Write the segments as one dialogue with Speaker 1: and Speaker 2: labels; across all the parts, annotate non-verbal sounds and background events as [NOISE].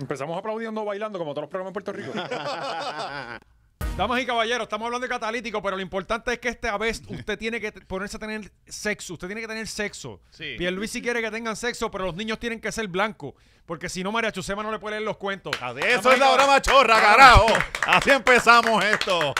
Speaker 1: Empezamos aplaudiendo, bailando, como todos los programas en Puerto Rico. Damas y caballeros, estamos hablando de catalítico, pero lo importante es que esta vez usted tiene que t- ponerse a tener sexo. Usted tiene que tener sexo.
Speaker 2: Sí.
Speaker 1: Pierluisi quiere que tengan sexo, pero los niños tienen que ser blancos. Porque si no, María Chusema no le puede leer los cuentos.
Speaker 2: Ah, Eso es la hora machorra, carajo. Así empezamos esto.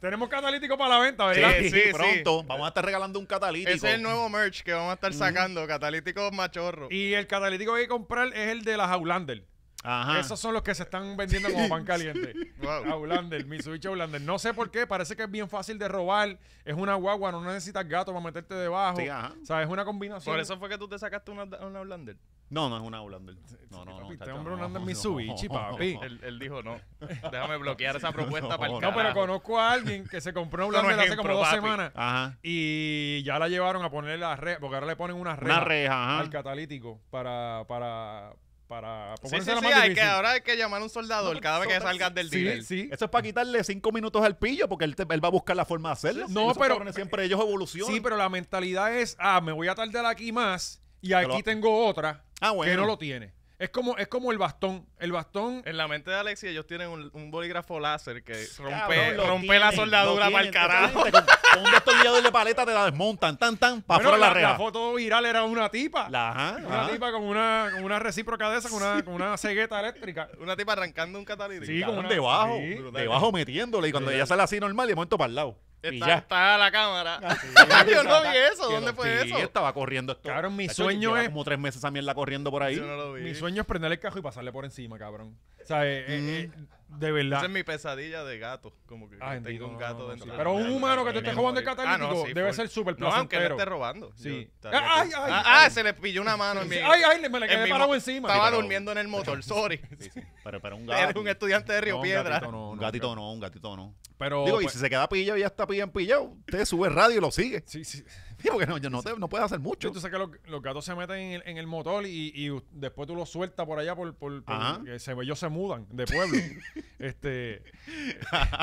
Speaker 1: Tenemos catalítico para la venta,
Speaker 2: Sí,
Speaker 1: ¿verdad?
Speaker 2: sí,
Speaker 3: sí.
Speaker 2: pronto. Vamos a estar regalando un catalítico.
Speaker 3: Ese es el nuevo merch que vamos a estar sacando, Catalítico Machorro.
Speaker 1: Y el catalítico que hay que comprar es el de las Aulander.
Speaker 2: Ajá.
Speaker 1: Esos son los que se están vendiendo
Speaker 2: [LAUGHS]
Speaker 1: como pan caliente.
Speaker 2: Ah,
Speaker 3: Wow.
Speaker 1: Aulander, Mitsubishi Aulander. No sé por qué, parece que es bien fácil de robar. Es una guagua, no necesitas gato para meterte debajo.
Speaker 2: Sí, ajá.
Speaker 1: O sea, es una combinación.
Speaker 3: Por eso fue que tú te sacaste una, una Blender.
Speaker 2: No, no es una Holander. No, no, no.
Speaker 1: papi, este
Speaker 2: chacho,
Speaker 1: hombre
Speaker 2: no,
Speaker 1: Holander
Speaker 2: no,
Speaker 1: Mitsubishi,
Speaker 2: no,
Speaker 1: papi.
Speaker 2: no, no.
Speaker 3: Él, él dijo, no, déjame bloquear esa propuesta
Speaker 2: No,
Speaker 3: para el
Speaker 2: no,
Speaker 1: No, pero
Speaker 3: carajo.
Speaker 1: conozco a alguien que se compró una
Speaker 3: Eso no
Speaker 1: Aulander
Speaker 3: es
Speaker 1: hace como
Speaker 3: ejemplo,
Speaker 1: dos
Speaker 3: papi.
Speaker 1: semanas.
Speaker 2: [LAUGHS] Ajá.
Speaker 1: Y ya la llevaron a ponerle la reja, porque ahora le ponen una reja,
Speaker 2: Una reja,
Speaker 1: al
Speaker 2: ajá.
Speaker 1: catalítico para, para, para
Speaker 3: Sí, sí,
Speaker 1: ponérsela
Speaker 3: sí,
Speaker 1: más
Speaker 3: hay
Speaker 1: difícil.
Speaker 3: que, ahora hay que llamar a un soldador
Speaker 2: No,
Speaker 3: cada vez que
Speaker 2: son tan-
Speaker 3: salgas del
Speaker 1: Sí,
Speaker 3: dealer.
Speaker 1: sí.
Speaker 2: Eso es para quitarle cinco minutos al pillo porque él, te- él va a buscar la forma de hacerlo.
Speaker 1: Sí, sí. No,
Speaker 2: Esos
Speaker 1: pero-
Speaker 2: cabrones siempre ellos evolucionan.
Speaker 1: Sí, pero la mentalidad es, ah, me voy a tardar aquí más y aquí
Speaker 2: Pero-
Speaker 1: tengo otra
Speaker 2: Ah, bueno.
Speaker 1: que no lo tiene. Es como, es como el bastón. El bastón,
Speaker 3: En la mente de Alexia ellos tienen un, un bolígrafo láser que rompe,
Speaker 2: Cabrón, lo
Speaker 3: rompe
Speaker 2: tienen,
Speaker 3: la
Speaker 2: lo
Speaker 3: soldadura para el
Speaker 2: tienen.
Speaker 3: carajo.
Speaker 2: Con, con un destornillador de paleta te la desmontan, tan, tan, para
Speaker 1: Bueno,
Speaker 2: afuera la
Speaker 1: la,
Speaker 2: reja.
Speaker 1: la foto viral era una tipa.
Speaker 2: La- ajá,
Speaker 1: una
Speaker 2: ajá.
Speaker 1: tipa con una, con una recíproca de esa, con una, con una cegueta eléctrica.
Speaker 3: Una tipa arrancando un catalítico.
Speaker 1: Sí,
Speaker 2: Cabrón,
Speaker 1: con una-
Speaker 2: debajo,
Speaker 1: sí.
Speaker 2: debajo metiéndole. Y cuando ella sale así normal, de momento para el lado. y
Speaker 3: Está,
Speaker 2: ya. Ah,
Speaker 3: está la cámara. [LAUGHS] Yo no vi eso. ¿Dónde fue
Speaker 2: Sí,
Speaker 3: eso?
Speaker 2: estaba corriendo esto.
Speaker 1: Cabrón, mi
Speaker 2: Tacho,
Speaker 1: sueño
Speaker 2: lleva
Speaker 1: es-
Speaker 2: como tres meses también la corriendo por ahí.
Speaker 3: Yo no lo vi.
Speaker 1: Mi sueño es prenderle el cajo y pasarle por encima, cabrón. O sea, eh, eh, eh, de verdad.
Speaker 3: Esa Mm. es mi pesadilla de gato. Como que
Speaker 1: Ah, bendito,
Speaker 3: tengo
Speaker 1: no,
Speaker 3: un gato
Speaker 1: no, no,
Speaker 3: dentro.
Speaker 1: sí.
Speaker 3: de la
Speaker 1: Pero un
Speaker 3: mesa,
Speaker 1: humano que te
Speaker 3: me
Speaker 1: esté
Speaker 3: voy a
Speaker 1: jugando el
Speaker 3: morir.
Speaker 1: catalítico
Speaker 3: Ah, sí,
Speaker 1: debe
Speaker 3: full.
Speaker 1: ser súper
Speaker 3: No, aunque no
Speaker 1: placentero.
Speaker 3: esté robando.
Speaker 1: Sí.
Speaker 3: Yo estaría
Speaker 1: Ah,
Speaker 3: aquí.
Speaker 1: ay, ay,
Speaker 3: ah,
Speaker 1: ay.
Speaker 3: ah, se le pilló una mano en mi...
Speaker 1: Ay, ay, me le
Speaker 3: en
Speaker 1: quedé
Speaker 3: mi
Speaker 1: parado
Speaker 3: mo-
Speaker 1: encima.
Speaker 3: Estaba
Speaker 2: pero-
Speaker 3: durmiendo en el motor, sorry.
Speaker 2: Sí, sí. Pero, pero un gato.
Speaker 3: [LAUGHS] Eres un estudiante de Río
Speaker 1: No, un
Speaker 3: Piedra.
Speaker 1: gatito no,
Speaker 2: un
Speaker 3: [LAUGHS]
Speaker 1: no,
Speaker 2: gatito no, un gatito no.
Speaker 1: Pero,
Speaker 2: Digo, y
Speaker 1: pues,
Speaker 2: si se queda pillado y ya está pillado en pillado, usted sube el radio y lo sigue. [LAUGHS]
Speaker 1: sí, sí.
Speaker 2: Sí, porque no, yo no, te- no puedes hacer mucho.
Speaker 1: Tú sabes que los, los gatos se meten en el, en el motor y, y u- después tú los sueltas por allá por, por, por-
Speaker 2: Ajá.
Speaker 1: que se, ellos se mudan de
Speaker 3: [LAUGHS]
Speaker 1: pueblo. este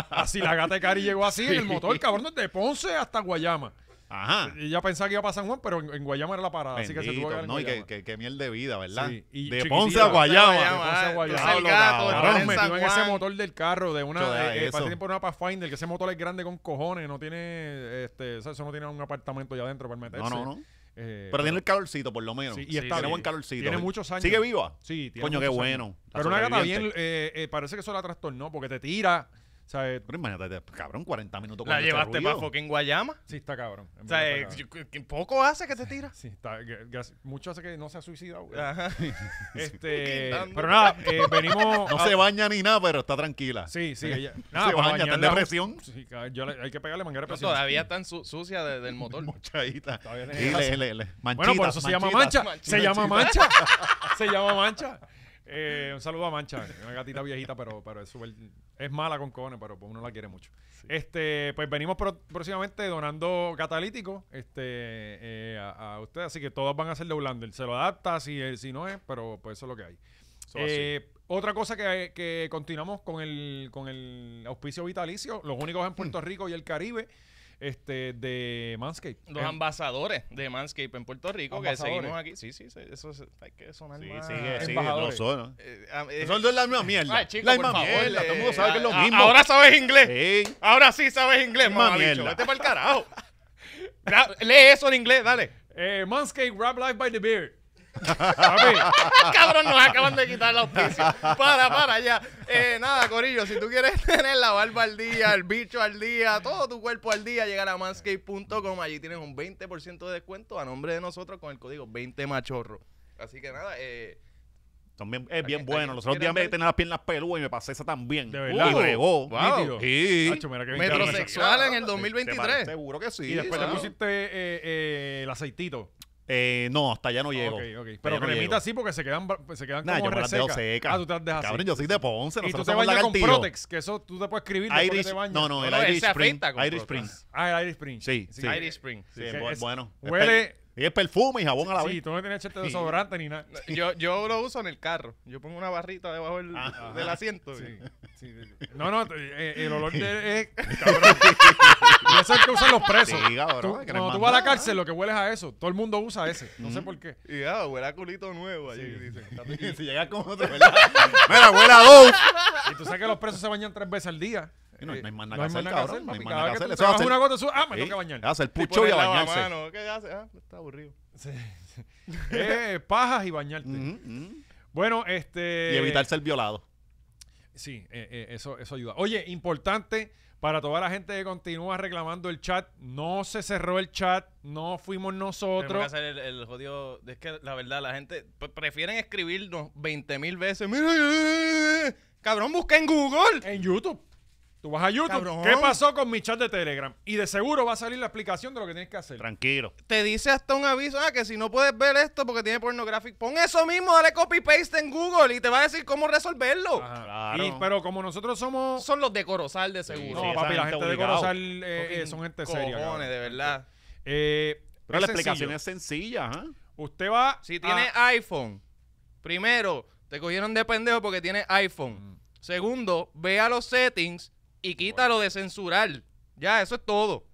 Speaker 1: así la gata de Cari llegó así en el motor, cabrón, desde Ponce hasta Guayama.
Speaker 2: Ajá.
Speaker 1: Ella pensaba que iba para San Juan, pero en, en Guayama era la parada,
Speaker 3: Ah,
Speaker 1: así que se tuvo que
Speaker 2: Bendito,
Speaker 1: quedar en
Speaker 2: no, y que,
Speaker 1: Guayama.
Speaker 2: que, que miel de vida, ¿verdad?
Speaker 1: Sí, y
Speaker 2: de
Speaker 1: chiquitita.
Speaker 2: Ponce a Guayama.
Speaker 1: Guayama.
Speaker 3: ah,
Speaker 1: Ponce, Guayama.
Speaker 3: entonces el gato,
Speaker 2: Cabrón,
Speaker 3: está
Speaker 1: Cabrón,
Speaker 3: en
Speaker 1: metido
Speaker 3: San
Speaker 1: en ese
Speaker 3: Juan.
Speaker 1: motor del carro de una
Speaker 2: Yo, da
Speaker 1: eh, eh, para
Speaker 2: eso.
Speaker 1: ese tiempo era una Pathfinder, que ese motor es grande con cojones, no tiene este, o sea, eso no tiene un apartamento allá adentro para meterse.
Speaker 2: No, no, no.
Speaker 1: Eh,
Speaker 2: Pero tiene el calorcito, por lo menos.
Speaker 1: Sí, y
Speaker 2: Sí,
Speaker 1: está
Speaker 2: tiene
Speaker 1: bien.
Speaker 2: buen calorcito.
Speaker 1: Tiene muchos años.
Speaker 2: ¿Sigue viva?
Speaker 1: Sí, tiene
Speaker 2: Coño, qué
Speaker 1: muchos
Speaker 2: bueno.
Speaker 1: años.
Speaker 2: La
Speaker 1: Pero una gata
Speaker 2: sobreviviente.
Speaker 1: bien, eh, eh, parece que eso la trastornó porque te tira. O sea, eh,
Speaker 2: Pero imagínate, cabrón, 40 minutos con
Speaker 3: La
Speaker 2: este
Speaker 3: llevaste
Speaker 2: ruido.
Speaker 3: para fucking Guayama.
Speaker 1: sí está cabrón. en
Speaker 3: O
Speaker 1: verdad
Speaker 3: sea,
Speaker 1: está
Speaker 3: eh,
Speaker 1: cabrón.
Speaker 3: yo- que poco hace que te tira.
Speaker 1: Sí, está, gra- gra- mucho hace que no se ha suicidado. güey.
Speaker 3: Ajá. [LAUGHS]
Speaker 1: Este,
Speaker 3: Quitando.
Speaker 1: pero nada, eh, venimos.
Speaker 2: No
Speaker 1: a-
Speaker 2: se baña ni nada, pero está tranquila.
Speaker 1: Sí, sí. [LAUGHS] Ella,
Speaker 2: se
Speaker 1: para
Speaker 2: baña, está en
Speaker 1: bañarla-
Speaker 2: depresión.
Speaker 1: Sí, ca- yo le- hay que pegarle manguera de
Speaker 3: No,
Speaker 1: presión.
Speaker 3: todavía está en su- sucia de-
Speaker 1: [LAUGHS]
Speaker 3: del motor.
Speaker 2: [LAUGHS] Mochadita.
Speaker 1: Está bien,
Speaker 2: Sí,
Speaker 1: es así.
Speaker 2: le, le, le.
Speaker 1: Bueno, por
Speaker 2: Manchitas,
Speaker 1: eso se llama mancha.
Speaker 2: manchitas.
Speaker 1: Se llama mancha. [LAUGHS] Se llama mancha. Eh, un saludo a Mancha, una gatita viejita, pero, pero es, súper- es mala con cojones, pero pues, uno la quiere mucho. Este, pues venimos pro- próximamente donando catalítico este, eh, a, a ustedes, así que todos van a ser de Ulander. Se lo adapta si, eh, si no es, pero pues eso es lo que hay.
Speaker 2: Eso así.
Speaker 1: Eh, otra cosa que, que continuamos con el, con el auspicio vitalicio, los únicos en
Speaker 2: Mm.
Speaker 1: Puerto Rico y el Caribe, este, de Manscape.
Speaker 2: Eh.
Speaker 3: Los ambasadores de Manscape en Puerto Rico que
Speaker 1: Ambasadores.
Speaker 3: seguimos aquí. Sí, sí, sí, eso es- hay que sonar
Speaker 2: Sí,
Speaker 3: más.
Speaker 2: sigue, sigue.
Speaker 1: Embajadores.
Speaker 2: Los son.
Speaker 3: Eh, ah, eh,
Speaker 2: Eso es la misma mierda.
Speaker 3: ay, chico,
Speaker 2: la
Speaker 3: por
Speaker 2: misma
Speaker 3: favor,
Speaker 2: mierda.
Speaker 3: eh,
Speaker 2: Todo el mundo sabe que es lo
Speaker 3: a-
Speaker 2: mismo.
Speaker 3: Ahora sabes inglés.
Speaker 2: Sí.
Speaker 3: Ahora sí sabes inglés,
Speaker 2: Misma
Speaker 3: mamabicho.
Speaker 2: mierda.
Speaker 3: Vete para el carajo. Da- Lee eso en inglés, dale.
Speaker 1: Eh, Manscaped Rap Life by the Beard. Papi,
Speaker 3: [LAUGHS] Cabrón, nos acaban de quitar la auspicio. Para, para, ya. Eh, nada, Corillo, si tú quieres [LAUGHS] tener la barba al día, el bicho al día, todo tu cuerpo al día, llegar a manscape.com. Allí tienes un 20% de descuento a nombre de nosotros con el código 20machorro. Así que nada, eh,
Speaker 2: Son bien, es bien
Speaker 3: Aquí-
Speaker 2: bueno.
Speaker 3: aquí-
Speaker 2: Los otros días
Speaker 3: ¿quieren
Speaker 2: me tenía las piernas peludas y me pasé esa también.
Speaker 1: De verdad.
Speaker 2: Y bregó.
Speaker 3: Wow.
Speaker 1: nítido.
Speaker 2: Sí.
Speaker 1: Tacho, mira qué bien que lo hizo.
Speaker 3: metrosexual en el
Speaker 2: Te pare-
Speaker 3: 2023.
Speaker 2: Seguro que sí.
Speaker 1: Y después
Speaker 2: wow.
Speaker 1: le pusiste eh, eh, el aceitito.
Speaker 2: Eh, no, hasta allá no llego.
Speaker 1: Ok, ok.
Speaker 2: Hasta
Speaker 1: Pero
Speaker 2: allá no
Speaker 1: cremita
Speaker 2: llego.
Speaker 1: sí porque se quedan, ba- se quedan
Speaker 2: Nah, yo
Speaker 1: como
Speaker 2: me las dejo
Speaker 1: resecas.
Speaker 2: secas.
Speaker 1: Ah, tú te las dejas
Speaker 2: Cabrón,
Speaker 1: así.
Speaker 2: yo soy de Ponce.
Speaker 1: y tú
Speaker 2: Nosotros
Speaker 1: te
Speaker 2: somos
Speaker 1: bañas con
Speaker 2: lagartijos.
Speaker 1: Protex, que eso tú te puedes escribir después que
Speaker 2: Irish,
Speaker 1: te bañas.
Speaker 2: no, no,
Speaker 3: No, no,
Speaker 2: el
Speaker 3: él
Speaker 2: Irish
Speaker 3: se
Speaker 2: Spring.
Speaker 3: afeita con
Speaker 2: Irish
Speaker 3: Protex.
Speaker 2: Spring.
Speaker 1: Ah, el Irish Spring.
Speaker 2: Sí, sí.
Speaker 3: Irish Spring.
Speaker 2: Sí,
Speaker 1: Que
Speaker 2: bu-
Speaker 1: es-
Speaker 2: bueno.
Speaker 1: Huele
Speaker 2: Espe- Y es perfume y jabón a la
Speaker 1: Sí,
Speaker 2: vez.
Speaker 1: tú no tienes echarte desodorante ni nada.
Speaker 3: Yo, yo lo uso en el carro. Yo pongo una barrita debajo del,
Speaker 2: Ah, Ajá.
Speaker 3: del asiento.
Speaker 2: [LAUGHS]
Speaker 1: No, no, eh, el olor de, es. Cabrón. Y eso es el que usan los presos.
Speaker 2: Sí, cabrón,
Speaker 1: Tú-
Speaker 2: que les
Speaker 1: cuando tú
Speaker 2: mandan.
Speaker 1: vas a la cárcel, lo que hueles a eso. Todo el mundo usa ese. No sé por qué.
Speaker 3: Y ya, huele a culito nuevo allí. dicen.
Speaker 2: [LAUGHS] si llegas con otro, ¿verdad? Mira, huele a dos.
Speaker 1: Y tú sabes que los presos se bañan tres veces al día.
Speaker 2: Y no hay- no hay más
Speaker 1: No
Speaker 2: nada
Speaker 1: hay
Speaker 2: que
Speaker 1: más nada
Speaker 2: hacer,
Speaker 1: que
Speaker 2: cabrón,
Speaker 1: hacer,
Speaker 2: no hay
Speaker 1: papi.
Speaker 2: más nada
Speaker 1: Cada
Speaker 2: que
Speaker 1: vez que
Speaker 2: hacer,
Speaker 1: tú
Speaker 2: eso va a
Speaker 1: trabajas
Speaker 2: ser-
Speaker 1: una gota de sudor, ah, me
Speaker 2: Sí,
Speaker 1: toca bañar.
Speaker 2: Hace el
Speaker 3: Y
Speaker 2: pucho y
Speaker 3: pones
Speaker 2: a bañarse.
Speaker 3: lavamanos. ¿Qué hace? Ah, está aburrido.
Speaker 1: Eh, pajas y bañarte.
Speaker 2: Ujú, ujú.
Speaker 1: Bueno, este...
Speaker 2: Y evitar ser violado.
Speaker 1: Sí, eh, eh, eso, eso ayuda. Oye, importante para toda la gente que continúa reclamando el chat. No se cerró el chat, no fuimos
Speaker 3: Tenemos que
Speaker 1: nosotros.
Speaker 3: hacer el, el jodido. Es que la verdad, la gente pre- prefieren escribirnos 20 mil veces. Mira, eh, cabrón, busca en Google.
Speaker 1: En YouTube. Tú vas a YouTube.
Speaker 3: Cabrón.
Speaker 1: ¿Qué pasó con mi chat de Telegram? Y de seguro va a salir la explicación de lo que tienes que hacer.
Speaker 2: Tranquilo.
Speaker 3: Te dice hasta un aviso, ah, que si no puedes ver esto porque tiene pornográfico, pon eso mismo, dale copy paste en Google y te va a decir cómo resolverlo.
Speaker 1: Ajá.
Speaker 2: Claro.
Speaker 1: Y- pero como nosotros somos...
Speaker 3: Son los de Corozal de
Speaker 1: No,
Speaker 3: seguro.
Speaker 2: sí, esa
Speaker 1: papi, la
Speaker 2: gente
Speaker 1: gente de
Speaker 2: obligado.
Speaker 1: Corozal eh, eh, son gente seria.
Speaker 3: Cojones,
Speaker 1: cabrón.
Speaker 3: de verdad.
Speaker 1: Eh,
Speaker 2: Pero
Speaker 1: es
Speaker 2: la
Speaker 1: sencillo.
Speaker 2: explicación es sencilla, ajá.
Speaker 1: Usted va.
Speaker 3: Si
Speaker 1: a-
Speaker 3: tienes iPhone, primero, te cogieron de pendejo porque tienes iPhone.
Speaker 1: Mm.
Speaker 3: Segundo, ve a los settings y quítalo de censurar. Ya, eso es todo.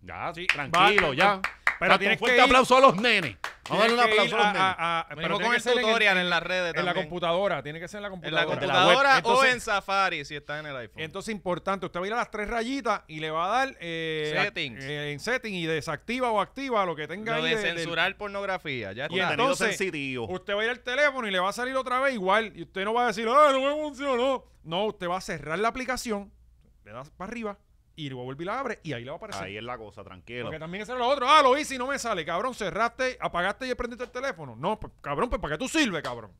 Speaker 2: Ya,
Speaker 1: Sí,
Speaker 2: tranquilo,
Speaker 1: va-
Speaker 2: ya.
Speaker 1: Pero
Speaker 2: Date
Speaker 1: tienes
Speaker 2: un fuerte
Speaker 1: que ir-
Speaker 2: aplauso a los nenes. Vamos a darle un
Speaker 1: tienes que ir
Speaker 2: aplauso a los
Speaker 1: a-
Speaker 2: nenes.
Speaker 1: a- a- pero
Speaker 3: Venimos
Speaker 1: tiene
Speaker 3: con
Speaker 1: que
Speaker 3: el
Speaker 1: ser en-
Speaker 3: tutorial en, las redes
Speaker 1: en la
Speaker 3: también.
Speaker 1: computadora, tiene que ser en la
Speaker 3: En
Speaker 1: computadora.
Speaker 3: la
Speaker 2: la
Speaker 3: computadora
Speaker 1: web.
Speaker 3: o
Speaker 1: Entonces-
Speaker 3: en Safari si está en el iPhone.
Speaker 1: Entonces, importante, usted va a ir a las tres rayitas y le va a dar eh, a-
Speaker 3: Settings.
Speaker 1: eh, en setting y desactiva o activa lo que tenga
Speaker 3: Lo
Speaker 1: ahí.
Speaker 3: de
Speaker 1: de- del-
Speaker 3: censurar pornografía,
Speaker 1: Y
Speaker 3: ya está.
Speaker 2: Contenido
Speaker 1: entonces-
Speaker 2: sensitivo.
Speaker 1: usted va a ir al teléfono y le va a salir otra vez igual. Y usted no va a decir, ah, no me funcionó. No, usted va a cerrar la aplicación, le das para arriba y luego vuelve y la abre y ahí le va a aparecer.
Speaker 2: Ahí es la cosa, tranquilo. [LAUGHS]
Speaker 1: Porque también eso es lo otro. Ah, lo hice y no me sale. Cabrón, cerraste, apagaste y prendiste el teléfono. No, pues, cabrón, pues ¿para qué tú sirves, cabrón?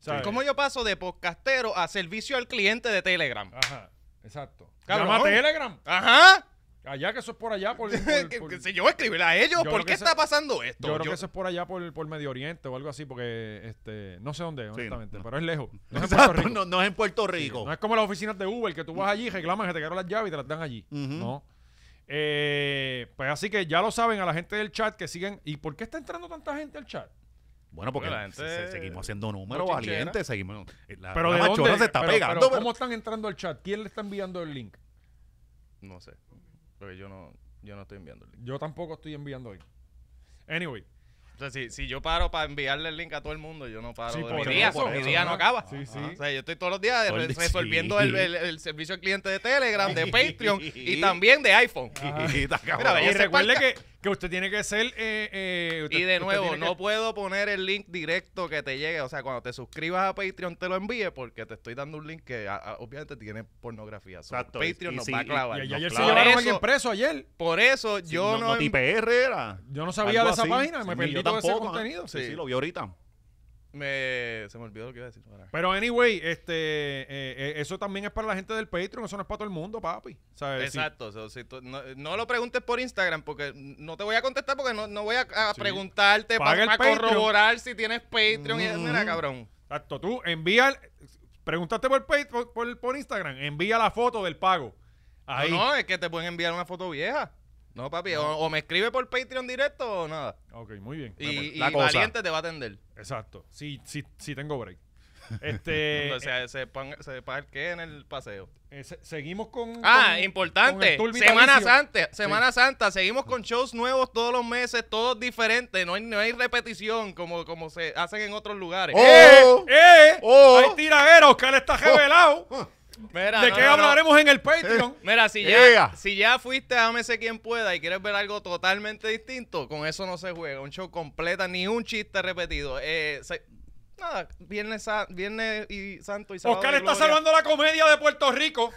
Speaker 1: ¿Sabes?
Speaker 3: ¿Cómo yo paso de podcastero a servicio al cliente de Telegram?
Speaker 1: Ajá, exacto.
Speaker 3: Cabrón.
Speaker 1: Llama a Telegram.
Speaker 3: Ajá.
Speaker 1: Allá, que eso es por allá. Por,
Speaker 3: Que-
Speaker 1: por-
Speaker 3: que-
Speaker 1: por-
Speaker 3: si yo escribir a ellos,
Speaker 1: Yo
Speaker 3: ¿por
Speaker 1: creo
Speaker 3: qué
Speaker 1: que se-
Speaker 3: está pasando esto?
Speaker 1: yo creo que eso es por allá, por, por Medio Oriente o algo así, porque este, no sé dónde, honestamente,
Speaker 2: no.
Speaker 1: pero es lejos. No es en
Speaker 2: [LAUGHS]
Speaker 1: Puerto
Speaker 2: Exacto,
Speaker 1: Rico.
Speaker 2: no, no es en Puerto Rico.
Speaker 1: No es como las oficinas de Uber, que tú vas allí, reclamas que te quedaron las llaves y te las dan allí.
Speaker 2: Ujú.
Speaker 1: No. Eh, pues así que ya lo saben a la gente del chat que siguen. ¿Y por qué está entrando tanta gente al chat?
Speaker 2: Bueno, porque
Speaker 3: Bueno, la gente-
Speaker 2: se- se- seguimos haciendo números
Speaker 3: Muy chinchera.
Speaker 2: valientes, seguimos. eh,
Speaker 3: Ah,
Speaker 2: La,
Speaker 1: Pero
Speaker 2: la
Speaker 1: de
Speaker 2: machorra
Speaker 1: dónde?
Speaker 2: se está
Speaker 1: pero- pero
Speaker 2: pegando. pero-
Speaker 1: ¿Cómo están entrando al chat? ¿Quién le está enviando el link?
Speaker 3: No sé. Porque yo no, yo no estoy enviando el link.
Speaker 1: Yo tampoco estoy enviando hoy. Anyway.
Speaker 3: O sea, si, si yo paro para enviarle el link a todo el mundo, yo no paro.
Speaker 1: Sí,
Speaker 3: de-
Speaker 1: por
Speaker 3: mi
Speaker 1: eso,
Speaker 3: día,
Speaker 1: por
Speaker 3: mi
Speaker 1: eso,
Speaker 3: día
Speaker 1: ajá.
Speaker 3: no acaba.
Speaker 1: Sí, sí.
Speaker 3: O sea, yo estoy todos los días de-
Speaker 2: Todo el-
Speaker 3: resolviendo
Speaker 2: sí.
Speaker 3: el, el- el servicio al cliente de Telegram,
Speaker 1: [LAUGHS]
Speaker 3: de Patreon y también de iPhone.
Speaker 2: Y, [LAUGHS] está
Speaker 3: Mira,
Speaker 2: cabrón.
Speaker 3: ve-
Speaker 1: Y
Speaker 3: Ese
Speaker 1: recuerde
Speaker 3: parca-
Speaker 1: que, que usted tiene que ser... eh, eh, usted-
Speaker 3: Y de
Speaker 1: usted
Speaker 3: nuevo,
Speaker 1: tiene que-
Speaker 3: no puedo poner el link directo que te llegue. O sea, cuando te suscribas a Patreon, te lo envíe porque te estoy dando un link que a- a- obviamente tiene pornografía. So,
Speaker 2: Exacto, y-
Speaker 3: Patreon
Speaker 2: y
Speaker 3: nos
Speaker 2: si-
Speaker 3: va a
Speaker 2: y-
Speaker 3: clavar.
Speaker 1: Y
Speaker 2: No,
Speaker 1: ayer se
Speaker 2: claro.
Speaker 1: llevaron a
Speaker 3: Eso-
Speaker 1: alguien preso ayer.
Speaker 3: Por eso
Speaker 2: Sí,
Speaker 3: yo
Speaker 2: no,
Speaker 3: no, em-
Speaker 2: no
Speaker 3: envi-
Speaker 2: TPR era.
Speaker 1: Yo no sabía de
Speaker 2: Algo
Speaker 1: esa
Speaker 2: así.
Speaker 1: página, me
Speaker 2: Sí,
Speaker 1: perdí
Speaker 2: yo
Speaker 1: todo ese
Speaker 2: tampoco, ah,
Speaker 1: contenido.
Speaker 2: Sí,
Speaker 3: Sí.
Speaker 2: sí, lo vi ahorita.
Speaker 3: me- se me olvidó lo que iba a decir. ahora.
Speaker 1: Pero anyway, este, eh, eh, eso también es para la gente del Patreon, eso no es para todo el mundo, papi. ¿Sabes?
Speaker 3: Exacto. so, si tú- no, no lo preguntes por Instagram porque no te voy a contestar porque no, no voy a, a
Speaker 1: Sí.
Speaker 3: preguntarte
Speaker 1: Paga
Speaker 3: para
Speaker 1: el Patreon.
Speaker 3: corroborar si tienes Patreon. y, mira, cabrón.
Speaker 1: Sí, exacto. Tú envía, pregúntate por, Patreon- por, por, por Instagram, envía la foto del pago. Ahí.
Speaker 3: No, no, es que te pueden enviar una foto vieja. No, papi. O, o me escribe por Patreon directo o nada.
Speaker 1: Ok, muy bien.
Speaker 3: Y, y
Speaker 2: la cosa.
Speaker 3: Valiente te va a atender.
Speaker 1: Exacto. Sí, sí, sí tengo
Speaker 3: [LAUGHS]
Speaker 1: break. Este,
Speaker 3: o sea, se, pan, se parquea en el paseo.
Speaker 1: eh, se- seguimos con...
Speaker 3: Ah,
Speaker 1: con- con
Speaker 3: importante.
Speaker 1: el tour
Speaker 3: Semana
Speaker 1: vitalicio.
Speaker 3: Santa. Semana Santa. Seguimos con shows nuevos todos los meses, todos diferentes. No hay, no hay repetición como, como se hacen en otros lugares.
Speaker 2: ¡Oh!
Speaker 1: ¡Eh! ¡Eh!
Speaker 2: Oh.
Speaker 1: ¡Hay tiraderos! Oscar está revelado.
Speaker 3: Mira,
Speaker 1: ¿De
Speaker 3: Oh. [LAUGHS] no,
Speaker 1: qué
Speaker 3: no, no.
Speaker 1: hablaremos en el Patreon?
Speaker 3: Mira, si
Speaker 2: Ea.
Speaker 3: ya, si ya fuiste a Ámese Quien Pueda y quieres ver algo totalmente distinto, con eso no se juega. Un show completa, ni un chiste repetido. Eh, se- nada, viernes, sa- viernes y santo y sábado.
Speaker 1: Oscar
Speaker 3: de
Speaker 1: está
Speaker 3: gloria.
Speaker 1: salvando la comedia de Puerto Rico.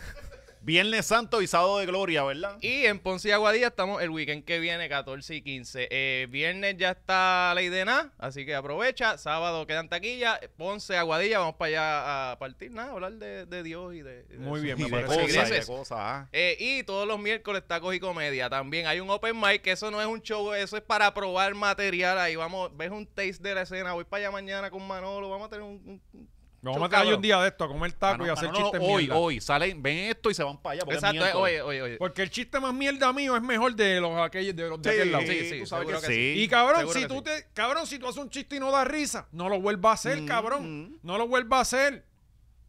Speaker 2: Viernes Santo y Sábado de Gloria, ¿verdad?
Speaker 3: Y en Ponce y Aguadilla estamos el weekend que viene, 14 y 15. Eh, viernes ya está Ley de Nada, así que aprovecha. Sábado quedan taquilla. Ponce, Aguadilla, vamos para allá a partir. Nada, hablar de, de Dios y de. de
Speaker 1: Muy
Speaker 3: su-
Speaker 1: bien,
Speaker 2: Y
Speaker 1: me
Speaker 2: de
Speaker 1: parece
Speaker 3: que
Speaker 2: cosas, y de
Speaker 3: ingreses.
Speaker 2: cosas. ah.
Speaker 3: Eh, y todos los miércoles tacos y comedia. También hay un open mic, que eso no es un show, eso es para probar material. Ahí vamos, ves un taste de la escena. Voy para allá mañana con Manolo, vamos a tener un, un- un
Speaker 1: Nos
Speaker 3: Chau,
Speaker 1: vamos a traer
Speaker 3: cabrón.
Speaker 1: un día de esto a comer
Speaker 3: Ah,
Speaker 1: taco y
Speaker 2: Manolo,
Speaker 1: a hacer
Speaker 2: Manolo,
Speaker 1: chistes
Speaker 2: ah, hoy,
Speaker 1: mierda.
Speaker 2: hoy, salen, ven esto y se van para allá. porque es
Speaker 3: Exacto, eh,
Speaker 2: miércoles.
Speaker 3: oye, oye, oye.
Speaker 1: Porque el chiste más mierda mío es mejor de los aquellos de los de aquel lado.
Speaker 3: sí, sí,
Speaker 2: tú sabes
Speaker 3: seguro
Speaker 2: que
Speaker 3: que
Speaker 2: sí.
Speaker 1: Y cabrón,
Speaker 3: seguro
Speaker 1: si
Speaker 3: que
Speaker 1: tú
Speaker 3: sí.
Speaker 1: te, cabrón, si tú haces un chiste y no da risa, no lo vuelvas a hacer,
Speaker 2: Mm,
Speaker 1: cabrón.
Speaker 2: mm.
Speaker 1: No lo vuelvas a hacer.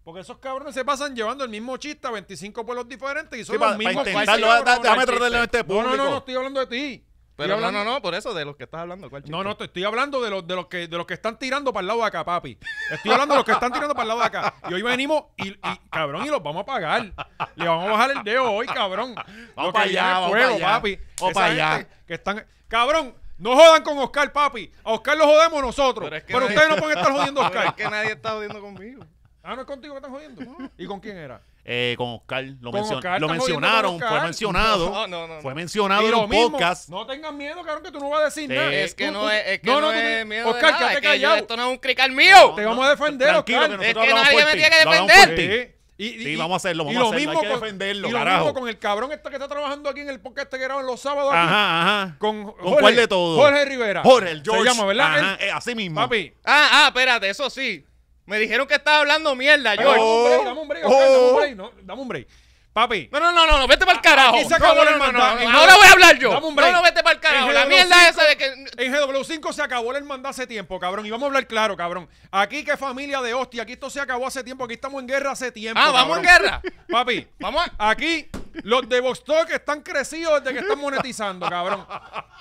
Speaker 1: Porque esos cabrones se pasan llevando el mismo chiste a 25 pueblos diferentes y son
Speaker 2: Sí,
Speaker 1: los
Speaker 2: pa- pa
Speaker 1: mismos 15
Speaker 2: intentarlo, da- da-
Speaker 1: cabrones.
Speaker 2: déjame tratarle a
Speaker 1: No,
Speaker 2: este
Speaker 1: no, no, no
Speaker 2: público.
Speaker 1: estoy hablando de ti.
Speaker 3: Pero
Speaker 1: Estoy
Speaker 3: no, no,
Speaker 1: hablando-
Speaker 3: no, por eso de los que estás hablando. ¿cuál chiste?
Speaker 1: No, no, te estoy hablando de los, de los que de los que están tirando para el lado de acá, papi. Estoy hablando de los que están tirando para el lado de acá. Y hoy venimos y, y, cabrón, y los vamos a pagar. Le vamos a bajar el dedo hoy, cabrón. Los que
Speaker 2: pa' allá,
Speaker 1: vienen
Speaker 2: vamos
Speaker 1: fuego,
Speaker 2: pa' allá.
Speaker 1: papi.
Speaker 2: Vamos
Speaker 1: Esa
Speaker 2: pa'
Speaker 1: gente
Speaker 2: allá.
Speaker 1: Que están, cabrón, no jodan con Oscar, papi. A Oscar lo jodemos nosotros.
Speaker 3: Pero
Speaker 1: Pero,
Speaker 3: es que nadie-
Speaker 1: ustedes no pueden estar
Speaker 3: [LAUGHS]
Speaker 1: jodiendo a
Speaker 3: Pero
Speaker 1: Oscar.
Speaker 3: es que nadie está jodiendo conmigo.
Speaker 1: Ah, no es contigo que están jodiendo. ¿Y con quién era?
Speaker 2: Eh, con Oscar, lo,
Speaker 1: Con
Speaker 2: mencion-
Speaker 1: Oscar,
Speaker 2: lo
Speaker 1: estamos viendo
Speaker 2: mencionaron,
Speaker 1: con
Speaker 2: fue
Speaker 1: Oscar.
Speaker 2: mencionado.
Speaker 3: No, no, no, no.
Speaker 2: Fue mencionado
Speaker 1: Y
Speaker 2: en
Speaker 1: lo
Speaker 2: un
Speaker 1: mismo,
Speaker 2: podcast.
Speaker 1: No tengas miedo, cabrón, que tú no vas a decir
Speaker 2: Sí.
Speaker 1: nada.
Speaker 3: Es que
Speaker 1: Tú-
Speaker 3: no
Speaker 1: tú-
Speaker 3: es, es que no,
Speaker 1: tú
Speaker 3: es
Speaker 1: tienes-
Speaker 3: miedo
Speaker 1: Oscar,
Speaker 3: de nada.
Speaker 1: quédate
Speaker 3: es que yo-
Speaker 1: callado.
Speaker 3: esto no es un crical mío.
Speaker 1: Te vamos a defender,
Speaker 2: tranquilo,
Speaker 1: Oscar.
Speaker 2: que
Speaker 1: Es
Speaker 2: nosotros
Speaker 3: que
Speaker 2: hablamos
Speaker 3: nadie
Speaker 2: por
Speaker 3: me
Speaker 2: ti,
Speaker 3: tiene que
Speaker 2: lo hablamos por
Speaker 3: defender.
Speaker 2: ti.
Speaker 1: Sí. Y, y-
Speaker 2: Sí,
Speaker 1: y-
Speaker 2: vamos a hacerlo, vamos
Speaker 1: y
Speaker 2: a hacerlo, hay que
Speaker 1: con-
Speaker 2: defenderlo,
Speaker 1: y lo
Speaker 2: carajo.
Speaker 1: mismo con el cabrón este que está trabajando aquí en el podcast este que graba los sábados. aquí,
Speaker 2: Ajá, ajá.
Speaker 1: con,
Speaker 2: ¿Con cuál de todos?
Speaker 1: Jorge Rivera.
Speaker 2: Jorge, el George.
Speaker 1: Se llama, ¿verdad?
Speaker 2: Ajá,
Speaker 1: Él-
Speaker 2: eh, así mismo.
Speaker 1: papi.
Speaker 3: Ah, ah, espérate, eso sí. Me dijeron que estaba hablando mierda,
Speaker 1: Dame
Speaker 3: George.
Speaker 1: un break, dame un break, Oscar, dame un
Speaker 2: Oh.
Speaker 1: break, no, dame un break. Papi.
Speaker 3: No, no, no, no, no, vete para el carajo.
Speaker 1: Ah, aquí se acabó
Speaker 3: no,
Speaker 1: la
Speaker 3: no, no, no,
Speaker 1: hermandad.
Speaker 3: no,
Speaker 1: En
Speaker 3: no,
Speaker 1: G-
Speaker 3: ahora voy a hablar yo.
Speaker 1: Dame un break.
Speaker 3: No, no, vete para el carajo.
Speaker 1: En
Speaker 3: La
Speaker 1: G-
Speaker 3: mierda esa de que.
Speaker 1: En GW5 se acabó la hermandad hace tiempo, cabrón. Y vamos a hablar claro, cabrón. Aquí que familia de hostia. Aquí esto se acabó hace tiempo. Aquí estamos en guerra hace tiempo.
Speaker 3: Ah, vamos en
Speaker 1: cabrón.
Speaker 3: guerra.
Speaker 1: [LAUGHS] Papi.
Speaker 3: Vamos a.
Speaker 1: Aquí, los de Vox Talk están crecidos desde que están monetizando, cabrón.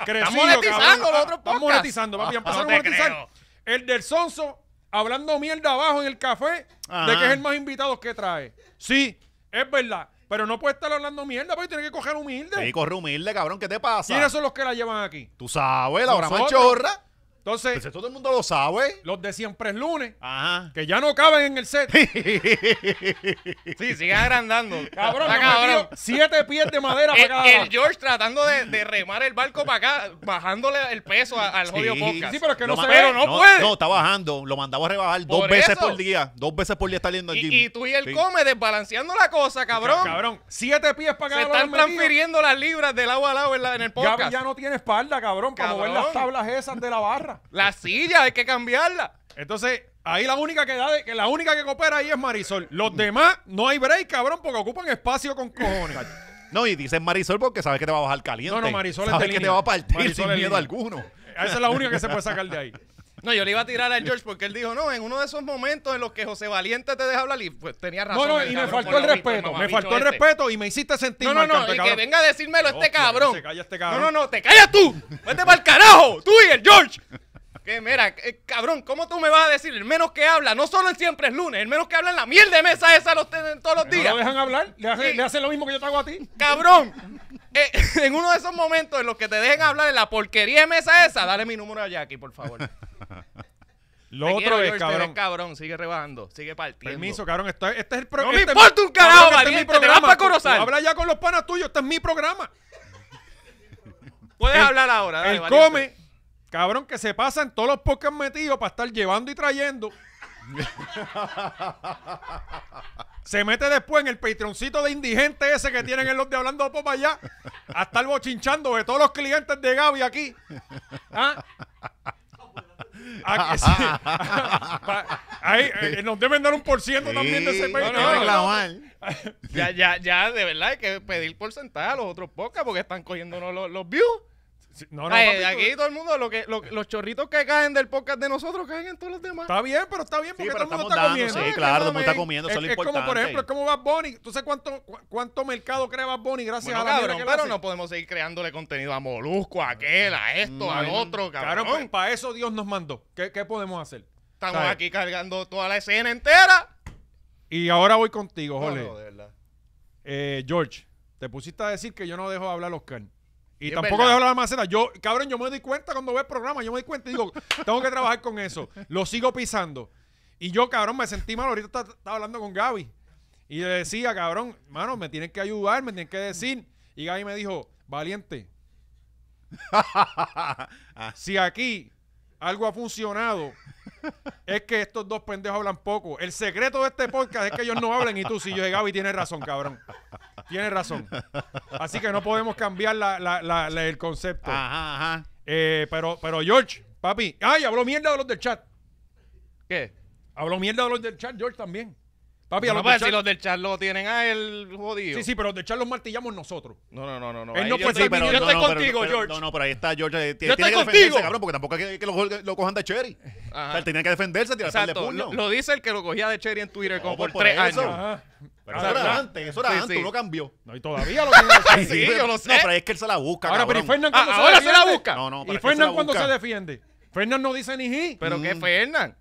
Speaker 1: Crecidos,
Speaker 3: Están monetizando
Speaker 1: cabrón.
Speaker 3: los otros
Speaker 1: Están
Speaker 3: podcasts. Ah,
Speaker 1: monetizando, papi. Empezaron
Speaker 3: No
Speaker 1: a
Speaker 3: te
Speaker 1: monetizar.
Speaker 3: creo.
Speaker 1: El del Sonso, hablando mierda abajo en el café, de
Speaker 2: Ajá.
Speaker 1: que es el más invitado que trae. Sí, es verdad. Pero no puede estar hablando mierda, porque tiene que coger humilde.
Speaker 2: Sí, corre humilde, cabrón, ¿qué te pasa?
Speaker 1: ¿Quiénes son los que la llevan aquí?
Speaker 2: Tú sabes, la hora más
Speaker 1: Nosotros.
Speaker 2: chorra. Pues
Speaker 1: Entonces,
Speaker 2: eso todo el mundo lo sabe.
Speaker 1: los de siempre es lunes,
Speaker 2: Ajá.
Speaker 1: que ya no caben en el set.
Speaker 3: Sí,
Speaker 1: [LAUGHS]
Speaker 3: sigue agrandando.
Speaker 1: Cabrón,
Speaker 3: Está
Speaker 1: me han metido siete pies de madera para
Speaker 3: El,
Speaker 1: cada
Speaker 3: el
Speaker 1: lado.
Speaker 3: George tratando de, de remar el barco para acá, bajándole el peso a- al jodido podcast.
Speaker 1: sí, pero es que
Speaker 2: Lo
Speaker 1: no se
Speaker 2: ma-
Speaker 1: ve.
Speaker 2: pero no,
Speaker 3: No puede.
Speaker 2: No, está bajando. Lo mandaba a rebajar dos
Speaker 3: Por
Speaker 2: veces
Speaker 3: eso.
Speaker 2: por día. Dos veces por día está yendo al gym.
Speaker 3: y, y tú y él
Speaker 2: Sí.
Speaker 3: come desbalanceando la cosa, cabrón.
Speaker 1: Ca- Cabrón, siete pies para
Speaker 3: Se
Speaker 1: cada lado.
Speaker 3: están
Speaker 1: han metido.
Speaker 3: transfiriendo las libras del agua al lado en, la- en el
Speaker 1: Gaby
Speaker 3: podcast.
Speaker 1: ya no tiene espalda, cabrón, para
Speaker 3: Cabrón.
Speaker 1: mover las tablas esas de la barra.
Speaker 3: La silla hay que cambiarla.
Speaker 1: Entonces, ahí la única que da de- que la única que coopera ahí es Marisol. Los demás no hay break, cabrón, porque ocupan espacio con cojones.
Speaker 2: No, y dices Marisol porque sabes que te va a bajar caliente.
Speaker 1: No, no, Marisol es
Speaker 2: sabes
Speaker 1: de
Speaker 2: que
Speaker 1: línea.
Speaker 2: te va a partir
Speaker 1: Marisol
Speaker 2: sin
Speaker 1: es
Speaker 2: miedo
Speaker 1: línea.
Speaker 2: alguno.
Speaker 1: Esa es la única que se puede sacar de ahí.
Speaker 3: No, yo le iba a tirar al George porque él dijo, no, en uno de esos momentos en los que José Valiente te deja hablar y pues tenía
Speaker 1: [LAUGHS]
Speaker 3: razón.
Speaker 1: No, no,
Speaker 3: el
Speaker 1: y me
Speaker 3: cabrón,
Speaker 1: faltó
Speaker 3: por
Speaker 1: el
Speaker 3: la vista,
Speaker 1: respeto. Me
Speaker 3: mamabicho
Speaker 1: faltó el
Speaker 3: este.
Speaker 1: respeto y me hiciste sentir
Speaker 3: No, no,
Speaker 1: mal,
Speaker 3: no,
Speaker 1: canto,
Speaker 3: el que
Speaker 1: cabrón.
Speaker 3: venga a decírmelo este
Speaker 1: Hostia,
Speaker 3: cabrón.
Speaker 1: se calla este cabrón.
Speaker 3: No, no, no, te callas tú. Vete para el carajo, tú y el George. Que mira, eh, cabrón, ¿cómo tú me vas a decir? El menos que habla, no solo en siempre es lunes, el menos que habla en la mierda de mesa esa los ten- todos los
Speaker 1: No
Speaker 3: días.
Speaker 1: lo dejan hablar, le hacen,
Speaker 3: Sí.
Speaker 1: le hacen lo mismo que yo te hago a ti.
Speaker 3: Cabrón, eh, [LAUGHS] en uno de esos momentos en los que te dejen hablar en la porquería de mesa esa, dale mi número a Jackie, por favor.
Speaker 1: Lo
Speaker 3: Te
Speaker 1: otro
Speaker 3: quiero,
Speaker 1: es,
Speaker 3: George,
Speaker 1: cabrón.
Speaker 3: te ves cabrón, sigue rebajando, sigue partiendo.
Speaker 1: Permiso, cabrón. Esto, es- este es el
Speaker 3: No
Speaker 1: programa.
Speaker 3: me importa un carajo, valiente, te vas pa' Corozal.
Speaker 1: Habla ya con los panas tuyos. Este es mi programa.
Speaker 3: Puedes
Speaker 1: El-
Speaker 3: hablar ahora. dale,
Speaker 1: Él
Speaker 3: valiente.
Speaker 1: come, cabrón, que se pasa en todos los podcasts metidos para estar llevando y trayendo.
Speaker 3: [LAUGHS]
Speaker 1: se mete después en el patroncito de indigente ese que tienen en los de Hablando Popa allá a estar bochinchando de todos los clientes de Gaby aquí. ¿Ah? Ah, que
Speaker 3: [LAUGHS]
Speaker 1: sí. [LAUGHS] Pa- ahí, eh, nos deben dar un por ciento también de ese
Speaker 2: Sí,
Speaker 1: Patreon.
Speaker 2: no,
Speaker 3: no,
Speaker 2: reclamar.
Speaker 3: [LAUGHS] Ya, ya, ya, de verdad hay que pedir porcentaje a los otros podcasts porque están cogiéndonos los, los views.
Speaker 1: Sí, No, no,
Speaker 3: Ay,
Speaker 1: papi, tú-
Speaker 3: aquí todo el mundo, lo que, lo- los chorritos que caen del podcast de nosotros caen en todos los demás.
Speaker 1: Está bien, pero está bien
Speaker 2: Sí,
Speaker 1: porque
Speaker 2: pero
Speaker 1: todo el mundo
Speaker 2: estamos
Speaker 1: está
Speaker 2: dando,
Speaker 1: comiendo.
Speaker 2: sí,
Speaker 1: Ay,
Speaker 2: claro, todo el mundo está
Speaker 1: mames.
Speaker 2: comiendo,
Speaker 1: Es,
Speaker 2: eso es lo
Speaker 1: es como, por
Speaker 2: importante.
Speaker 1: ejemplo, es como Bad Bunny. ¿Tú sabes cuánto, cu- cuánto mercado crea Bad Bunny gracias
Speaker 3: Bueno,
Speaker 1: a la mierda
Speaker 3: cabrón,
Speaker 1: que le
Speaker 3: pero
Speaker 1: hace?
Speaker 3: no podemos seguir creándole contenido a Molusco, a aquel, a esto, al otro,
Speaker 1: Claro,
Speaker 3: cabrón.
Speaker 1: para pues, eso Dios nos mandó. ¿Qué, qué podemos hacer?
Speaker 3: Estamos
Speaker 1: ¿sabes?
Speaker 3: aquí cargando toda la escena entera.
Speaker 1: Y ahora voy contigo, Jorge.
Speaker 3: No, no, de verdad.
Speaker 1: Eh, George, te pusiste a decir que yo no dejo de hablar a Oscar. Y
Speaker 3: Es
Speaker 1: tampoco
Speaker 3: verdad.
Speaker 1: dejo hablar a Macera. Yo, cabrón, yo me doy cuenta cuando veo el programa, yo me doy cuenta y digo, [LAUGHS] tengo que trabajar con eso. Lo sigo pisando. Y yo, cabrón, me sentí mal. Ahorita está- estaba hablando con Gaby. Y le decía, cabrón, mano, me tienen que ayudar, me tienen que decir. Y Gaby me dijo, valiente, si aquí algo ha funcionado, es que estos dos pendejos hablan poco. El secreto de este podcast es que ellos no hablen y tú sí. Yo dije, Gaby, tienes razón, cabrón. Tienes razón. Así que no podemos cambiar la- la- la- la- el concepto.
Speaker 2: Ajá, ajá.
Speaker 1: Eh, pero, pero George, papi. Ay, habló mierda de los del chat.
Speaker 3: ¿Qué?
Speaker 1: Habló mierda de los del chat, George también. Papi, a
Speaker 3: no,
Speaker 1: los
Speaker 3: pues,
Speaker 1: del
Speaker 3: si
Speaker 1: chat-
Speaker 3: los del chat lo tienen a él jodido.
Speaker 1: Sí, sí, pero los del chat los martillamos nosotros.
Speaker 3: No, no, no, no. no.
Speaker 1: Él
Speaker 3: Ahí
Speaker 1: no
Speaker 3: yo
Speaker 1: puede
Speaker 3: estoy-
Speaker 1: ser
Speaker 3: pero
Speaker 1: yo
Speaker 3: no,
Speaker 1: estoy
Speaker 3: no,
Speaker 1: contigo,
Speaker 2: pero-
Speaker 1: George.
Speaker 2: No, no, pero ahí está George. eh,
Speaker 3: Yo
Speaker 2: Tiene,
Speaker 3: estoy
Speaker 2: tiene que defenderse,
Speaker 3: contigo.
Speaker 2: cabrón, porque tampoco hay que, que lo, lo cojan de Cherry.
Speaker 3: Ajá.
Speaker 2: O sea, él tenía que defenderse, tirar de
Speaker 3: Exacto.
Speaker 2: puño.
Speaker 3: Lo, lo dice el que lo cogía de Cherry en Twitter
Speaker 2: No,
Speaker 3: como por,
Speaker 2: pues, por
Speaker 3: tres
Speaker 2: eso.
Speaker 3: años.
Speaker 1: Ajá.
Speaker 2: Pero
Speaker 1: Ajá.
Speaker 2: eso era antes, eso era
Speaker 3: Sí,
Speaker 2: antes,
Speaker 3: sí.
Speaker 2: uno cambió.
Speaker 1: No, y todavía lo
Speaker 2: [LAUGHS]
Speaker 1: tiene.
Speaker 3: Sí, yo lo sé.
Speaker 2: No, pero es que él se la busca,
Speaker 1: Ahora, pero
Speaker 2: cabrón.
Speaker 1: ¿y Fernan
Speaker 3: Ah,
Speaker 1: cuando
Speaker 3: ahora se
Speaker 1: defiende?
Speaker 3: la busca.
Speaker 2: No, no, pero
Speaker 1: ¿Y
Speaker 2: es que se la
Speaker 1: Fernan cuando
Speaker 2: busca.
Speaker 1: se defiende? Fernan no dice ni ji.
Speaker 3: Pero que
Speaker 2: Mm.
Speaker 3: Fernan.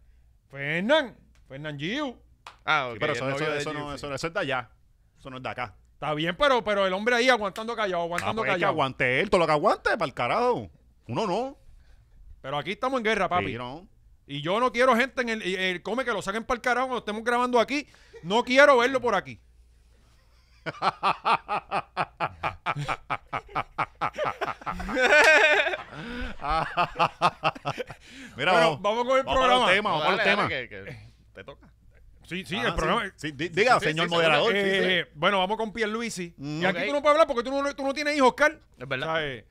Speaker 1: Fernan. Fernan Giu.
Speaker 3: Ah,
Speaker 2: Sí,
Speaker 3: ok,
Speaker 2: Pero
Speaker 3: el
Speaker 2: eso,
Speaker 3: novio
Speaker 2: eso-
Speaker 3: de
Speaker 2: eso
Speaker 3: Gigi.
Speaker 2: no, eso, eso es de allá. Eso no es de acá.
Speaker 1: Está bien, pero, pero el hombre ahí aguantando callado,
Speaker 2: Ah,
Speaker 1: aguantando
Speaker 2: pues es que
Speaker 1: callado.
Speaker 2: aguante él, todo lo que aguante, para el carajo. Uno no.
Speaker 1: pero aquí estamos en guerra, papi.
Speaker 2: Sí, no.
Speaker 1: Y yo no quiero gente en el, y- el come que lo saquen para el carajo cuando estemos grabando aquí. No quiero verlo por aquí. Bueno,
Speaker 2: Mira, vamos.
Speaker 1: vamos con el
Speaker 2: vamos
Speaker 1: programa.
Speaker 2: Para los temas, vamos para
Speaker 3: Dale,
Speaker 2: los
Speaker 3: dale,
Speaker 2: temas.
Speaker 3: que- que te toca.
Speaker 1: Sí, sí,
Speaker 2: Ah,
Speaker 1: el programa.
Speaker 2: sí, di- diga,
Speaker 3: sí,
Speaker 2: señor
Speaker 3: sí,
Speaker 2: moderador. sí, sí.
Speaker 1: Eh, Bueno, vamos con Pierluisi.
Speaker 2: Mm.
Speaker 1: y aquí
Speaker 3: Ok.
Speaker 1: tú no puedes hablar porque tú no, tú no tienes hijos, Oscar.
Speaker 3: Es verdad.
Speaker 1: ¿Sabes?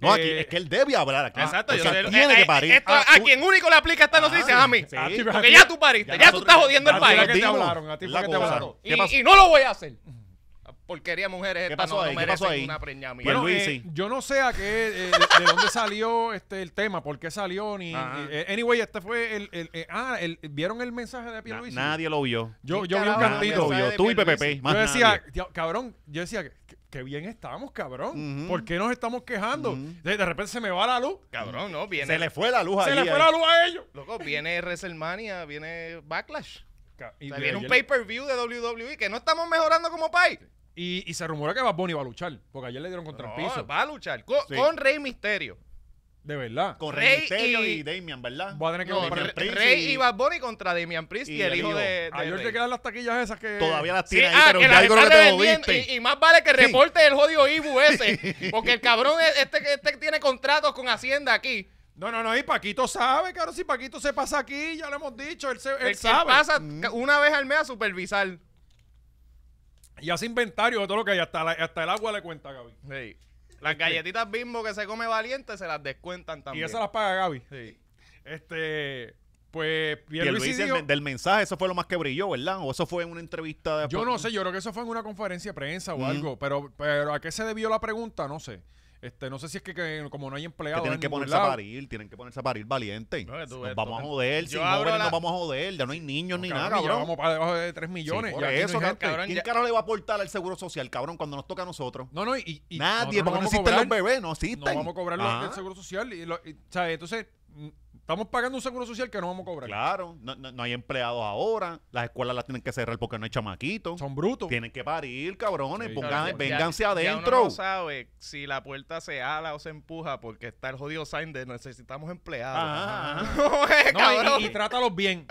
Speaker 2: No, aquí
Speaker 1: Eh,
Speaker 2: es que él debe hablar aquí.
Speaker 3: Exacto,
Speaker 2: O
Speaker 3: yo
Speaker 2: sea,
Speaker 3: sé- eh,
Speaker 2: tiene
Speaker 3: eh,
Speaker 2: que parir.
Speaker 3: esto-
Speaker 2: Ah,
Speaker 3: a
Speaker 2: tú-
Speaker 3: quien único le aplica esta noticia es a mí.
Speaker 1: sí. Ah, sí,
Speaker 3: Porque
Speaker 1: pero-
Speaker 3: ya tú pariste,
Speaker 2: ya
Speaker 3: ya tú
Speaker 2: nosotros-
Speaker 3: estás jodiendo
Speaker 1: ya
Speaker 3: el país.
Speaker 1: nosotros- que te hablaron, a ti
Speaker 2: Es
Speaker 1: fue que
Speaker 2: la
Speaker 1: te
Speaker 2: cosa.
Speaker 1: hablaron.
Speaker 2: ¿Qué pasó?
Speaker 3: Y, y no lo voy a hacer. Porquería mujeres
Speaker 2: ¿Qué
Speaker 3: estas
Speaker 2: pasó
Speaker 3: no, no
Speaker 2: ahí? ¿Qué
Speaker 3: merecen
Speaker 2: pasó ahí?
Speaker 3: una preñamiento.
Speaker 1: Bueno,
Speaker 2: Pues Luis,
Speaker 1: eh,
Speaker 2: sí.
Speaker 1: yo no sé a qué, eh, de, de dónde salió este el tema, por qué salió, ni...
Speaker 3: Ajá.
Speaker 1: eh, anyway, este fue el... el- eh, ah, el- ¿vieron el mensaje de
Speaker 2: Na-
Speaker 1: Pierluisi?
Speaker 2: Nadie lo vio.
Speaker 1: Yo, yo vi un
Speaker 3: Nadie
Speaker 1: cantito.
Speaker 2: lo
Speaker 3: sabe
Speaker 2: vio.
Speaker 3: de
Speaker 2: Tú y
Speaker 3: Pierluisi.
Speaker 2: PPP.
Speaker 1: Yo
Speaker 2: más
Speaker 1: decía,
Speaker 2: nadie.
Speaker 1: "Tío, cabrón, yo decía, que, que bien estamos, cabrón.
Speaker 2: Ujú.
Speaker 1: ¿Por qué nos estamos quejando?
Speaker 2: Ujú.
Speaker 1: de, de repente se me va la luz.
Speaker 3: Cabrón, no, viene.
Speaker 2: se le fue la luz
Speaker 1: Se
Speaker 2: allí,
Speaker 1: le fue
Speaker 2: ahí.
Speaker 1: la luz a ellos.
Speaker 3: Loco, viene WrestleMania, viene Backlash.
Speaker 1: Ca-
Speaker 3: O
Speaker 1: Y,
Speaker 3: sea,
Speaker 1: de
Speaker 3: viene un
Speaker 1: ayer-
Speaker 3: pay-per-view de WWE que no estamos mejorando como país.
Speaker 1: y- y se rumora que Bad Bunny va a luchar, porque ayer le dieron contra
Speaker 3: No,
Speaker 1: el piso.
Speaker 3: va a luchar co- con,
Speaker 2: Sí.
Speaker 3: Rey Misterio.
Speaker 1: De verdad.
Speaker 2: Con
Speaker 3: Rey
Speaker 2: Rey Misterio
Speaker 3: y-
Speaker 2: y Damian, ¿verdad?
Speaker 1: Voy a tener que
Speaker 3: No,
Speaker 1: comprar-
Speaker 3: Re-
Speaker 2: Prince
Speaker 3: Rey
Speaker 2: y-
Speaker 3: y Bad Bunny contra Damian Priest y, Ah,
Speaker 2: y
Speaker 3: el
Speaker 2: el
Speaker 3: hijo
Speaker 2: hijo.
Speaker 3: de, de
Speaker 1: Ayer
Speaker 3: Rey.
Speaker 1: te quedan las taquillas esas que...
Speaker 2: Todavía las
Speaker 3: Sí,
Speaker 2: tiene ahí,
Speaker 3: ah,
Speaker 2: pero
Speaker 3: que
Speaker 2: ya
Speaker 3: las
Speaker 2: algo lo que
Speaker 3: están
Speaker 2: te
Speaker 3: revendiendo,
Speaker 2: jodiste.
Speaker 3: Y, y más vale que
Speaker 2: Sí.
Speaker 3: reporte el jodido Ibu [LAUGHS] ese. Porque el cabrón es- este, que- este que tiene contratos con Hacienda aquí.
Speaker 1: No, no, no, y Paquito sabe, claro, si Paquito se pasa aquí, ya lo hemos dicho, él, se, él
Speaker 3: El que
Speaker 1: sabe.
Speaker 3: pasa ca- una vez al mes a supervisar.
Speaker 1: Y hace inventario de todo lo que hay, hasta, la- hasta el agua le cuenta a Gaby.
Speaker 3: Las galletitas bimbo que se come valiente se las descuentan
Speaker 1: Y
Speaker 3: también.
Speaker 1: esa las paga Gaby.
Speaker 3: Sí.
Speaker 1: Este, pues, Pierluisi
Speaker 2: Pierluisi, el
Speaker 1: dijo,
Speaker 2: men- del mensaje, eso fue lo más que brilló, ¿verdad? O eso fue en una entrevista de...
Speaker 1: yo no sé, yo creo que eso fue en una conferencia de prensa o
Speaker 2: Ujú.
Speaker 1: algo, pero, pero ¿a qué se debió la pregunta? No sé. Este, no sé si es que, que como no hay
Speaker 2: Que
Speaker 1: empleados
Speaker 2: tienen
Speaker 1: en
Speaker 2: que
Speaker 1: ningún
Speaker 2: ponerse
Speaker 1: lado.
Speaker 2: a parir, tienen que ponerse a parir valiente.
Speaker 3: No, que tú
Speaker 2: nos
Speaker 3: ves,
Speaker 2: vamos a
Speaker 3: tú-
Speaker 2: joder,
Speaker 3: yo
Speaker 2: si
Speaker 3: abro
Speaker 2: jóvenes
Speaker 3: la-
Speaker 2: nos vamos a joder, ya no hay niños ni nada,
Speaker 1: Cabrón, y ya
Speaker 2: cabrón.
Speaker 1: vamos para debajo de 3
Speaker 2: Sí,
Speaker 1: millones.
Speaker 2: por
Speaker 1: ya aquí no
Speaker 2: eso,
Speaker 1: hay
Speaker 2: cabrón,
Speaker 1: gente.
Speaker 3: cabrón,
Speaker 2: ¿Quién
Speaker 3: ya-
Speaker 2: carajo le va a aportar al seguro social, cabrón, cuando nos toca a nosotros?
Speaker 1: No, no, y, y
Speaker 2: Nadie,
Speaker 1: nosotros
Speaker 2: porque no
Speaker 1: vamos a
Speaker 2: existen los
Speaker 1: cobrar.
Speaker 2: bebés, no existen. Ah,
Speaker 1: No vamos a cobrar los
Speaker 2: Ajá,
Speaker 1: del seguro social. Y lo- y, o sea, entonces, mm, estamos pagando un seguro social que no vamos a cobrar.
Speaker 2: Claro, no, no- no hay empleados ahora, las escuelas las tienen que cerrar porque no hay chamaquitos.
Speaker 1: Son brutos.
Speaker 2: Tienen que parir, cabrones,
Speaker 1: Sí,
Speaker 2: pongan-
Speaker 1: claro, ya-
Speaker 2: vénganse
Speaker 3: Ya- ya
Speaker 2: adentro.
Speaker 3: uno no sabe si la puerta se ala o se empuja porque está el jodido sign de necesitamos empleados.
Speaker 2: Ajá, ajá.
Speaker 3: [LAUGHS] No, eh,
Speaker 1: No, y-
Speaker 3: cabrón.
Speaker 1: y, trátalos
Speaker 3: [LAUGHS]
Speaker 1: bien.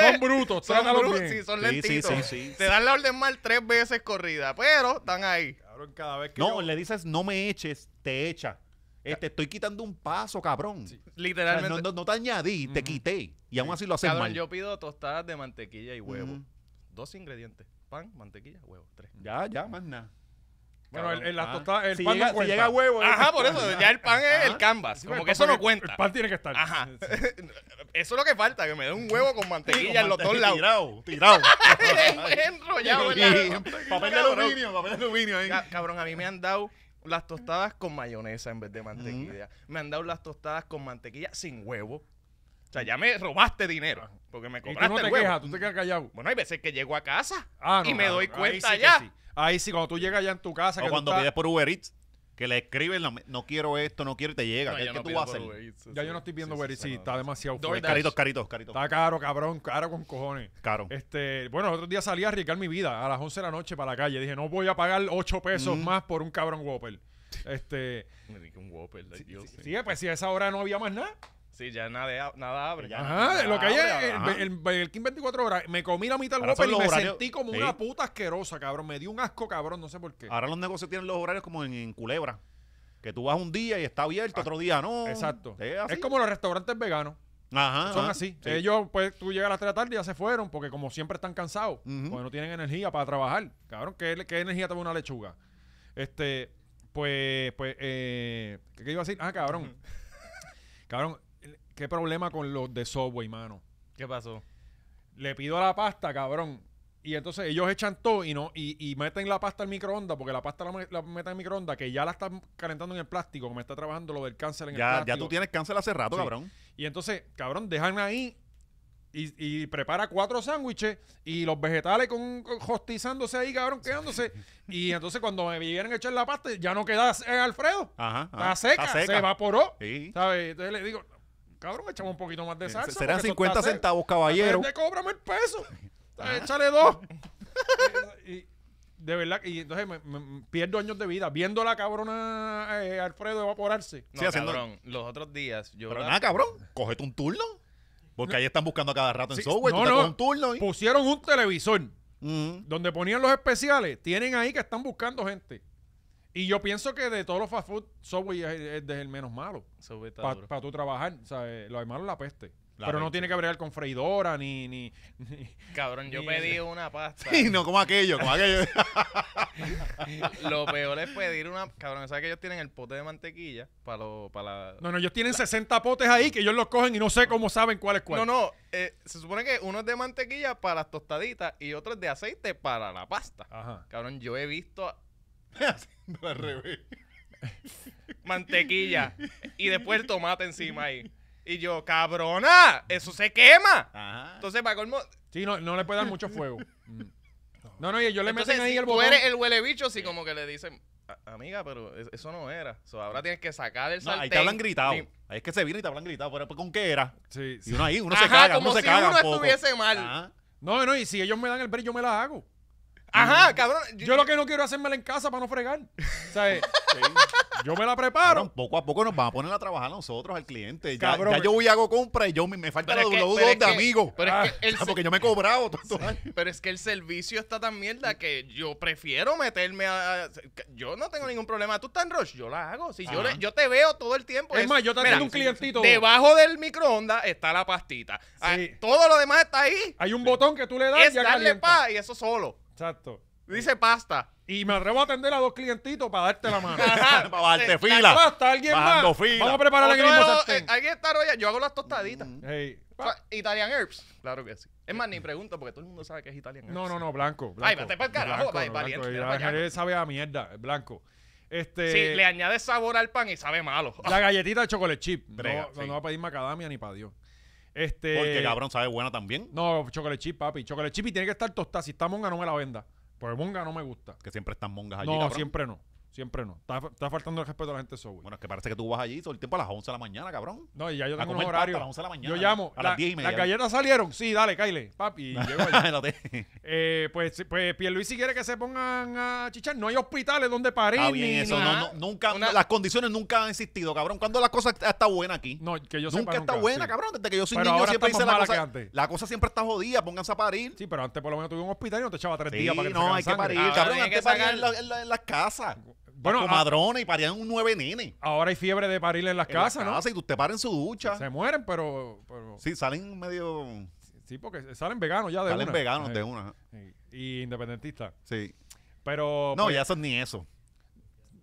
Speaker 1: son brutos,
Speaker 3: son
Speaker 1: trátalos
Speaker 3: brutos,
Speaker 1: bien.
Speaker 3: sí, son
Speaker 2: Sí, sí,
Speaker 3: lentitos.
Speaker 2: sí, sí.
Speaker 3: Te dan la orden mal tres veces corrida, pero están ahí.
Speaker 1: Cabrón, cada vez que
Speaker 2: No,
Speaker 1: yo-
Speaker 2: le dices, no me eches, te echa. Eh, te estoy quitando un paso, cabrón.
Speaker 1: Sí.
Speaker 2: O sea,
Speaker 3: Literalmente.
Speaker 2: no, no- no te añadí, te
Speaker 1: Ujú.
Speaker 2: quité. Y aún así lo haces
Speaker 3: Cabrón,
Speaker 2: mal.
Speaker 3: yo pido tostadas de mantequilla y huevo.
Speaker 2: Ujú.
Speaker 3: Dos ingredientes: pan, mantequilla, huevo. Tres.
Speaker 2: Ya, ya, más nada.
Speaker 1: Bueno, el, el, las
Speaker 2: Ah.
Speaker 1: tostadas- el
Speaker 2: si,
Speaker 1: pan
Speaker 2: llega,
Speaker 1: no
Speaker 2: si
Speaker 1: cuenta.
Speaker 2: llega huevo. eh.
Speaker 3: Ajá, por eso. Ya el pan es
Speaker 2: Ah,
Speaker 3: el canvas.
Speaker 1: Sí,
Speaker 3: Como
Speaker 1: el
Speaker 3: que
Speaker 1: pan
Speaker 3: eso no
Speaker 1: tiene-
Speaker 3: cuenta.
Speaker 1: El pan tiene que estar.
Speaker 3: Ajá. Eso es lo que falta: que me den un huevo con
Speaker 2: Sí,
Speaker 3: mantequilla en los dos
Speaker 2: [LAUGHS]
Speaker 3: lados.
Speaker 2: Tirado,
Speaker 1: [LAUGHS]
Speaker 2: tirado.
Speaker 3: Enrollado,
Speaker 2: Sí,
Speaker 3: ¿verdad?
Speaker 2: papel de aluminio, papel de aluminio ahí.
Speaker 3: Ca- Cabrón, a mí me han dado las tostadas con mayonesa en vez de mantequilla. Me han dado las tostadas con mantequilla sin huevo. O sea, ya me robaste dinero. Porque me
Speaker 1: Y
Speaker 3: cobraste
Speaker 1: tú no te
Speaker 3: el huevo.
Speaker 1: quejas, tú te quedas callado.
Speaker 3: Bueno, hay veces que llego a casa
Speaker 1: Ah, no,
Speaker 3: y me
Speaker 1: claro,
Speaker 3: doy
Speaker 1: ahí
Speaker 3: cuenta
Speaker 1: sí que
Speaker 3: ya.
Speaker 1: sí. Ahí sí, cuando tú llegas ya en tu casa. que
Speaker 2: O
Speaker 1: tú
Speaker 2: cuando
Speaker 1: estás-
Speaker 2: pides por Uber Eats, que le escriben, no, no quiero esto, no quiero y te llega.
Speaker 3: No,
Speaker 2: ¿Qué,
Speaker 3: yo
Speaker 2: qué
Speaker 3: no
Speaker 2: tú
Speaker 3: pido
Speaker 2: vas a
Speaker 3: por
Speaker 2: hacer?
Speaker 3: Uber Eats,
Speaker 1: Ya
Speaker 3: sí.
Speaker 1: yo no estoy viendo
Speaker 3: Sí,
Speaker 1: Uber
Speaker 3: sí,
Speaker 1: Eats,
Speaker 3: sí,
Speaker 1: sí,
Speaker 3: no,
Speaker 1: está
Speaker 3: no.
Speaker 1: demasiado
Speaker 3: DoorDash.
Speaker 1: fuerte.
Speaker 2: Caritos, caritos, caritos.
Speaker 1: Está caro, cabrón, caro con cojones.
Speaker 2: Caro.
Speaker 1: Este, bueno, el otro día salí a arriesgar mi vida a las 11 de la noche para la calle. Dije, no voy a pagar 8 pesos más por un cabrón Whopper. Este,
Speaker 3: Me di que un Whopper, like, yo
Speaker 1: sí,
Speaker 3: sí.
Speaker 1: pues si a esa hora no había más nada.
Speaker 3: Sí, ya nada, nada abre.
Speaker 2: Ya
Speaker 1: Ajá,
Speaker 2: nada,
Speaker 1: lo que hay es
Speaker 2: abre,
Speaker 1: el,
Speaker 2: ajá.
Speaker 1: el, el King 24 horas. Me comí la mitad del
Speaker 2: Ahora son
Speaker 1: Whopper y
Speaker 2: los
Speaker 1: me
Speaker 2: horarios-
Speaker 1: sentí como
Speaker 2: Sí. Ah,
Speaker 1: una puta asquerosa, cabrón. Me dio un asco, cabrón, no sé por qué.
Speaker 2: Este. Ahora los negocios tienen los horarios como en, en Culebra. Que tú vas un día y está abierto, otro día no.
Speaker 1: Ah, Exacto.
Speaker 2: Es,
Speaker 1: Es
Speaker 2: así.
Speaker 1: como los restaurantes veganos.
Speaker 2: Ajá,
Speaker 1: son
Speaker 2: ajá.
Speaker 1: así.
Speaker 2: Ah, Sí.
Speaker 1: Ellos, pues, tú llegas a las 3 de la tarde y ya se fueron porque como siempre están cansados.
Speaker 2: Ujú.
Speaker 1: Porque no tienen energía para trabajar. Cabrón, ¿qué, qué energía te da una lechuga? Este, pues, pues, eh, ¿qué iba a decir? Ah, [LAUGHS] cabrón. cabrón, ¿qué problema con los de Subway, mano?
Speaker 3: ¿Qué pasó?
Speaker 1: le pido la pasta, cabrón. Y entonces ellos echan todo y no y, y meten la pasta al microondas, porque la pasta la, me- la meten en microondas, que ya la están calentando en el plástico, que me está trabajando lo del cáncer en el
Speaker 2: Ya, ya
Speaker 1: plástico.
Speaker 2: tú tienes cáncer hace rato,
Speaker 1: Sí.
Speaker 2: cabrón.
Speaker 1: Y entonces, cabrón, dejan ahí y, y prepara cuatro sándwiches y los vegetales con, con- hostizándose ahí, cabrón,
Speaker 2: [LAUGHS]
Speaker 1: quedándose. Y entonces cuando me vinieron a echar la pasta, ya no queda eh, Alfredo.
Speaker 2: Ajá.
Speaker 1: Está
Speaker 2: ajá,
Speaker 1: seca, se evaporó.
Speaker 2: Ah, Sí. Eh,
Speaker 1: ¿Sabes? Entonces le digo, cabrón, echamos un poquito más de salsa.
Speaker 2: Serán
Speaker 1: porque esto
Speaker 2: 50
Speaker 1: está seco.
Speaker 2: centavos, caballero. Ah.
Speaker 1: Te cóbrame el
Speaker 2: [LAUGHS]
Speaker 1: peso. Échale dos. Y- de verdad, y entonces me- me- pierdo años de vida viendo a la cabrona eh, Alfredo evaporarse.
Speaker 3: No,
Speaker 2: Sí, haciendo-
Speaker 3: cabrón, los otros días yo
Speaker 2: Pero
Speaker 3: la-
Speaker 2: nada, cabrón, cógete un turno. Porque ahí están buscando a cada rato en
Speaker 1: Sí,
Speaker 2: software.
Speaker 1: no,
Speaker 2: tú te
Speaker 1: no.
Speaker 2: coges un turno. Y...
Speaker 1: Pusieron un televisor. [LAUGHS]
Speaker 2: Mm.
Speaker 1: donde ponían los especiales, tienen ahí que están buscando gente. Y yo pienso que de todos los fast food, Subway es, es de el menos malo
Speaker 3: Subway está
Speaker 1: para
Speaker 3: duro.
Speaker 1: tú trabajar. O sea, eh, lo demás es la peste.
Speaker 2: La
Speaker 1: Pero no
Speaker 2: peste.
Speaker 1: tiene que bregar con freidora ni... ni, [LAUGHS] ni-
Speaker 3: Cabrón, yo
Speaker 1: Ni-
Speaker 3: pedí una pasta. [LAUGHS]
Speaker 2: Sí, no como aquello, como aquello.
Speaker 3: Lo peor es pedir una. Cabrón, ¿sabes que ellos tienen el pote de mantequilla para lo, para la-
Speaker 1: No, no, ellos tienen 60 potes ahí que ellos los cogen y no sé cómo saben cuál es cuál.
Speaker 3: No, no, eh, se supone que uno es de mantequilla para las tostaditas y otro es de aceite para la pasta.
Speaker 1: Ajá.
Speaker 3: Cabrón, yo he visto
Speaker 2: Haciendo al revés.
Speaker 3: mantequilla y después el tomate encima ahí. Y yo, cabrona, eso se quema.
Speaker 2: Ajá.
Speaker 3: Entonces, para colmo,
Speaker 1: Sí, no, no le puede dar mucho
Speaker 3: [LAUGHS]
Speaker 1: fuego. Mm. No, no, y ellos le
Speaker 3: entonces,
Speaker 1: meten ahí
Speaker 3: si
Speaker 1: el
Speaker 3: tú
Speaker 1: botón.
Speaker 3: eres el huele bicho, si como que le dicen, "A- amiga, pero es- eso no era. So, ahora tienes que sacar el
Speaker 2: No,
Speaker 3: sartén.
Speaker 2: ahí te hablan gritado.
Speaker 3: Ni-
Speaker 2: Ahí es que se vino y te hablan gritado. Pero pues, ¿con qué era?
Speaker 1: Sí,
Speaker 2: Y
Speaker 1: sí.
Speaker 2: uno ahí, uno se
Speaker 3: Ajá,
Speaker 2: caga,
Speaker 3: como
Speaker 2: uno se
Speaker 3: si
Speaker 2: caga Ah.
Speaker 3: uno
Speaker 2: un poco.
Speaker 3: estuviese mal.
Speaker 2: Ajá.
Speaker 1: No, no, y si ellos me dan el break, yo me la hago.
Speaker 3: Ajá, cabrón.
Speaker 1: Yo lo que no quiero es hacérmela en casa para no
Speaker 3: [LAUGHS]
Speaker 1: fregar. O sea, eh, yo me la
Speaker 2: Cabrón,
Speaker 1: preparo.
Speaker 2: poco a poco nos van a poner a trabajar nosotros al cliente. Ya,
Speaker 1: Cabrón.
Speaker 2: ya yo voy y hago compra y yo me, me falta
Speaker 3: Pero
Speaker 2: la
Speaker 3: es que-
Speaker 2: W2
Speaker 3: pero es
Speaker 2: de
Speaker 3: que-
Speaker 2: amigos.
Speaker 3: Pero es
Speaker 2: [LAUGHS]
Speaker 3: que el
Speaker 2: Ah, porque yo me he cobrado todos estos años.
Speaker 3: Pero es que el servicio está tan mierda que yo prefiero meterme a... a- Yo no tengo ningún problema. Tú estás en rush, yo la hago. Si yo,
Speaker 2: Ajá.
Speaker 3: le- yo te veo todo el tiempo.
Speaker 1: es más, yo te
Speaker 3: Pues, mira,
Speaker 1: atiendo un clientito.
Speaker 3: Debajo del microondas está la pastita. Ah, todo lo demás está ahí.
Speaker 1: Hay un botón que tú le das
Speaker 3: Es
Speaker 1: y ya
Speaker 3: darle
Speaker 1: calienta.
Speaker 3: pa y eso solo.
Speaker 1: Exacto.
Speaker 3: Dice pasta.
Speaker 1: Y me atrevo a atender a dos clientitos para darte la
Speaker 3: [LAUGHS]
Speaker 1: mano.
Speaker 3: Ajá.
Speaker 2: Para darte
Speaker 3: Eh,
Speaker 2: fila.
Speaker 1: Basta, alguien
Speaker 2: Bajando
Speaker 1: más.
Speaker 2: fila.
Speaker 1: Vamos a preparar el
Speaker 3: Otro de
Speaker 1: mismo
Speaker 3: los-
Speaker 1: sartén.
Speaker 3: eh, alguien está roya. Yo hago las tostaditas.
Speaker 2: Mm.
Speaker 1: Hey.
Speaker 3: O sea, Italian herbs. Claro que sí. Es más, ni pregunto porque todo el mundo sabe que es Italian herbs.
Speaker 1: No, no, no, blanco. blanco
Speaker 3: Ay, vete pa'l carajo,
Speaker 1: Blanco,
Speaker 3: va-
Speaker 1: no,
Speaker 3: valiente,
Speaker 1: blanco.
Speaker 3: mira
Speaker 1: La
Speaker 3: pa' allá.
Speaker 1: gente sabe a mierda, es blanco. Este,
Speaker 3: Sí, le añades sabor al pan y sabe malo.
Speaker 1: La galletita de chocolate chip. No,
Speaker 2: Brega,
Speaker 1: no,
Speaker 2: sí.
Speaker 1: no va a pedir macadamia ni para Dios. Este,
Speaker 2: Porque cabrón sabe buena también.
Speaker 1: No, chocolate chip, papi. Chocolate chip y tiene que estar tostada. Si está monga, no me la venda. Porque monga no me gusta.
Speaker 2: Que siempre están mongas allí.
Speaker 1: No,
Speaker 2: cabrón.
Speaker 1: siempre no. Siempre no. Está, está faltando el respeto a la gente de Subway.
Speaker 2: Bueno, es que parece que tú vas allí todo el tiempo a las 11 de la mañana, cabrón.
Speaker 1: no, y ya yo
Speaker 2: a
Speaker 1: tengo
Speaker 2: comer
Speaker 1: un
Speaker 2: pasta
Speaker 1: horario.
Speaker 2: a las 11 de la mañana.
Speaker 1: Yo llamo.
Speaker 2: A las
Speaker 1: La-
Speaker 2: 10 y media.
Speaker 1: ¿Las
Speaker 2: [LAUGHS]
Speaker 1: galletas salieron? Sí, dale, Kyle. Papi, y llego allá.
Speaker 2: No te-
Speaker 1: eh, pues, sí, pues Pierluisi quiere que se pongan a chichar. No hay hospitales donde parir.
Speaker 2: Está bien
Speaker 1: ni-
Speaker 2: eso.
Speaker 1: ni-
Speaker 2: no,
Speaker 3: nada.
Speaker 2: no, nunca,
Speaker 3: Una-
Speaker 2: las condiciones nunca han existido, cabrón. Cuando las cosas está buena aquí.
Speaker 1: No, que yo
Speaker 2: nunca
Speaker 1: sepa,
Speaker 2: está buena,
Speaker 1: sí.
Speaker 2: cabrón. Desde que yo soy
Speaker 1: Pero
Speaker 2: niño
Speaker 1: ahora
Speaker 2: siempre
Speaker 1: está
Speaker 2: hice
Speaker 1: más
Speaker 2: la
Speaker 1: mala que
Speaker 2: cosa.
Speaker 1: antes.
Speaker 2: La cosa siempre está jodida. Pónganse a parir.
Speaker 1: Sí, pero antes por lo menos tuve un hospital y no te echaba tres
Speaker 2: Sí,
Speaker 1: días para que te sacaran
Speaker 2: no, hay que
Speaker 1: sangre. Ah,
Speaker 2: parir,
Speaker 3: Ahora
Speaker 2: cabrón.
Speaker 3: tienen
Speaker 2: Antes
Speaker 3: que
Speaker 2: parían
Speaker 3: sacar-
Speaker 2: en, la- en la- en las casas.
Speaker 1: Bueno,
Speaker 2: Bueno,
Speaker 1: a-
Speaker 2: comadrones y parían un nueve nenes.
Speaker 1: Ahora hay fiebre de parir en las
Speaker 2: En
Speaker 1: casas,
Speaker 2: la casa, Y usted para en su
Speaker 1: ¿no?
Speaker 2: ducha.
Speaker 1: Se mueren, pero, pero- sí.
Speaker 2: Sí, salen medio.
Speaker 1: porque salen veganos ya de
Speaker 2: Salen
Speaker 1: una.
Speaker 2: veganos
Speaker 1: Sí.
Speaker 2: de una.
Speaker 1: Y independentistas.
Speaker 2: Sí.
Speaker 1: Pero.
Speaker 2: No,
Speaker 1: pues,
Speaker 2: ya eso ni eso.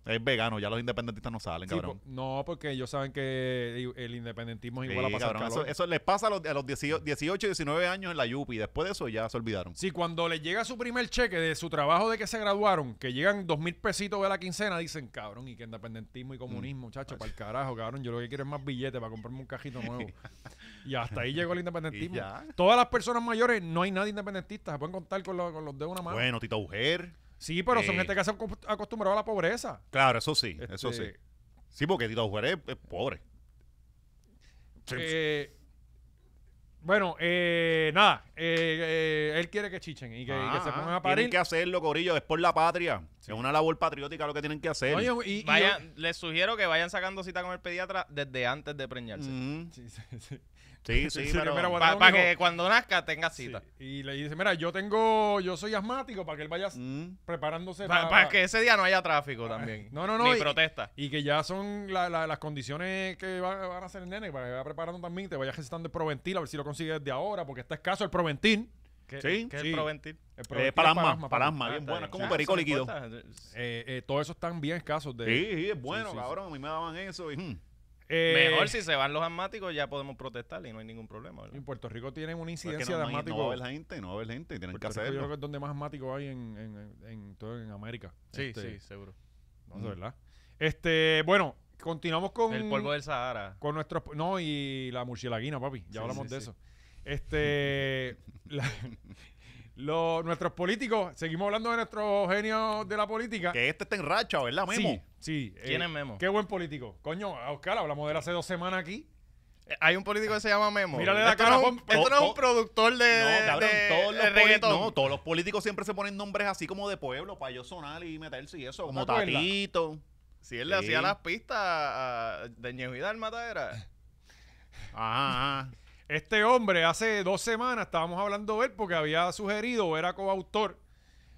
Speaker 2: Es vegano, ya los independentistas no salen,
Speaker 1: sí, pues,
Speaker 2: cabrón.
Speaker 1: po- no, porque ellos saben que el independentismo es igual
Speaker 2: Sí,
Speaker 1: a pasar
Speaker 2: cabrón, eso,
Speaker 1: calor.
Speaker 2: eso les pasa a los, a los 18, 18, 19 años en la Yupi. Después de eso ya se olvidaron.
Speaker 1: Sí, cuando les llega su primer cheque de su trabajo de que se graduaron, que llegan dos mil pesitos de la quincena, dicen, cabrón, y que independentismo y
Speaker 2: Mm.
Speaker 1: comunismo, chacho, para el carajo, cabrón, yo lo que quiero es más billetes para comprarme un cajito
Speaker 2: [LAUGHS]
Speaker 1: nuevo. y hasta ahí llegó el independentismo.
Speaker 2: Y ya.
Speaker 1: Todas las personas mayores, no hay nadie independentista, se pueden contar con, los- con los de una mano.
Speaker 2: Bueno, Tito Ujer.
Speaker 1: sí, pero son
Speaker 2: Sí.
Speaker 1: gente que se ha acostum- acostumbrado a la pobreza.
Speaker 2: Claro, eso sí, eso sí.
Speaker 1: Este,
Speaker 2: Sí, porque Tito Ujer es, es pobre. Sí,
Speaker 1: eh, bueno, eh, nada, eh, eh, él quiere que chichen y que, y que
Speaker 2: Ah,
Speaker 1: se pongan
Speaker 2: ah,
Speaker 1: a parir.
Speaker 2: Tienen que hacerlo, Corillo, es por la patria. Es una labor patriótica lo que tienen que hacer.
Speaker 1: Oye, y- y-
Speaker 3: Vayan, les sugiero que vayan sacando cita con el pediatra desde antes de preñarse.
Speaker 2: Ujú.
Speaker 1: Sí, sí, sí. [LAUGHS]
Speaker 2: Sí,
Speaker 1: Sí,
Speaker 2: sí,
Speaker 1: sí,
Speaker 2: pero-
Speaker 1: primero voy a-
Speaker 3: Para
Speaker 1: Para un
Speaker 3: que
Speaker 1: hijo.
Speaker 3: cuando nazca tenga
Speaker 1: Sí,
Speaker 3: cita.
Speaker 1: Y le dice, mira, yo tengo, yo soy asmático para que él vaya
Speaker 2: Mm.
Speaker 1: preparándose
Speaker 3: Para
Speaker 1: pa- pa-
Speaker 3: que ese día no haya tráfico también.
Speaker 1: Ah, no, no, no,
Speaker 3: Ni
Speaker 1: y-
Speaker 3: protesta.
Speaker 1: Y que ya son la- la- las condiciones que va- van a hacer el nene, para que vaya preparando también, te vayas gestando el Proventil, a ver si lo consigues desde ahora, porque está escaso el Proventil.
Speaker 3: ¿Qué,
Speaker 2: Sí,
Speaker 3: qué es
Speaker 1: sí. El
Speaker 3: Proventil?
Speaker 2: Eh,
Speaker 1: Proventil
Speaker 2: para
Speaker 1: es
Speaker 2: el asma, para el
Speaker 1: papi.
Speaker 2: asma, bien
Speaker 3: está
Speaker 2: bueno.
Speaker 3: bien.
Speaker 2: Es como
Speaker 3: Ah,
Speaker 2: un perico
Speaker 3: eso no
Speaker 2: líquido.
Speaker 3: importa.
Speaker 1: Ah, Eh, eh, todos esos están bien escasos. De,
Speaker 2: Sí, sí, es bueno,
Speaker 1: sí, sí.
Speaker 2: cabrón. A mí me daban eso. y, mm.
Speaker 1: Eh,
Speaker 3: Mejor si se van los asmáticos ya podemos protestar y no hay ningún problema, ¿verdad?
Speaker 1: En Puerto Rico tienen una
Speaker 2: Porque
Speaker 1: incidencia de
Speaker 2: no, no hay-
Speaker 1: asmáticos.
Speaker 2: no va a haber gente, no va a haber gente, y tienen que
Speaker 1: Puerto Rico yo creo que
Speaker 2: hacerlo.
Speaker 1: es donde más asmáticos hay en, en, en todo en América. Este,
Speaker 3: seguro.
Speaker 1: no, de verdad. Este, bueno, continuamos con
Speaker 3: El polvo del Sahara.
Speaker 1: con nuestros no y la murcielaguina, papi, ya
Speaker 3: Sí,
Speaker 1: hablamos
Speaker 3: sí,
Speaker 1: de
Speaker 3: sí.
Speaker 1: eso. Este la- lo- nuestros políticos, seguimos hablando de nuestros genios de la política.
Speaker 2: Que este está en racha, ¿verdad, Memo?
Speaker 1: Sí, sí. eh,
Speaker 3: ¿Quién es Memo?
Speaker 1: Qué buen político. Coño, a Oscar, hablamos de él hace dos semanas aquí.
Speaker 3: Eh, Hay un político que se llama Memo.
Speaker 1: Mírale la
Speaker 3: Esto
Speaker 1: cara,
Speaker 3: no es un-
Speaker 1: pon-
Speaker 2: pon-
Speaker 3: Esto no es
Speaker 2: pon-
Speaker 3: un productor de,
Speaker 2: Oh, No,
Speaker 3: de,
Speaker 2: cabrón,
Speaker 3: de-
Speaker 2: todos
Speaker 3: de
Speaker 2: los, poli-
Speaker 3: reggaetón.
Speaker 2: no, todos los políticos siempre se ponen nombres así como de pueblo para yo sonar y meterse y eso, como
Speaker 1: ¿Te acuerdas?
Speaker 2: Tatito.
Speaker 3: Si él le
Speaker 2: Sí.
Speaker 3: hacía las pistas a- de Ñejo Vidal Matadera.
Speaker 2: Ajá, ajá.
Speaker 1: Este hombre hace dos semanas estábamos hablando de él porque había sugerido o era coautor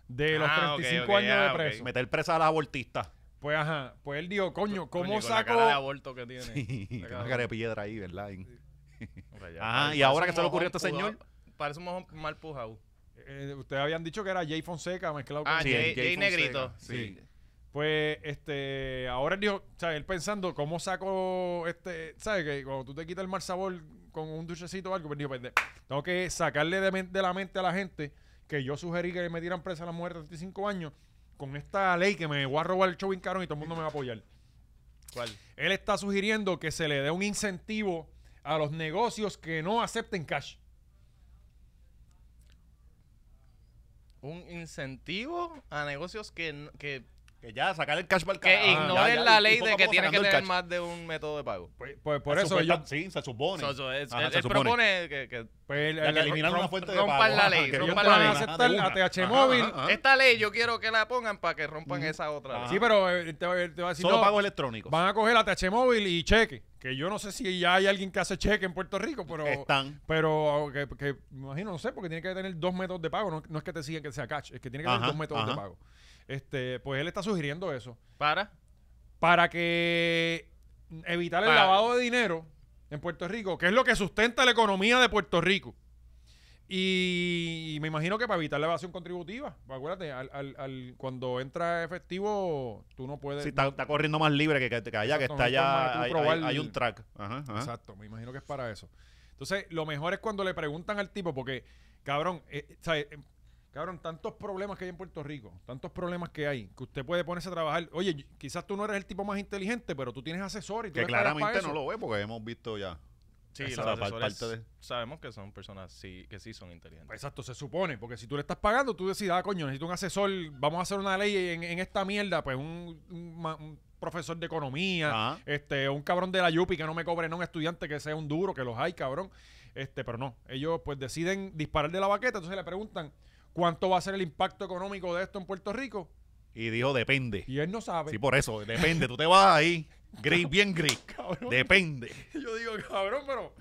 Speaker 1: de los
Speaker 3: Ah, ok,
Speaker 1: 35
Speaker 3: ok,
Speaker 1: años
Speaker 3: ah,
Speaker 1: de
Speaker 3: ok.
Speaker 1: preso.
Speaker 2: Meter presa a las abortistas. [LAUGHS]
Speaker 1: Pues ajá, pues él dijo, coño, ¿cómo
Speaker 3: Coño, con la cara de
Speaker 1: saco?
Speaker 3: aborto que tiene.
Speaker 2: Una
Speaker 3: cabrón.
Speaker 2: cara de piedra ahí, ¿verdad?
Speaker 3: Rayado.
Speaker 2: Ah, ¿y ahora
Speaker 3: Parece
Speaker 2: qué se le ocurrió
Speaker 3: un mojón
Speaker 2: a este señor?
Speaker 3: pujao. Parece un mojón mal pujado.
Speaker 1: Eh, ustedes habían dicho que era Jay Fonseca mezclado con...
Speaker 3: Ah,
Speaker 2: Sí,
Speaker 3: Jay,
Speaker 2: el Jay
Speaker 3: Jay Negrito.
Speaker 1: sí.
Speaker 2: Fonseca,
Speaker 1: Pues, este, ahora él dijo, ¿sabes? Él pensando, ¿cómo saco este, ¿sabes? Que cuando tú te quitas el mal sabor con un dulcecito o algo, pues dijo, pues, de- tengo que sacarle de, men- de la mente a la gente que yo sugerí que me dieran presa a las mujeres de 35 años con esta ley que me voy a robar el show bien caro y todo el mundo me va a apoyar.
Speaker 3: ¿Cuál?
Speaker 1: Él está sugiriendo que se le dé un incentivo a los negocios que no acepten cash.
Speaker 3: Un incentivo a negocios que, n- que,
Speaker 2: Que ya, sacar el cash para el
Speaker 3: que
Speaker 2: carajo.
Speaker 3: ignoren
Speaker 2: Ya, ya,
Speaker 3: la
Speaker 2: y
Speaker 3: ley
Speaker 2: poco
Speaker 3: de
Speaker 2: a
Speaker 3: que
Speaker 2: poco
Speaker 3: tienen que
Speaker 2: sacando el cash.
Speaker 3: tener más de un método de pago.
Speaker 1: Pues, pues por
Speaker 2: Se
Speaker 1: eso
Speaker 2: supone-
Speaker 1: ellos...
Speaker 2: Sí, se supone.
Speaker 3: So- so, Pues, es-
Speaker 2: Ajá,
Speaker 3: él
Speaker 2: se
Speaker 3: él
Speaker 2: supone.
Speaker 3: propone que, que-
Speaker 1: Pues, el-
Speaker 2: Ya que
Speaker 1: el-
Speaker 2: eliminar
Speaker 1: Trump-
Speaker 2: una fuente de
Speaker 3: rompan
Speaker 2: pago.
Speaker 3: la
Speaker 2: ajá,
Speaker 3: ley,
Speaker 2: que ellos
Speaker 3: rompan
Speaker 2: te
Speaker 3: la
Speaker 2: van a
Speaker 3: ley.
Speaker 2: aceptar
Speaker 1: Ajá,
Speaker 2: a
Speaker 1: de una. Móvil.
Speaker 2: Ajá, ajá.
Speaker 3: esta ley yo quiero que la pongan para que rompan esa otra ley.
Speaker 1: Sí, pero eh, te, va- te va a decir...
Speaker 2: Solo
Speaker 1: no,
Speaker 2: pagos electrónicos.
Speaker 1: Van a coger ATH móvil y cheque. Que yo no sé si ya hay alguien que hace cheque en Puerto Rico, pero.
Speaker 2: Están.
Speaker 1: Pero que, que me imagino, no sé, porque tiene que tener dos métodos de pago. No, no es que te siga que sea cash, es que tiene que tener
Speaker 2: Ajá,
Speaker 1: dos métodos de
Speaker 2: ajá.
Speaker 1: pago. Este, pues él está sugiriendo eso.
Speaker 3: Para.
Speaker 1: Para que evitar el
Speaker 3: Para-
Speaker 1: lavado de dinero en Puerto Rico, que es lo que sustenta la economía de Puerto Rico. Y me imagino que para evitar la evasión contributiva, acuérdate, al, al- al- cuando entra efectivo, tú no puedes...
Speaker 2: Sí, está, está corriendo más libre que, que- que allá, que
Speaker 1: Exacto, no hay forma de
Speaker 2: está
Speaker 1: tú
Speaker 2: allá. Hay,
Speaker 1: probar
Speaker 2: hay- hay
Speaker 1: el-
Speaker 2: un track. Ajá, ajá.
Speaker 1: Ah. Exacto, me imagino que es para eso. Entonces, lo mejor es cuando le preguntan al tipo, porque, cabrón, eh, eh, ¿sabe? Eh, cabrón, tantos problemas que hay en Puerto Rico, tantos problemas que hay, que usted puede ponerse a trabajar. Oye, y- quizás tú no eres el tipo más inteligente, pero tú tienes asesores y tú
Speaker 2: Que
Speaker 1: les pagas para
Speaker 2: claramente
Speaker 1: eso.
Speaker 2: no lo ve porque hemos visto ya.
Speaker 3: Sí,
Speaker 2: Esa
Speaker 3: los
Speaker 2: es la par-
Speaker 3: asesores
Speaker 2: parte de- Pues,
Speaker 3: sabemos que son personas sí, que sí son inteligentes.
Speaker 1: Exacto, se supone, porque si tú le estás pagando, tú decides, ah, coño, necesito un asesor, vamos a hacer una ley en, en esta mierda, pues un, un ma- un profesor de economía,
Speaker 2: Ajá.
Speaker 1: este, un cabrón de la Yupi que no me cobre, no un estudiante que sea un duro, que los hay, cabrón. Este, pero no, ellos pues deciden disparar de la baqueta, entonces le preguntan cuánto va a ser el impacto económico de esto en Puerto Rico,
Speaker 2: Y dijo, depende.
Speaker 1: y él no sabe. [LAUGHS]
Speaker 2: Sí, por eso, depende. Tú te vas ahí, gris, bien gris.
Speaker 1: Cabrón.
Speaker 2: Depende.
Speaker 1: Yo digo, cabrón, pero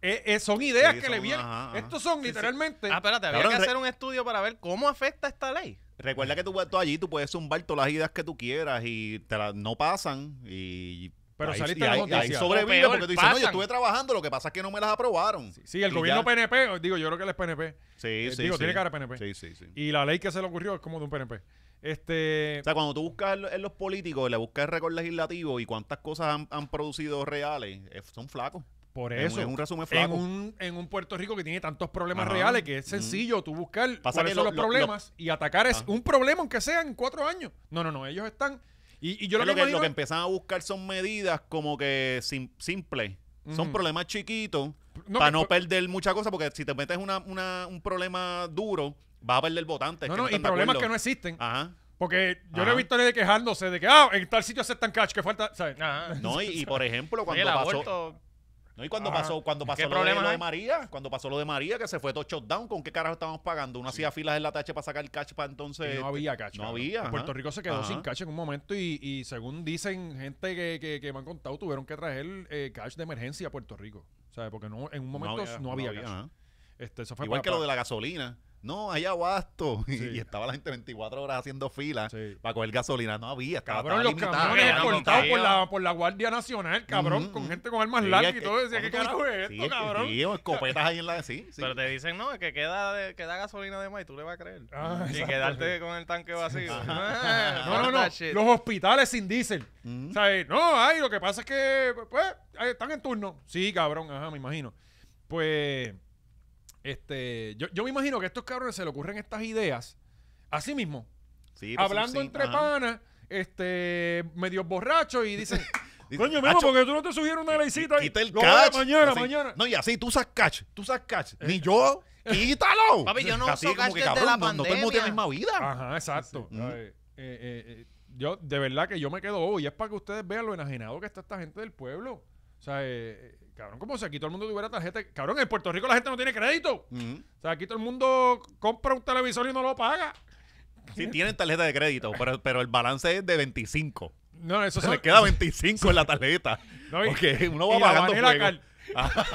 Speaker 1: eh, eh, son ideas
Speaker 2: Sí,
Speaker 1: que le
Speaker 2: son-
Speaker 1: vienen.
Speaker 2: ajá, ajá.
Speaker 1: Estos son literalmente...
Speaker 3: Ah, espérate, había
Speaker 2: Cabrón,
Speaker 3: que
Speaker 2: re-
Speaker 3: hacer un estudio para ver cómo afecta esta ley.
Speaker 2: Recuerda que tú, tú allí tú puedes zumbar todas las ideas que tú quieras y te las no pasan. Y
Speaker 1: Pero
Speaker 2: ahí,
Speaker 1: saliste
Speaker 2: y
Speaker 1: en la
Speaker 2: ahí,
Speaker 1: noticia.
Speaker 2: ahí
Speaker 3: O
Speaker 2: sobrevive
Speaker 3: peor,
Speaker 2: porque tú dices, no, yo
Speaker 3: pasan.
Speaker 2: estuve trabajando, lo que pasa es que no me las aprobaron. Sí,
Speaker 1: Sí, el
Speaker 2: Y
Speaker 1: gobierno
Speaker 2: ya.
Speaker 1: PNP, digo, yo creo que él es PNP.
Speaker 2: sí,
Speaker 1: Eh,
Speaker 2: sí.
Speaker 1: digo, tiene cara de PNP.
Speaker 2: Sí, sí, sí.
Speaker 1: Y la ley que se le ocurrió es como de un PNP. Este,
Speaker 2: O sea, cuando tú buscas en lo- en los políticos, le buscas el récord legislativo y cuántas cosas han, han producido reales, eh, son flacos.
Speaker 1: por
Speaker 2: es un-
Speaker 1: eso,
Speaker 2: es un resumen
Speaker 1: en,
Speaker 2: flaco.
Speaker 1: un, en un Puerto Rico que tiene tantos problemas
Speaker 2: Ajá.
Speaker 1: reales que es
Speaker 2: Mm.
Speaker 1: sencillo tú buscar
Speaker 2: Pasa
Speaker 1: cuáles
Speaker 2: que
Speaker 1: son
Speaker 2: lo-
Speaker 1: los
Speaker 2: lo- lo-
Speaker 1: problemas y atacar es
Speaker 2: Ah.
Speaker 1: un problema aunque sea en cuatro años. No, no, no, ellos están... Y, y yo
Speaker 2: Es
Speaker 1: lo
Speaker 2: lo,
Speaker 1: que,
Speaker 2: que,
Speaker 1: imagino
Speaker 2: lo que
Speaker 1: es-
Speaker 2: empiezan a buscar son medidas como que sim- simples. Son
Speaker 1: Ujú.
Speaker 2: problemas chiquitos
Speaker 1: no,
Speaker 2: para
Speaker 1: que-
Speaker 2: no perder mucha cosa, porque si te metes una, una- un problema duro, vas a perder votantes.
Speaker 1: no,
Speaker 2: que
Speaker 1: no, y
Speaker 2: están de
Speaker 1: problemas
Speaker 2: acuerdo.
Speaker 1: que no existen.
Speaker 2: Ajá.
Speaker 1: Porque yo no he
Speaker 2: Ajá.
Speaker 1: visto a nadie quejándose de que, ah, en tal sitio aceptan cash, que falta... ¿sabes? Ah.
Speaker 3: Ajá.
Speaker 2: No, y, y por ejemplo, cuando
Speaker 3: [LAUGHS] el
Speaker 2: pasó.
Speaker 3: aborto.
Speaker 2: No, y cuando
Speaker 1: Ajá.
Speaker 2: pasó, cuando pasó lo, de,
Speaker 3: problemas
Speaker 2: lo de
Speaker 3: hay?
Speaker 2: María, cuando pasó lo de María, que se fue todo shutdown, ¿con qué carajo estábamos pagando? Uno hacía filas en la tache para sacar el cash para entonces.
Speaker 1: Y no había cash.
Speaker 2: Este, No
Speaker 1: cabrón.
Speaker 2: había.
Speaker 1: En
Speaker 2: ajá.
Speaker 1: Puerto Rico se quedó
Speaker 2: Ajá.
Speaker 1: sin cash en un momento y, y según dicen gente que, que- que me han contado, tuvieron que traer eh, cash de emergencia a Puerto Rico. ¿Sabes? Porque no, en un momento no había, cash.
Speaker 2: ajá.
Speaker 1: Este, eso fue
Speaker 2: Igual
Speaker 1: pa-
Speaker 2: que lo
Speaker 1: pa-
Speaker 2: de la gasolina. No, hay abasto. [LAUGHS] Y-
Speaker 1: Sí.
Speaker 2: Y estaba la gente 24 horas haciendo fila
Speaker 1: Sí.
Speaker 2: para coger gasolina. No había, estaba,
Speaker 1: Cabrón, los
Speaker 2: estaba
Speaker 1: camiones
Speaker 3: cabrón,
Speaker 1: escoltados por
Speaker 3: cabrón.
Speaker 1: la, por la Guardia Nacional, cabrón,
Speaker 2: Ujú,
Speaker 1: con
Speaker 2: ujú.
Speaker 1: gente con armas
Speaker 2: Sí,
Speaker 1: largas
Speaker 2: es
Speaker 1: y
Speaker 2: que-
Speaker 1: todo. Decía, ¿qué
Speaker 2: ¿cuánto-
Speaker 1: carajo es
Speaker 2: sí,
Speaker 1: esto,
Speaker 2: es-
Speaker 1: cabrón?
Speaker 2: sí, o escopetas ahí en la... Sí, sí.
Speaker 3: Pero te dicen, no, es que queda, de- queda gasolina de más y tú le vas a creer.
Speaker 1: Ah,
Speaker 3: y
Speaker 1: exacto,
Speaker 3: quedarte con el tanque vacío. [LAUGHS] Ah,
Speaker 1: No, no,
Speaker 3: fuck
Speaker 1: no.
Speaker 3: that shit.
Speaker 1: Los hospitales sin diésel.
Speaker 2: Mm.
Speaker 1: O sea, eh, no, ay, lo que pasa es que, pues, eh, están en turno. Sí, cabrón, ajá, me imagino. Pues, este, yo, yo me imagino que a estos cabrones se le ocurren estas ideas. Así mismo,
Speaker 2: Sí, pues,
Speaker 1: hablando
Speaker 2: sí,
Speaker 1: entre
Speaker 2: ajá.
Speaker 1: panas, este, medio borrachos y dicen,
Speaker 2: [LAUGHS] Dice,
Speaker 1: coño, mano,
Speaker 2: "Acho,
Speaker 1: porque tú no te subieron una lecita. y
Speaker 2: Quita el
Speaker 1: lo voy a
Speaker 2: catch.
Speaker 1: Mañana,
Speaker 2: Así.
Speaker 1: mañana. Eh.
Speaker 2: No, y así, tú usas catch, tú usas catch.
Speaker 1: [LAUGHS]
Speaker 2: Ni yo, quítalo.
Speaker 3: Papi, yo no
Speaker 2: Así
Speaker 3: uso
Speaker 2: como
Speaker 3: catch
Speaker 2: que,
Speaker 3: desde
Speaker 2: cabrón,
Speaker 3: la
Speaker 2: no- No todo el mundo tiene la
Speaker 3: pandemia.
Speaker 2: misma vida.
Speaker 1: Ajá, exacto.
Speaker 2: sí.
Speaker 1: Ay, eh, eh, eh, yo, de verdad que yo me quedo hoy. Es para que ustedes vean lo enajenado que está esta gente del pueblo. O sea, eh, eh, cabrón, como si aquí todo el mundo tuviera tarjeta. Cabrón, en Puerto Rico la gente no tiene crédito.
Speaker 2: Ujú.
Speaker 1: O sea, aquí todo el mundo compra un televisor y no lo paga.
Speaker 2: Sí, tienen tarjeta de crédito, pero, pero el balance es de 25.
Speaker 1: No, eso
Speaker 2: Se
Speaker 1: se
Speaker 2: les queda 25 en la tarjeta.
Speaker 1: No, y-
Speaker 2: porque Ah. uno
Speaker 1: y
Speaker 2: va
Speaker 1: la
Speaker 2: pagando
Speaker 1: Vanilla
Speaker 2: fuego.
Speaker 1: Cal.
Speaker 2: [LAUGHS]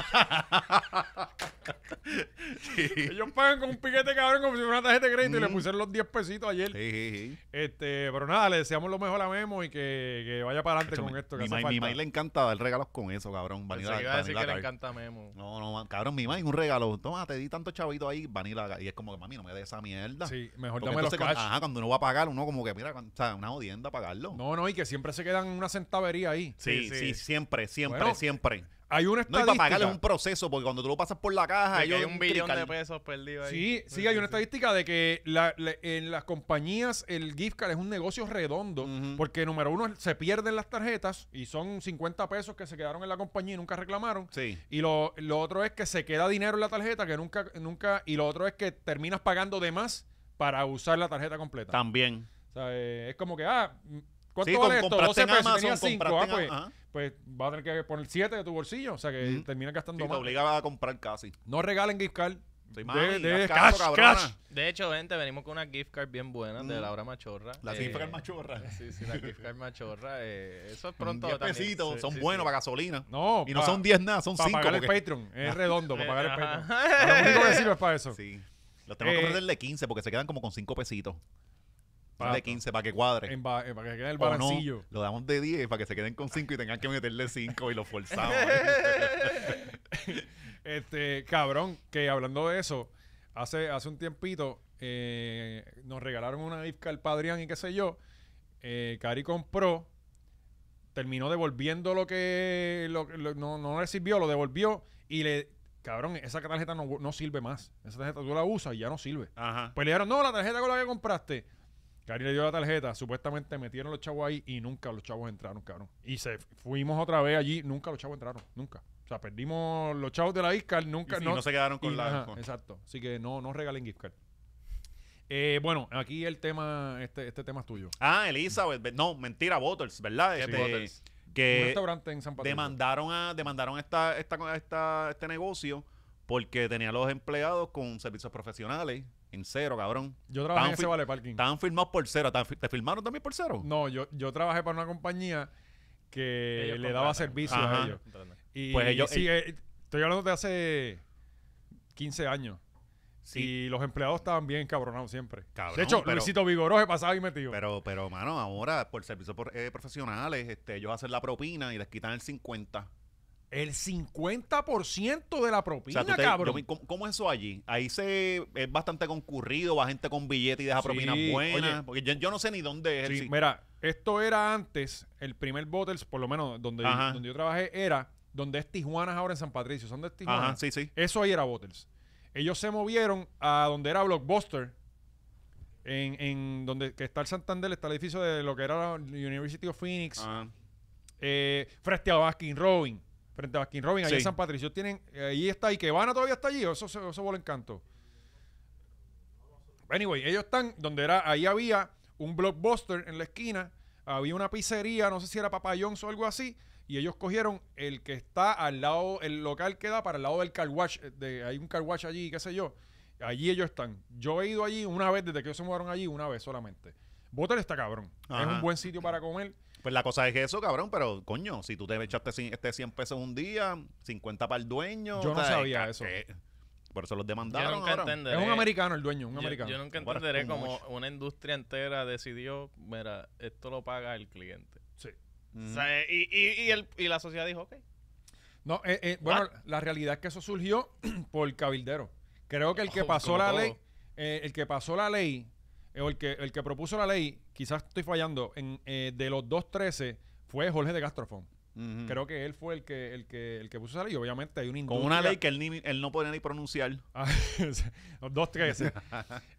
Speaker 1: Ellos pagan con un piquete, cabrón, como si fuera una tarjeta de crédito y le
Speaker 2: Mm.
Speaker 1: pusieron los 10 pesitos ayer.
Speaker 2: Sí, sí, sí.
Speaker 1: Este, pero nada, le deseamos lo mejor a Memo y que, que vaya para adelante con
Speaker 2: Mi-
Speaker 1: esto. Que
Speaker 2: mi
Speaker 1: hace
Speaker 2: mai- mi
Speaker 1: falta.
Speaker 2: mai le encanta dar regalos con eso, cabrón.
Speaker 3: Pensé
Speaker 2: Vanilla,
Speaker 3: que iba a decir
Speaker 2: vanilla
Speaker 3: que le
Speaker 2: card.
Speaker 3: encanta Memo.
Speaker 2: No, no, man, cabrón, mi mami, un regalo. Toma, te di tanto chavito ahí, vanilla. card. Y es como que, mami, no me des esa mierda.
Speaker 1: Sí, mejor
Speaker 2: Porque
Speaker 1: dame los
Speaker 2: entonces, cuando,
Speaker 1: cash.
Speaker 2: ajá, cuando uno va a pagar, uno como que, mira, cuando- o sea, una odienda pagarlo.
Speaker 1: No, no, y que siempre se quedan una centavería ahí.
Speaker 2: Sí,
Speaker 3: Sí,
Speaker 2: sí,
Speaker 3: sí.
Speaker 2: siempre, siempre,
Speaker 1: Bueno,
Speaker 2: siempre.
Speaker 1: Hay una
Speaker 2: No, y
Speaker 1: estadística.
Speaker 2: para pagarle es un proceso, porque cuando tú lo pasas por la caja,
Speaker 3: De que
Speaker 2: ellos
Speaker 3: hay Ah, un billón de
Speaker 2: clican.
Speaker 3: pesos perdido ahí.
Speaker 1: Sí, sí, hay una estadística de que la- la- en las compañías el gift card es un negocio redondo,
Speaker 2: Ujú.
Speaker 1: porque número uno, se pierden las tarjetas y son 50 pesos que se quedaron en la compañía y nunca reclamaron.
Speaker 2: Sí.
Speaker 1: Y lo, lo otro es que se queda dinero en la tarjeta que nunca, nunca, y lo otro es que terminas pagando de más para usar la tarjeta completa.
Speaker 2: También.
Speaker 1: O sea, eh, es como que, ah, ¿cuánto
Speaker 2: Sí,
Speaker 1: vale
Speaker 2: con,
Speaker 1: esto?
Speaker 2: compraste
Speaker 1: 12
Speaker 2: en
Speaker 1: pesos,
Speaker 2: Amazon,
Speaker 1: tenía 5, ah,
Speaker 2: compraste
Speaker 1: pues,
Speaker 2: en Amazon.
Speaker 1: pues va a tener que poner 7 de tu bolsillo, o sea que
Speaker 2: Ujú.
Speaker 1: terminas
Speaker 2: Sí,
Speaker 1: gastando
Speaker 2: te
Speaker 1: más.
Speaker 2: obligaba a comprar casi.
Speaker 1: No regalen gift card.
Speaker 2: Sí,
Speaker 1: De-
Speaker 2: mami,
Speaker 1: de-
Speaker 2: haz caso, cabrona.
Speaker 3: De hecho, gente, venimos con una gift card bien buena de
Speaker 2: Mm.
Speaker 3: Laura Machorra.
Speaker 2: La
Speaker 3: Eh,
Speaker 2: cifra es machorra.
Speaker 3: [LAUGHS] Sí, sí, la gift card Machorra. eh, eso es
Speaker 2: Pronto,
Speaker 3: pronto
Speaker 2: 10
Speaker 3: también.
Speaker 2: pesitos,
Speaker 3: Sí,
Speaker 2: son
Speaker 3: sí,
Speaker 2: buenos
Speaker 3: sí.
Speaker 2: para gasolina.
Speaker 1: No,
Speaker 2: Y no son 10 nada, son
Speaker 1: Para
Speaker 2: 5.
Speaker 1: pagar el Patreon.
Speaker 2: [LAUGHS]
Speaker 1: Es redondo, para pagar el
Speaker 3: Ajá. [LAUGHS]
Speaker 1: Patreon. Pero Lo único que sirve es para eso.
Speaker 2: Sí. Los tenemos
Speaker 1: Eh,
Speaker 2: que ofrecerle 15 porque se quedan como con 5 pesitos.
Speaker 1: Pato.
Speaker 2: De 15 para que cuadre.
Speaker 1: En ba- eh, para que quede el
Speaker 2: O no,
Speaker 1: balancillo.
Speaker 2: lo damos de 10 para que se queden con 5 y tengan que meterle 5 y lo forzamos.
Speaker 1: [LAUGHS] Este, cabrón, que hablando de eso, hace, hace un tiempito eh, nos regalaron una gift card Padrián y qué sé yo. Eh, Cari compró, terminó devolviendo lo que lo- lo- no, no le sirvió, lo devolvió y le. Cabrón, esa tarjeta no, no sirve más. Esa tarjeta tú la usas y ya no sirve.
Speaker 2: Ajá.
Speaker 1: Pues le dijeron, no, la tarjeta con la que compraste. Cari le dio la tarjeta, supuestamente metieron los chavos ahí y nunca los chavos entraron, cabrón. Y se fuimos otra vez allí, nunca los chavos entraron, nunca. O sea, perdimos los chavos de la gift card,
Speaker 2: Y,
Speaker 1: nunca.
Speaker 2: y no, se quedaron con
Speaker 1: y-
Speaker 2: la.
Speaker 1: ajá,
Speaker 2: con-
Speaker 1: Exacto. Así que no, no regalen gift card. Eh, bueno, aquí el tema, este, este tema es tuyo.
Speaker 2: Ah, Elizabeth. ve- No, mentira, Bottles, ¿verdad? Este,
Speaker 3: Butters.
Speaker 1: un
Speaker 2: Que
Speaker 1: restaurante en San Patricio.
Speaker 2: demandaron a demandaron a esta, esta, a esta- este negocio porque tenía a los empleados con servicios profesionales en cero, cabrón.
Speaker 1: Yo trabajé en
Speaker 2: Estaban
Speaker 1: ese
Speaker 2: fir-
Speaker 1: Vale Parking.
Speaker 2: Estaban firmados por cero. ¿Te fir- ¿Te firmaron también por cero?
Speaker 1: No, yo, yo trabajé para una compañía que
Speaker 3: [LAUGHS] Ellos
Speaker 1: le daba
Speaker 3: contratan.
Speaker 1: servicio a
Speaker 2: Ajá.
Speaker 1: ellos. Y
Speaker 2: Pues ellos-
Speaker 1: sí, eh, estoy hablando de hace 15 años. Y los empleados estaban bien cabronados siempre.
Speaker 2: Cabrón,
Speaker 1: de hecho,
Speaker 2: pero-
Speaker 1: Luisito Vigoró se pasaba y metido.
Speaker 2: Pero, pero, mano, ahora por servicios por- eh, profesionales, este, ellos hacen la propina y les quitan el 50.
Speaker 1: el 50% de la
Speaker 2: O
Speaker 1: propina,
Speaker 2: sea, tú te- yo
Speaker 1: cabrón.
Speaker 2: me- ¿cómo, cómo es eso allí? Ahí se es bastante concurrido, va gente con billete y deja
Speaker 1: Sí,
Speaker 2: propinas buenas.
Speaker 1: oye.
Speaker 2: porque yo, yo no sé ni dónde es el
Speaker 1: Sí,
Speaker 2: sitio.
Speaker 1: mira, esto era antes, el primer Bottles, por lo menos donde,
Speaker 2: Ajá.
Speaker 1: donde yo trabajé, era donde es Tijuana ahora en San Patricio. Son de Tijuana.
Speaker 2: Ajá, sí, sí.
Speaker 1: Eso ahí era Bottles. Ellos se movieron a donde era Blockbuster, en, en donde que está el Santander, está el edificio de lo que era la University of Phoenix.
Speaker 2: Ajá.
Speaker 1: eh, frente a Baskin Robin. Frente a Baskin Robin, ahí
Speaker 2: Sí.
Speaker 1: en San Patricio tienen, ahí está, y que van todavía está allí, o eso, se- eso bola encanto. Anyway, ellos están donde era, ahí había un blockbuster en la esquina, había una pizzería, no sé si era Papayón o algo así, y ellos cogieron el que está al lado, el local que da para el lado del car wash, eh, de, hay un car wash allí, qué sé yo. Allí ellos están. Yo he ido allí una vez, desde que ellos se mudaron allí, una vez solamente. Botel está cabrón. Es
Speaker 2: Ajá.
Speaker 1: un buen sitio para comer.
Speaker 2: Pues la cosa es eso, cabrón, pero coño, si tú te echaste cien- este 100 pesos un día, 50 para el dueño.
Speaker 1: Yo no
Speaker 2: o sea,
Speaker 1: sabía
Speaker 2: ca-
Speaker 1: eso.
Speaker 2: eh, Por eso los
Speaker 3: Yo
Speaker 2: demandaron.
Speaker 3: nunca
Speaker 2: ahora.
Speaker 1: Es
Speaker 3: entenderé.
Speaker 1: un americano el dueño, un
Speaker 3: eh, yo-
Speaker 1: americano.
Speaker 3: Yo, nunca
Speaker 2: Ahora,
Speaker 3: entenderé
Speaker 2: como
Speaker 3: cómo
Speaker 2: mucho.
Speaker 3: una industria entera decidió, mira, esto lo paga el cliente.
Speaker 1: Sí.
Speaker 2: Ujú.
Speaker 3: O sea, y, y- y el- y la sociedad dijo, ok.
Speaker 1: No, eh, eh, bueno, la realidad es que eso surgió [CLEARS THROAT] por cabildero. Creo que el que
Speaker 3: Oh,
Speaker 1: pasó
Speaker 3: como
Speaker 1: la
Speaker 3: todo.
Speaker 1: ley, eh, el que pasó la ley, eh, o el que, el que propuso la ley, quizás estoy fallando, en, eh, de los 213 fue Jorge de Gastrofón.
Speaker 3: Mm.
Speaker 2: Ujú.
Speaker 1: Creo que él fue el que, el que, el que puso esa ley. Obviamente hay una industria.
Speaker 2: Con una ley que él, ni- él no podía ni pronunciar.
Speaker 1: [LAUGHS] Ah, dos, tres.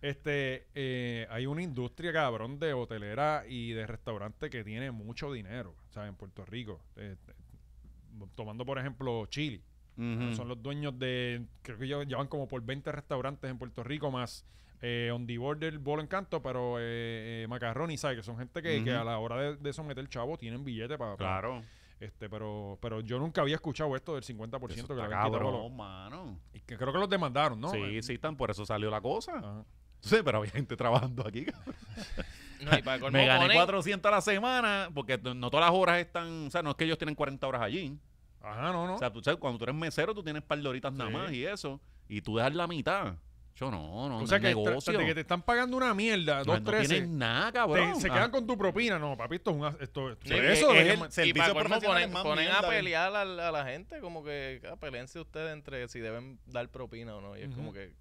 Speaker 1: este, eh, hay una industria, cabrón, de hotelera y de restaurante que tiene mucho dinero, ¿sabes? En Puerto Rico. Eh, eh, tomando, por ejemplo, Chile.
Speaker 2: Ujú.
Speaker 1: Son los dueños de, creo que ellos llevan como por 20 restaurantes en Puerto Rico, más eh, On the Border, Bolo Encanto, pero eh, eh, Macarrón y ¿sabes? Que son gente que, que
Speaker 2: Ujú.
Speaker 1: a la hora de, de someter chavo tienen billete para...
Speaker 2: Claro.
Speaker 1: Este, pero, pero yo nunca había escuchado esto del 50%
Speaker 2: Eso
Speaker 1: que le
Speaker 2: está
Speaker 1: habían quitado a los-
Speaker 2: cabrón, mano.
Speaker 1: y que creo que los demandaron, ¿no? Eh,
Speaker 2: sí, sí, tan por eso salió la cosa.
Speaker 1: Ajá.
Speaker 2: Ah. Sí, pero había gente trabajando aquí.
Speaker 3: Pues No, y para colmo
Speaker 2: Me gané
Speaker 3: ponen-
Speaker 2: 400 a la semana, porque t- no todas las horas están, o sea, no es que ellos tienen 40 horas allí.
Speaker 1: Ajá, no, no.
Speaker 2: O sea, tú sabes, cuando tú eres mesero, tú tienes par de horitas nada
Speaker 1: Sí.
Speaker 2: más y eso, y tú dejas la mitad. Yo no, no,
Speaker 1: o
Speaker 2: no
Speaker 1: sea
Speaker 2: es
Speaker 1: que tra-
Speaker 2: negocio.
Speaker 1: de que te están pagando una mierda,
Speaker 2: no,
Speaker 1: dos,
Speaker 2: no
Speaker 1: trece,
Speaker 2: tienen nada,
Speaker 1: te-
Speaker 2: cabrón.
Speaker 1: se
Speaker 2: Ah,
Speaker 1: quedan con tu propina. No, papi, esto es una... Esto, esto-
Speaker 3: Sí, eh,
Speaker 1: por
Speaker 3: que-
Speaker 1: eso,
Speaker 2: que es el
Speaker 1: déjame-
Speaker 3: Y
Speaker 2: servicio
Speaker 3: para colmo
Speaker 2: profesional
Speaker 3: ponen,
Speaker 2: es más
Speaker 3: ponen a
Speaker 2: mierda, ¿eh?
Speaker 3: pelear a, la- a la gente, como que ah, peleense ustedes entre si deben dar propina o no. Y es
Speaker 1: Ujú.
Speaker 3: como que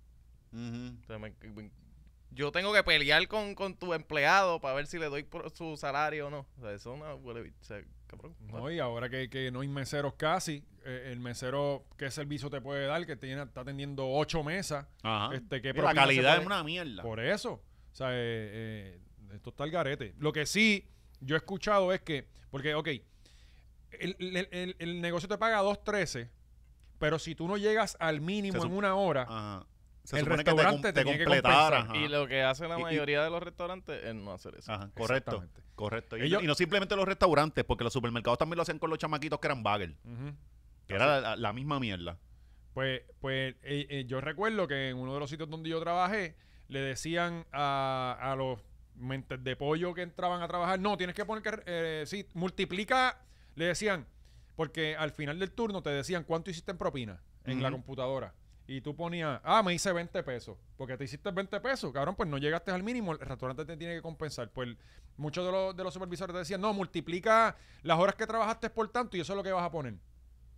Speaker 2: Ujú.
Speaker 3: o sea, me- me- yo tengo que pelear con, con tu empleado para ver si le doy pro- su salario o no. O sea, eso es una huele bicho, o sea, cabrón.
Speaker 1: No, y ahora que, que no hay meseros casi, eh, el mesero, ¿qué servicio te puede dar? Que tiene, está atendiendo ocho mesas.
Speaker 2: Ajá.
Speaker 1: Este, ¿qué
Speaker 2: Ah, Mira, la
Speaker 1: propina se
Speaker 2: calidad
Speaker 1: puede-
Speaker 2: es una mierda.
Speaker 1: Por eso. O sea, eh, eh, esto está el garete. Lo que sí yo he escuchado es que, porque, ok, el, el- el- el negocio te paga 2.13, pero si tú no llegas al mínimo
Speaker 2: Se
Speaker 1: en
Speaker 2: sup-
Speaker 1: una hora,
Speaker 2: Ajá. Se
Speaker 1: El
Speaker 2: supone que
Speaker 1: restaurante
Speaker 2: te, com-
Speaker 1: tiene
Speaker 2: te
Speaker 1: que
Speaker 2: completara.
Speaker 1: compensar.
Speaker 3: Y lo que hace la
Speaker 2: Y- y-
Speaker 3: mayoría de los restaurantes es no hacer eso.
Speaker 2: Ajá, ajá, correcto.
Speaker 1: Exactamente.
Speaker 2: Correcto. Y,
Speaker 1: Ellos-
Speaker 2: y no simplemente los restaurantes, porque los supermercados también lo hacían con los chamaquitos que eran bagel,
Speaker 1: ujú.
Speaker 2: que era la, la- la misma mierda.
Speaker 1: Pues, pues eh, eh, yo recuerdo que en uno de los sitios donde yo trabajé, le decían a, a los mentes de pollo que entraban a trabajar, no, tienes que poner que, eh, sí, multiplica, le decían, porque al final del turno te decían cuánto hiciste en propina en la
Speaker 2: Ujú.
Speaker 1: computadora. Y tú ponías, ah, me hice 20 pesos. Porque te hiciste 20 pesos, cabrón, pues no llegaste al mínimo, el restaurante te tiene que compensar. Pues muchos de los, de los supervisores te decían, no, multiplica las horas que trabajaste por tanto y eso es lo que vas a poner.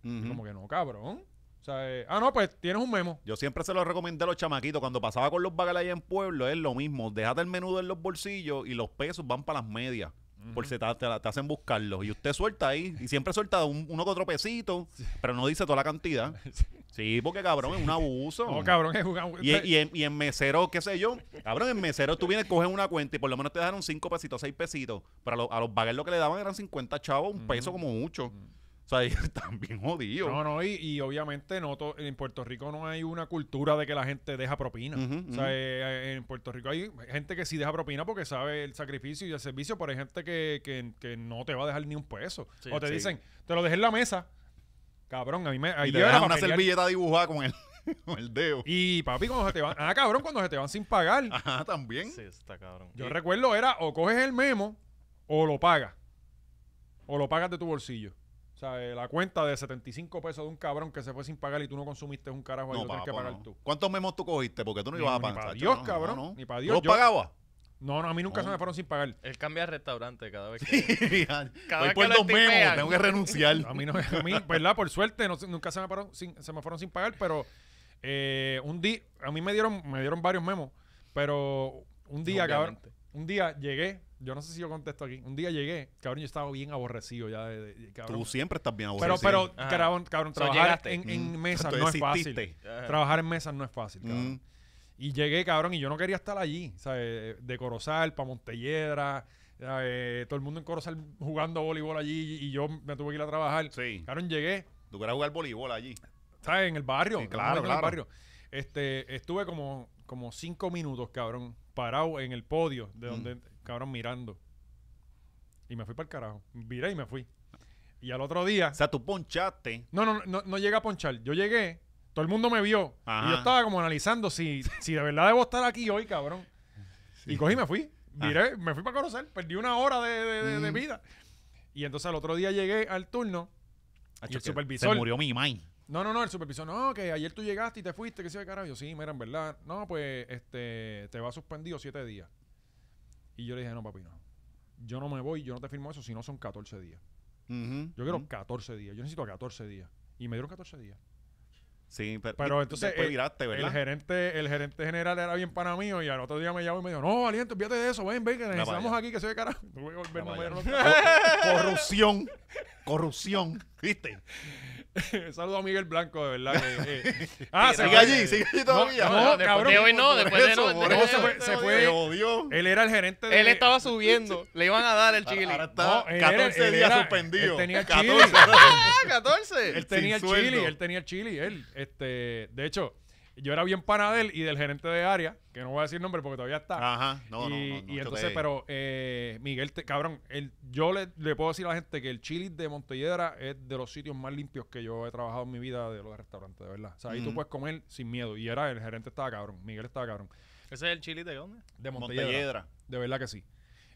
Speaker 2: Ujú.
Speaker 1: Como que no, cabrón. O sea, eh, ah, no, pues tienes un memo.
Speaker 2: Yo siempre se lo recomendé a los chamaquitos. Cuando pasaba con los bagel allá en Pueblo, es lo mismo. Déjate el menudo en los bolsillos y los pesos van para las medias. Por si te, te- te hacen buscarlos. Y usted suelta ahí. Y siempre suelta un, uno que otro pesito, pero no dice toda la cantidad. Sí, porque cabrón, es un abuso.
Speaker 1: No, cabrón, es un au-
Speaker 2: Y, y en, y en mesero, qué sé yo, cabrón, en mesero tú vienes, coges una cuenta y por lo menos te dejaron 5 pesitos, 6 pesitos. Pero a, los- a los baguettes lo que le daban eran 50 chavos, un peso como mucho. O sea, [LAUGHS] y están bien jodidos.
Speaker 1: No, no, y, y obviamente no to- en Puerto Rico no hay una cultura de que la gente deja propina.
Speaker 2: Ujú,
Speaker 1: o sea,
Speaker 2: ujú.
Speaker 1: eh, eh, en Puerto Rico hay gente que sí deja propina porque sabe el sacrificio y el servicio, pero hay gente que, que- que no te va a dejar ni un peso.
Speaker 3: Sí,
Speaker 1: o te
Speaker 2: sí.
Speaker 1: dicen, te lo dejé en la mesa. Cabrón, a mí me...
Speaker 2: y
Speaker 1: ahí
Speaker 2: te
Speaker 1: yo era
Speaker 2: dejan
Speaker 1: pa'
Speaker 2: una
Speaker 1: pelear.
Speaker 2: servilleta dibujada con el, [LAUGHS] con el dedo.
Speaker 1: Y papi, cuando se te van... Ah, cabrón, cuando se te van sin pagar.
Speaker 2: Ajá, también.
Speaker 3: Sí, está cabrón.
Speaker 1: Yo
Speaker 3: Y-
Speaker 1: recuerdo era o coges el memo o lo pagas. O lo pagas de tu bolsillo. O sea, eh, la cuenta de 75 pesos de un cabrón que se fue sin pagar y tú no consumiste un carajo ahí,
Speaker 2: No,
Speaker 1: lo tienes que
Speaker 2: papo,
Speaker 1: pagar
Speaker 2: no.
Speaker 1: tú.
Speaker 2: ¿Cuántos memos tú cogiste? Porque tú no
Speaker 1: Ni-
Speaker 2: ibas a
Speaker 1: ni pa'
Speaker 2: pagar.
Speaker 1: Dios, cabrón, ni pa' Dios.
Speaker 2: ¿Tú los
Speaker 1: Yo-
Speaker 2: pagabas? [LAUGHS]
Speaker 1: No, no, a mí nunca se
Speaker 2: No.
Speaker 1: me fueron sin pagar.
Speaker 3: él cambia de restaurante cada
Speaker 2: [LAUGHS]
Speaker 3: vez que. Cada
Speaker 2: Voy
Speaker 3: vez
Speaker 2: por
Speaker 3: que lo
Speaker 2: dos memos,
Speaker 3: estipean.
Speaker 2: tengo que renunciar.
Speaker 1: A mí, no, a mí, ¿verdad? Por suerte, no, se- nunca se me, fueron sin, se me fueron sin pagar, pero eh, un día, a mí me dieron, me dieron varios memos, pero un día, cabrón,
Speaker 3: Obviamente.
Speaker 1: un día llegué, yo no sé si yo contesto aquí, un día llegué, cabrón, yo estaba bien aborrecido ya de, de- de- cabrón.
Speaker 2: Tú siempre estás bien
Speaker 1: Pero, pero,
Speaker 2: aborrecido.
Speaker 3: Ajá.
Speaker 1: cabrón, cabrón,
Speaker 3: So,
Speaker 1: trabajar
Speaker 3: llegaste.
Speaker 1: en, en
Speaker 2: Mm.
Speaker 1: mesas
Speaker 2: Tú
Speaker 1: no es
Speaker 2: desististe.
Speaker 1: fácil.
Speaker 3: Ajá.
Speaker 1: Trabajar en mesas no es fácil, cabrón.
Speaker 2: Mm.
Speaker 1: Y llegué, cabrón, y yo no quería estar allí, ¿sabes? De Corozal, para Montelledra, ¿sabes? todo el mundo en Corozal jugando voleibol allí y yo me tuve que ir a trabajar.
Speaker 2: Sí.
Speaker 1: Cabrón, llegué,
Speaker 2: Tú querías jugar voleibol allí.
Speaker 1: ¿sabes? En el barrio.
Speaker 2: Sí,
Speaker 1: en
Speaker 2: claro,
Speaker 1: el
Speaker 2: claro.
Speaker 1: barrio. Este, estuve como, como cinco minutos, cabrón, parado en el podio,
Speaker 2: Mm.
Speaker 1: de donde, cabrón, mirando. Y me fui para el carajo. Viré y me fui. Y al otro día...
Speaker 2: O sea, tú ponchaste.
Speaker 1: No, no, no, no llegué a ponchar. Yo llegué, todo el mundo me vio.
Speaker 2: Ajá.
Speaker 1: Y yo estaba como analizando si, si de verdad debo estar aquí hoy, cabrón. Y cogí y me fui. Miré, me fui para conocer. Perdí una hora de, de- de- de
Speaker 2: Ah. Mm.
Speaker 1: vida. Y entonces al otro día llegué al turno.
Speaker 2: Acho,
Speaker 1: el
Speaker 2: que
Speaker 1: supervisor-
Speaker 2: Se murió mi mind.
Speaker 1: No, no, no, el supervisor, no, que ayer tú llegaste y te fuiste, que se carajo. Yo, sí, mira, en verdad, no, pues, este, te va suspendido siete días. Y yo le dije, no, papi, no. Yo no me voy, yo no te firmo eso, si no son 14 días.
Speaker 2: Ujú.
Speaker 1: Yo quiero
Speaker 2: Ujú.
Speaker 1: 14 días, yo necesito 14 días. Y me dieron 14 días.
Speaker 2: Sí, pero,
Speaker 1: Pero
Speaker 2: y-
Speaker 1: entonces
Speaker 2: después
Speaker 1: el,
Speaker 2: viraste,
Speaker 1: el
Speaker 2: ¿verdad?
Speaker 1: gerente, el gerente general era bien pana mío y al otro día me llamó y me dijo, no, valiente, olvídate de eso, ven, ven, que necesitamos
Speaker 2: vaya.
Speaker 1: aquí que se ve carajo. Tuve que volver, [LAUGHS] no me
Speaker 2: vaya.
Speaker 1: dieron los
Speaker 2: Cor- corrupción. Corrupción. ¿Viste?
Speaker 1: [LAUGHS] Saludo a Miguel Blanco, de verdad. que, eh,
Speaker 3: [LAUGHS]
Speaker 1: Ah,
Speaker 2: Sigue
Speaker 1: fue-
Speaker 2: allí, sigue allí todavía.
Speaker 1: no,
Speaker 3: después
Speaker 1: cabrón.
Speaker 3: de hoy no, después de
Speaker 2: eso,
Speaker 3: no.
Speaker 2: por
Speaker 3: de-
Speaker 1: eso
Speaker 3: de-
Speaker 1: se
Speaker 3: de-
Speaker 1: fue-
Speaker 2: Te odio.
Speaker 1: Él era el gerente de...
Speaker 2: [LAUGHS]
Speaker 3: Él estaba subiendo, le iban a dar el chili.
Speaker 2: Ahora
Speaker 1: No,
Speaker 2: está
Speaker 1: él era-
Speaker 2: 14
Speaker 1: él
Speaker 2: días
Speaker 1: era-
Speaker 2: suspendido.
Speaker 1: Él tenía el
Speaker 2: 14.
Speaker 1: chili.
Speaker 3: Ah, 14.
Speaker 1: Él
Speaker 2: Sin
Speaker 1: tenía el
Speaker 2: sueldo.
Speaker 1: chili, él tenía el chili. Él, este, de hecho, yo era bien pana de él y del gerente de área, que no voy a decir nombre porque todavía está.
Speaker 2: Ajá. No,
Speaker 1: y,
Speaker 2: no, no, no,
Speaker 1: y
Speaker 2: yo
Speaker 1: entonces,
Speaker 2: te-
Speaker 1: pero eh, Miguel, te- cabrón, el- yo le, le puedo decir a la gente que el chili de Montelledra es de los sitios más limpios que yo he trabajado en mi vida de los restaurantes, de verdad. O sea, ahí tú
Speaker 2: Ujú.
Speaker 1: puedes comer sin miedo. Y era, el gerente estaba cabrón, Miguel estaba cabrón.
Speaker 3: ¿Ese es el chili de dónde?
Speaker 1: De Montelledra.
Speaker 2: Montelledra.
Speaker 1: De verdad que sí.